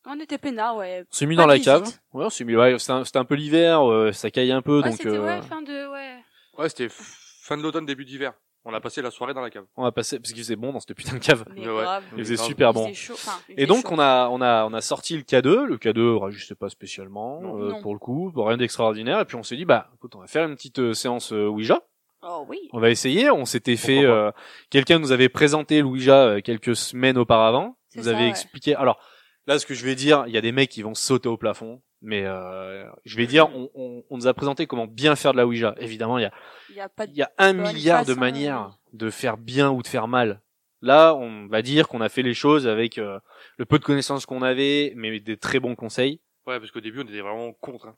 Speaker 2: On était peinard, ouais.
Speaker 1: On s'est mis
Speaker 2: Pas
Speaker 1: dans
Speaker 2: de
Speaker 1: la
Speaker 2: visite.
Speaker 1: cave. Ouais, on s'est mis. Ouais, c'était un, c'était un peu l'hiver, euh, ça caillait un peu,
Speaker 2: ouais,
Speaker 1: donc
Speaker 2: c'était
Speaker 1: euh,
Speaker 2: ouais, fin de ouais.
Speaker 3: Ouais, c'était f- fin de l'automne, début d'hiver. On a passé la soirée dans la cave.
Speaker 1: on a passé parce qu'il faisait bon dans cette putain de cave.
Speaker 2: Mais
Speaker 3: Ouais, ouais.
Speaker 2: grave.
Speaker 1: Il faisait
Speaker 3: grave.
Speaker 1: super
Speaker 2: Il
Speaker 1: bon.
Speaker 2: faisait chaud, enfin, il
Speaker 1: Et
Speaker 2: faisait
Speaker 1: donc
Speaker 2: chaud.
Speaker 1: on a on a on a sorti le K2, le K2 réagissait pas spécialement
Speaker 3: Non.
Speaker 1: euh,
Speaker 2: Non.
Speaker 1: pour le coup, rien d'extraordinaire et puis on s'est dit bah écoute, on va faire une petite euh, séance euh, Ouija,
Speaker 2: Oh oui.
Speaker 1: on va essayer, on s'était fait
Speaker 3: Pourquoi
Speaker 1: euh, quelqu'un nous avait présenté le Ouija euh, quelques semaines auparavant,
Speaker 2: C'est
Speaker 1: nous
Speaker 2: ça,
Speaker 1: avait
Speaker 2: ouais.
Speaker 1: expliqué. Alors là ce que je vais dire, il y a des mecs qui vont sauter au plafond, mais euh, je vais dire on, on, on nous a présenté comment bien faire de la Ouija. Évidemment, il y a
Speaker 2: Il y a pas de
Speaker 1: il y a un
Speaker 2: bonne
Speaker 1: milliard de
Speaker 2: façon, hein.
Speaker 1: manières
Speaker 2: oui.
Speaker 1: de faire bien ou de faire mal. Là, on va dire qu'on a fait les choses avec euh, le peu de connaissances qu'on avait, mais des très bons conseils.
Speaker 3: Ouais, parce qu'au début, on était vraiment contre. hein.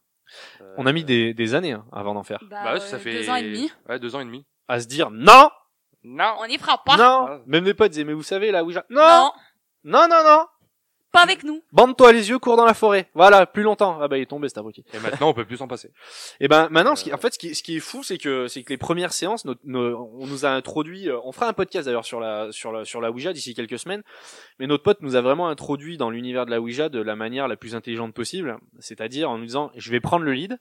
Speaker 3: Euh,
Speaker 1: On a mis des, des années hein, avant d'en faire.
Speaker 2: bah,
Speaker 3: Bah ouais,
Speaker 2: euh,
Speaker 3: ça fait
Speaker 2: deux ans et demi.
Speaker 3: Ouais, deux ans et demi.
Speaker 1: À se dire non,
Speaker 3: Non.
Speaker 2: On n'y fera pas.
Speaker 1: non.
Speaker 3: Ah.
Speaker 1: Même mes potes disaient mais vous savez là où j'ai non,
Speaker 2: Non,
Speaker 1: non, non, non.
Speaker 2: pas avec nous.
Speaker 1: Bande-toi les yeux, cours dans la forêt. Voilà, plus longtemps. Ah bah il est tombé cet abruti.
Speaker 3: Et maintenant, on peut plus s'en passer.
Speaker 1: Et ben maintenant, ce qui, en fait, ce qui, ce qui est fou, c'est que c'est que les premières séances, notre- nos- on nous a introduit. euh, On fera un podcast d'ailleurs sur la sur la sur la Ouija d'ici quelques semaines. Mais notre pote nous a vraiment introduit dans l'univers de la Ouija de la manière la plus intelligente possible, c'est-à-dire en nous disant je vais prendre le lead.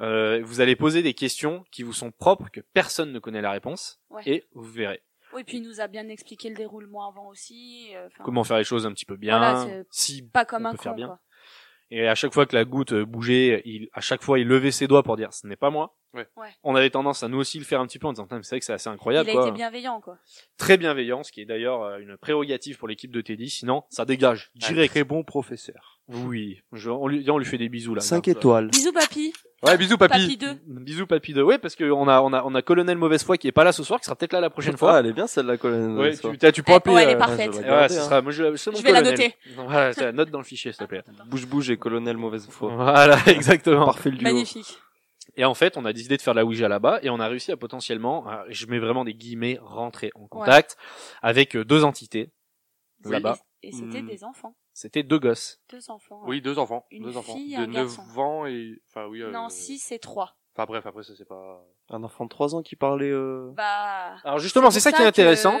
Speaker 1: euh, vous allez poser des questions qui vous sont propres, que personne ne connaît la réponse,
Speaker 2: Ouais.
Speaker 1: et vous verrez
Speaker 2: Oui, puis il nous a bien expliqué le déroulement avant aussi. euh, enfin,
Speaker 1: comment faire les choses un petit peu bien.
Speaker 2: Voilà, c'est-
Speaker 1: si
Speaker 2: pas comme
Speaker 1: on
Speaker 2: un
Speaker 1: peut faire
Speaker 2: con,
Speaker 1: bien.
Speaker 2: quoi.
Speaker 1: Et à chaque fois que la goutte euh, bougeait, il, à chaque fois, il levait ses doigts pour dire ce n'est pas moi.
Speaker 3: Ouais.
Speaker 2: Ouais.
Speaker 1: On avait tendance à nous aussi le faire un petit peu en disant Putain, mais c'est vrai que c'est assez incroyable.
Speaker 2: Il a
Speaker 1: quoi.
Speaker 2: été bienveillant, quoi.
Speaker 1: Très bienveillant, ce qui est d'ailleurs euh, une prérogative pour l'équipe de Teddy. Sinon, ça dégage
Speaker 4: Ah,
Speaker 3: Un
Speaker 1: direct.
Speaker 3: très bon professeur.
Speaker 1: Oui, Je- on, lui, on lui fait des bisous là.
Speaker 4: Cinq
Speaker 1: Regarde.
Speaker 4: étoiles.
Speaker 2: Bisous, papy.
Speaker 3: Ouais, bisous, papy.
Speaker 2: Papy 2.
Speaker 1: Bisous papy de ouais parce que on a on a on a colonel mauvaise foi qui est pas là ce soir qui sera peut-être là la prochaine
Speaker 4: Ah,
Speaker 1: fois.
Speaker 4: elle est bien celle-là, Colin.
Speaker 1: ouais, tu, t'as- tu pourras
Speaker 2: Eh, oh, elle
Speaker 1: appeler,
Speaker 2: est
Speaker 1: euh,
Speaker 2: parfaite.
Speaker 4: je vais
Speaker 1: ouais,
Speaker 4: regarder,
Speaker 1: ce
Speaker 4: hein.
Speaker 1: sera moi je, c'est mon
Speaker 2: Je vais la
Speaker 1: colonel.
Speaker 2: noter.
Speaker 1: Voilà, c'est la note dans le fichier s'il te plaît.
Speaker 4: Bouge bouge et Colonel mauvaise foi.
Speaker 1: Voilà, exactement.
Speaker 4: Parfait le duo.
Speaker 2: Magnifique.
Speaker 1: Et en fait, on a décidé de faire la Ouija là-bas et on a réussi à potentiellement, euh, je mets vraiment des guillemets, rentrer en contact avec euh, deux entités. Là-bas.
Speaker 2: Et et c'était
Speaker 3: Mm.
Speaker 2: des enfants.
Speaker 1: C'était deux gosses.
Speaker 2: Deux enfants. hein. ouais.
Speaker 3: Oui, deux enfants.
Speaker 2: Une
Speaker 3: deux enfants.
Speaker 2: fille,
Speaker 3: de
Speaker 2: un
Speaker 3: 9
Speaker 2: garçon.
Speaker 3: ans et, enfin, oui. euh,
Speaker 2: Non, six et trois.
Speaker 3: Enfin, bref, après, ça, c'est pas.
Speaker 4: Un enfant de 3 ans qui parlait. Euh...
Speaker 2: Bah.
Speaker 1: Alors justement, c'est
Speaker 2: pour
Speaker 1: ça, qui est
Speaker 2: que
Speaker 1: intéressant.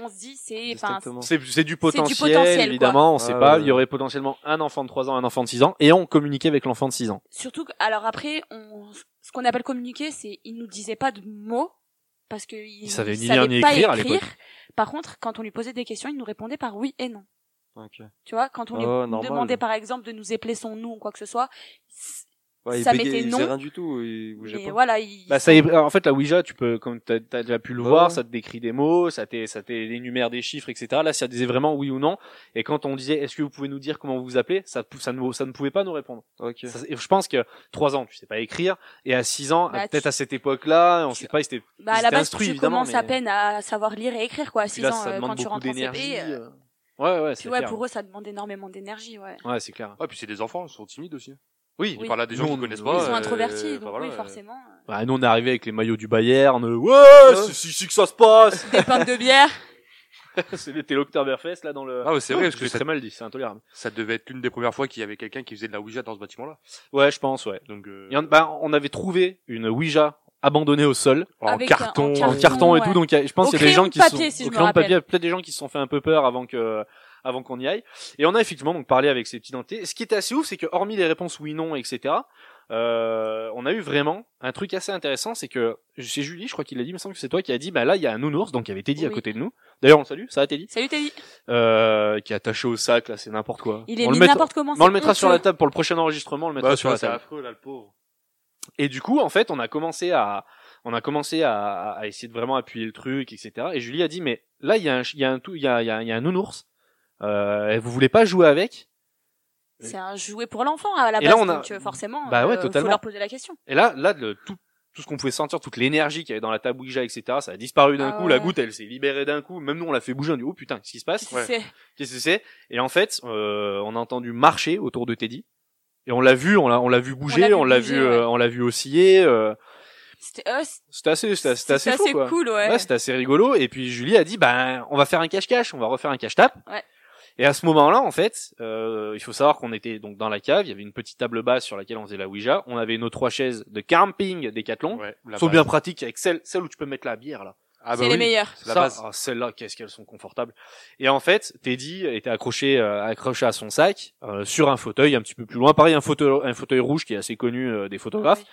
Speaker 2: On, on se dit, c'est. Enfin,
Speaker 4: distinctement.
Speaker 1: C'est c'est du,
Speaker 2: potentiel,
Speaker 1: potentiel,
Speaker 2: quoi.
Speaker 1: évidemment, on sait
Speaker 4: Ah,
Speaker 1: pas.
Speaker 4: ouais.
Speaker 1: Il y aurait potentiellement un enfant de 3 ans, un enfant de 6 ans, et on communiquait avec l'enfant de 6 ans.
Speaker 2: surtout que, alors après, on, ce qu'on appelle communiquer, c'est il nous disait pas de mots parce que il,
Speaker 1: Il savait
Speaker 2: il
Speaker 1: ni lire ni
Speaker 2: pas
Speaker 1: écrire à
Speaker 2: Par contre, quand on lui posait des questions, il nous répondait par oui et non.
Speaker 4: Ok.
Speaker 2: Tu vois, quand on lui
Speaker 4: Oh, normal.
Speaker 2: demandait par exemple de nous épeler son nom ou quoi que ce soit, s-
Speaker 4: Ouais,
Speaker 2: Ça
Speaker 4: il bégayait,
Speaker 2: mettait
Speaker 4: il
Speaker 2: non.
Speaker 4: faisait rien du tout. Il bougeait
Speaker 2: mais
Speaker 4: pas.
Speaker 2: voilà, il,
Speaker 1: Bah ça, est- en fait, la Ouija, tu peux, comme t'as as déjà pu le
Speaker 4: Ouais.
Speaker 1: voir, ça te décrit des mots, ça t'é- ça t'énumère des chiffres, etc. Là, ça disait vraiment oui ou non. Et quand on disait, est-ce que vous pouvez nous dire comment vous vous appelez, ça, pou- ça, ne, ça ne pouvait pas nous répondre.
Speaker 4: Ok.
Speaker 1: Ça, c'est- je pense que 3 ans, tu sais pas écrire, et à 6 ans,
Speaker 2: Bah,
Speaker 1: peut-être
Speaker 2: tu-
Speaker 1: à cette époque-là, on sait pas, c'était
Speaker 2: bah, à
Speaker 1: ils
Speaker 2: la
Speaker 1: étaient
Speaker 2: base,
Speaker 1: instruits,
Speaker 2: tu
Speaker 1: évidemment,
Speaker 2: commences à
Speaker 1: mais-
Speaker 2: peine à savoir lire et écrire quoi. à
Speaker 1: puis
Speaker 2: 6
Speaker 1: là,
Speaker 2: ans,
Speaker 1: ça
Speaker 2: euh,
Speaker 1: demande
Speaker 2: quand tu
Speaker 1: beaucoup
Speaker 2: rentres en
Speaker 1: d'énergie.
Speaker 2: CP. euh,
Speaker 1: euh. Ouais, ouais,
Speaker 2: Puis
Speaker 1: c'est
Speaker 2: ouais,
Speaker 1: clair.
Speaker 2: pour eux, ça demande énormément d'énergie, ouais.
Speaker 1: Ouais, c'est clair.
Speaker 3: Ouais, puis c'est des enfants, ils sont timides aussi.
Speaker 1: Oui.
Speaker 3: Ils parlent à des gens
Speaker 1: Nous,
Speaker 3: qui
Speaker 1: on-
Speaker 3: connaissent
Speaker 1: ils
Speaker 3: pas.
Speaker 2: Ils sont
Speaker 3: euh,
Speaker 2: introvertis,
Speaker 3: bah
Speaker 2: donc
Speaker 3: voilà,
Speaker 2: oui,
Speaker 3: euh,
Speaker 2: forcément.
Speaker 1: Bah, nous, on est arrivé avec les maillots du Bayern. euh, Ouais, c'est c'est que ça se passe.
Speaker 2: Des pintes de bière.
Speaker 1: c'est l'été l'Octoberfest, là, dans le...
Speaker 3: Ah ouais, c'est vrai, parce
Speaker 1: je
Speaker 3: que
Speaker 1: l'ai
Speaker 3: ça,
Speaker 1: très mal dit, c'est intolérable.
Speaker 3: ça devait être l'une des premières fois qu'il y avait quelqu'un qui faisait de la Ouija dans ce bâtiment-là.
Speaker 1: Ouais, je pense, ouais.
Speaker 3: Donc, euh,
Speaker 1: Il y en- bah, on avait trouvé une Ouija abandonnée au sol,
Speaker 3: en
Speaker 2: Avec un-
Speaker 3: carton.
Speaker 2: en
Speaker 1: en carton et
Speaker 2: ouais.
Speaker 1: tout, donc il y a- je pense
Speaker 2: Au
Speaker 1: qu'il y a des
Speaker 2: crayon
Speaker 1: gens
Speaker 2: de
Speaker 1: qui se
Speaker 2: papier,
Speaker 1: sont,
Speaker 2: si je
Speaker 1: au
Speaker 2: me
Speaker 1: crayon de
Speaker 2: rappelle.
Speaker 1: papier, il y a peut-être des gens qui se sont fait un peu peur avant que, avant qu'on y aille. Et on a effectivement donc parlé avec ces petites entités. Ce qui était assez ouf, c'est que hormis les réponses oui, non, etc., euh, on a eu vraiment un truc assez intéressant, c'est que, c'est Julie, je crois qu'il a dit, il me semble que c'est toi qui a dit, bah là, il y a un nounours, donc il y avait Teddy à
Speaker 2: Oui.
Speaker 1: côté de nous. D'ailleurs, on le salue, ça va Teddy?
Speaker 2: Salut Teddy.
Speaker 1: euh, qui est attaché au sac là, c'est n'importe quoi.
Speaker 2: Il est
Speaker 1: on le
Speaker 2: mis
Speaker 1: mettra,
Speaker 2: n'importe comment.
Speaker 1: mais on le
Speaker 2: c'est euh,
Speaker 1: mettra sur
Speaker 2: honteux.
Speaker 1: la table pour le prochain enregistrement, on le mettra
Speaker 3: Bah,
Speaker 1: sur
Speaker 3: ça,
Speaker 1: la
Speaker 3: c'est
Speaker 1: table.
Speaker 3: affreux, là, le pauvre.
Speaker 1: Et du coup, en fait, on a commencé à on a commencé à, à- à essayer de vraiment appuyer le truc, etc. Et Julie a dit mais là il y a un ch- il y a un tout il y a, il y a- il y a un nounours. Euh, vous voulez pas jouer avec
Speaker 2: C'est un jouet pour l'enfant à la
Speaker 1: Et
Speaker 2: base,
Speaker 1: là, on a-
Speaker 2: donc euh, forcément.
Speaker 1: Bah ouais,
Speaker 2: euh,
Speaker 1: totalement.
Speaker 2: Faut leur poser la question.
Speaker 1: Et là là le- tout tout ce qu'on pouvait sentir, toute l'énergie qu'il y avait dans la table Ouija, etc. Ça a disparu d'un
Speaker 2: Ah
Speaker 1: coup.
Speaker 2: ouais.
Speaker 1: La goutte elle s'est libérée d'un coup. Même nous on l'a fait bouger. On dit oh putain qu'est-ce qui se passe
Speaker 2: Qu'est-ce que c'est
Speaker 1: Qu'est-ce que c'est Et en fait, euh, on a entendu marcher autour de Teddy. Et on l'a vu, on l'a, on l'a vu bouger,
Speaker 2: vu
Speaker 1: on l'a vu,
Speaker 2: bouger,
Speaker 1: euh, on l'a vu osciller. euh,
Speaker 2: C'était euh, c'est-
Speaker 1: c'était assez, c'était, c'était assez, fou, quoi.
Speaker 2: cool, ouais.
Speaker 1: Ouais, c'était assez rigolo. Et puis Julie a dit, ben, on va faire un cache-cache, on va refaire un cache-tape.
Speaker 2: Ouais.
Speaker 1: Et à ce moment-là, en fait, euh, il faut savoir qu'on était donc dans la cave. Il y avait une petite table basse sur laquelle on faisait la Ouija. On avait nos trois chaises de camping Décathlon.
Speaker 3: Ouais, la
Speaker 1: Sont
Speaker 3: base.
Speaker 1: bien pratiques avec celles, celles où tu peux mettre la bière là.
Speaker 3: Ah
Speaker 2: c'est les meilleurs.
Speaker 3: C'est la
Speaker 1: Ça,
Speaker 3: base.
Speaker 1: ah, Celles-là, qu'est-ce qu'elles sont confortables. Et en fait, Teddy était accroché, euh, accroché à son sac euh, sur un fauteuil un petit peu plus loin. Pareil, un fauteuil, un fauteuil rouge qui est assez connu euh, des photographes.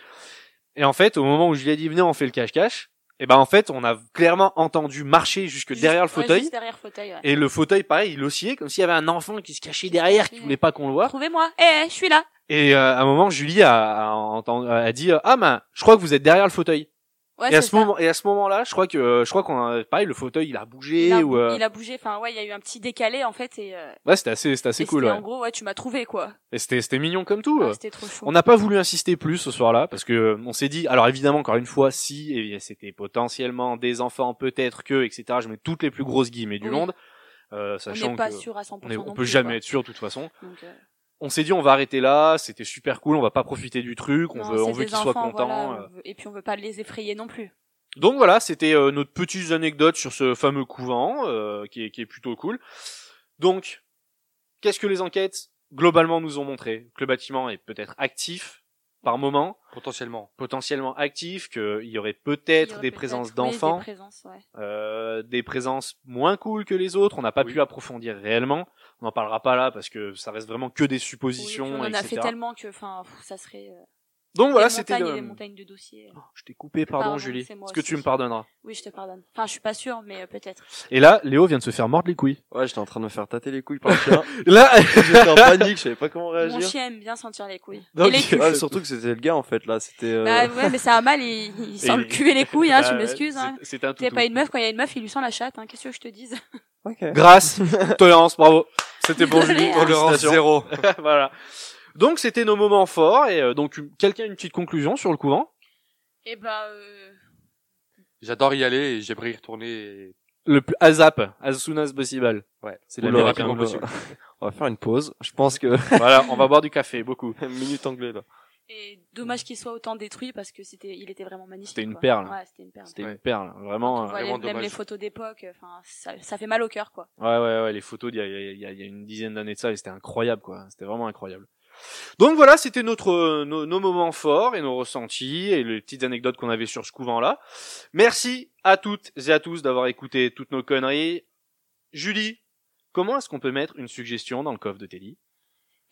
Speaker 1: Et en fait, au moment où je lui ai dit venez, on fait le cache-cache, et ben en fait, on a clairement entendu marcher jusque
Speaker 5: Juste-
Speaker 1: derrière le
Speaker 5: ouais,
Speaker 1: fauteuil.
Speaker 5: juste derrière le fauteuil, ouais.
Speaker 1: Et le fauteuil, pareil, il oscillait comme s'il y avait un enfant qui se cachait derrière, qui
Speaker 2: Mm.
Speaker 1: voulait pas qu'on le voie.
Speaker 2: Trouvez-moi. Eh, je suis là.
Speaker 1: Et euh, à un moment, Julie a, a, entendu- a dit euh, ah ben, je crois que vous êtes derrière le fauteuil.
Speaker 2: Ouais,
Speaker 1: et à
Speaker 2: c'est
Speaker 1: ce
Speaker 2: ça.
Speaker 1: moment, et à ce moment-là, je crois que, euh, je crois qu'on, a- pareil, le fauteuil, il a bougé
Speaker 2: il a,
Speaker 1: ou. euh,
Speaker 2: il a bougé. Enfin, ouais, il y a eu un petit décalé en fait et. euh,
Speaker 1: Ouais, c'était assez, c'était assez
Speaker 2: et
Speaker 1: cool.
Speaker 2: c'était,
Speaker 1: ouais.
Speaker 2: En gros, ouais, tu m'as trouvé quoi.
Speaker 1: Et c'était, c'était mignon comme tout.
Speaker 2: Ah,
Speaker 1: euh.
Speaker 2: c'était trop chou.
Speaker 1: On n'a pas voulu insister plus ce soir-là parce que euh, on s'est dit, alors évidemment, encore une fois, si et c'était potentiellement des enfants, peut-être que, etc. Je mets toutes les plus grosses guillemets du
Speaker 2: Oui.
Speaker 1: monde, euh,
Speaker 2: On
Speaker 1: sachant
Speaker 2: n'est pas
Speaker 1: que
Speaker 2: sûr à 100%.
Speaker 1: on, est- on
Speaker 2: non
Speaker 1: peut
Speaker 2: plus,
Speaker 1: jamais
Speaker 2: quoi.
Speaker 1: être sûr de toute façon.
Speaker 2: Donc, euh,
Speaker 1: On s'est dit, on va arrêter là. C'était super cool. On va pas profiter du truc. On
Speaker 2: non,
Speaker 1: veut, on
Speaker 2: c'est
Speaker 1: veut
Speaker 2: des
Speaker 1: qu'ils soient
Speaker 2: enfants,
Speaker 1: contents.
Speaker 2: voilà,
Speaker 1: euh.
Speaker 2: on veut- Et puis on veut pas les effrayer non plus.
Speaker 1: Donc voilà, c'était euh, notre petite anecdote sur ce fameux couvent euh, qui, est, qui est plutôt cool. Donc, qu'est-ce que les enquêtes globalement nous ont montré Que le bâtiment est peut-être actif par moment,
Speaker 3: Potentiellement.
Speaker 1: potentiellement actif, qu'il y aurait
Speaker 2: Il y
Speaker 1: peut-être
Speaker 2: aurait
Speaker 1: des
Speaker 2: peut-être,
Speaker 1: présences
Speaker 2: oui,
Speaker 1: d'enfants,
Speaker 2: Des présences, ouais.
Speaker 1: euh, des présences moins cool que les autres. On n'a pas
Speaker 3: Oui.
Speaker 1: pu approfondir réellement. On n'en parlera pas là parce que ça reste vraiment que des
Speaker 2: Oui, puis
Speaker 1: suppositions,
Speaker 2: on en a
Speaker 1: etc.
Speaker 2: fait tellement que, enfin, pff, ça serait. euh,
Speaker 1: Donc voilà,
Speaker 2: des
Speaker 1: c'était.
Speaker 2: montagnes et
Speaker 1: le- Oh,
Speaker 2: des montagnes de dossiers.
Speaker 1: Je t'ai coupé, pardon,
Speaker 2: Pardon,
Speaker 1: Julie.
Speaker 2: c'est moi
Speaker 1: Est-ce que tu
Speaker 2: aussi.
Speaker 1: me pardonneras
Speaker 2: Oui, je te pardonne. Enfin, je suis pas sûre, mais euh, peut-être.
Speaker 1: Et là, Léo vient de se faire mordre les couilles.
Speaker 4: Ouais, j'étais en train de me faire tâter les couilles par le chien.
Speaker 1: Là,
Speaker 4: J'étais en panique, je savais pas comment
Speaker 2: Mon
Speaker 4: réagir.
Speaker 2: chien aime bien sentir les couilles.
Speaker 1: Donc,
Speaker 2: et les culs.
Speaker 4: Ouais, surtout que c'était le gars en fait là, c'était. euh,
Speaker 2: Bah ouais, mais ça a mal, il, il sent
Speaker 1: Et-
Speaker 2: le cul et les couilles, hein,
Speaker 1: Bah
Speaker 2: je
Speaker 1: ouais,
Speaker 2: m'excuse. Hein.
Speaker 1: c'est- C'est un
Speaker 2: T'es
Speaker 1: toutou.
Speaker 2: pas une meuf, quand il y a une meuf, il lui sent la chatte, hein. qu'est-ce que je te dise
Speaker 4: Ok.
Speaker 1: Grâce, tolérance, bravo. C'était pour
Speaker 2: Désolé,
Speaker 1: Julie.
Speaker 2: hein.
Speaker 3: Tolérance
Speaker 1: Félicitations.
Speaker 3: zéro.
Speaker 1: voilà. Donc c'était nos moments forts et euh, donc une- quelqu'un a une petite conclusion sur le couvent.
Speaker 2: Eh
Speaker 5: Et
Speaker 2: ben,
Speaker 5: bah, euh,
Speaker 3: J'adore y aller et j'aimerais y retourner. et-
Speaker 1: Le plus ASAP, as soon as possible.
Speaker 3: Ouais.
Speaker 1: C'est
Speaker 3: le
Speaker 1: l'Américain.
Speaker 3: rapidement possible.
Speaker 4: On va faire une pause. Je pense que
Speaker 1: voilà, on va boire du café, beaucoup.
Speaker 4: minute anglais là.
Speaker 2: Et dommage qu'il soit autant détruit parce que c'était, il était vraiment magnifique.
Speaker 1: C'était une
Speaker 2: quoi.
Speaker 1: perle.
Speaker 2: Ouais, c'était une perle.
Speaker 1: C'était
Speaker 3: Ouais.
Speaker 1: une perle, vraiment.
Speaker 2: On
Speaker 1: euh,
Speaker 2: voit les-
Speaker 3: vraiment
Speaker 2: même
Speaker 3: dommage.
Speaker 2: les photos d'époque, euh, enfin, ça, ça fait mal au cœur, quoi.
Speaker 1: Ouais, ouais, ouais, les photos d'il y a, il y a- il y a une dizaine d'années de ça, et c'était incroyable, quoi. C'était vraiment incroyable. Donc voilà, c'était notre euh, nos, nos moments forts et nos ressentis et les petites anecdotes qu'on avait sur ce couvent-là. Merci à toutes et à tous d'avoir écouté toutes nos conneries. Julie, comment est-ce qu'on peut mettre une suggestion dans le coffre de Teddy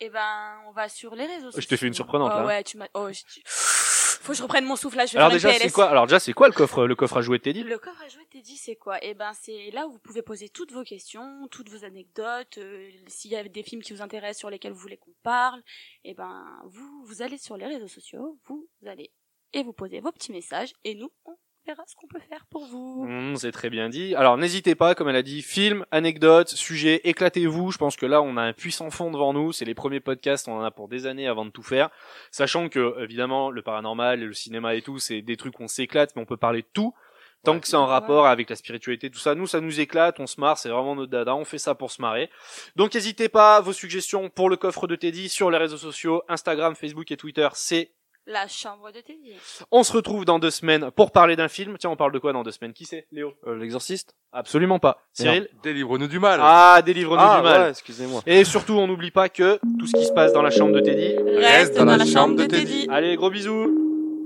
Speaker 2: Et ben, on va sur les réseaux
Speaker 1: Je
Speaker 2: sociaux.
Speaker 1: t'ai fait une surprenante,
Speaker 2: Oh,
Speaker 1: là.
Speaker 2: Ouais, tu m'as, oh, je- tu- faut que je reprenne mon souffle là, je vais
Speaker 1: Alors
Speaker 2: faire une
Speaker 1: déjà, c'est
Speaker 2: PLS.
Speaker 1: quoi Alors déjà, c'est quoi le coffre le coffre à jouer de Teddy
Speaker 2: Le coffre à jouer de Teddy, c'est quoi Eh ben, c'est là où vous pouvez poser toutes vos questions, toutes vos anecdotes. euh, S'il y a des films qui vous intéressent, sur lesquels vous voulez qu'on parle, eh ben, vous, vous allez sur les réseaux sociaux, vous allez et vous posez vos petits messages, et nous, on verra ce qu'on peut faire pour vous.
Speaker 1: Mmh, c'est très bien dit. Alors n'hésitez pas, comme elle a dit, film, anecdote, sujet, éclatez-vous. Je pense que là, on a un puissant fond devant nous. C'est les premiers podcasts, on en a pour des années avant de tout faire. Sachant que, évidemment, le paranormal, le cinéma et tout, c'est des trucs qu'on s'éclate, mais on peut parler de tout. Tant
Speaker 3: Ouais.
Speaker 1: que c'est en rapport avec la spiritualité, tout ça, nous, ça nous éclate, on se marre, c'est vraiment notre dada, on fait ça pour se marrer. Donc n'hésitez pas, vos suggestions pour le coffre de Teddy sur les réseaux sociaux, Instagram, Facebook et Twitter, c'est...
Speaker 2: La chambre de Teddy.
Speaker 1: On se retrouve dans deux semaines pour parler d'un film. Tiens, on parle de quoi dans deux semaines Qui c'est Léo
Speaker 4: Euh, L'exorciste.
Speaker 1: Absolument pas.
Speaker 4: Merde.
Speaker 1: Cyril
Speaker 3: Délivre-nous du mal.
Speaker 1: ah, délivre-nous
Speaker 4: Ah
Speaker 1: du mal.
Speaker 4: ouais, excusez-moi.
Speaker 1: Et surtout, on n'oublie pas que tout ce qui se passe dans la chambre de Teddy.
Speaker 2: Reste dans, la, chambre de Teddy.
Speaker 1: Allez, gros bisous.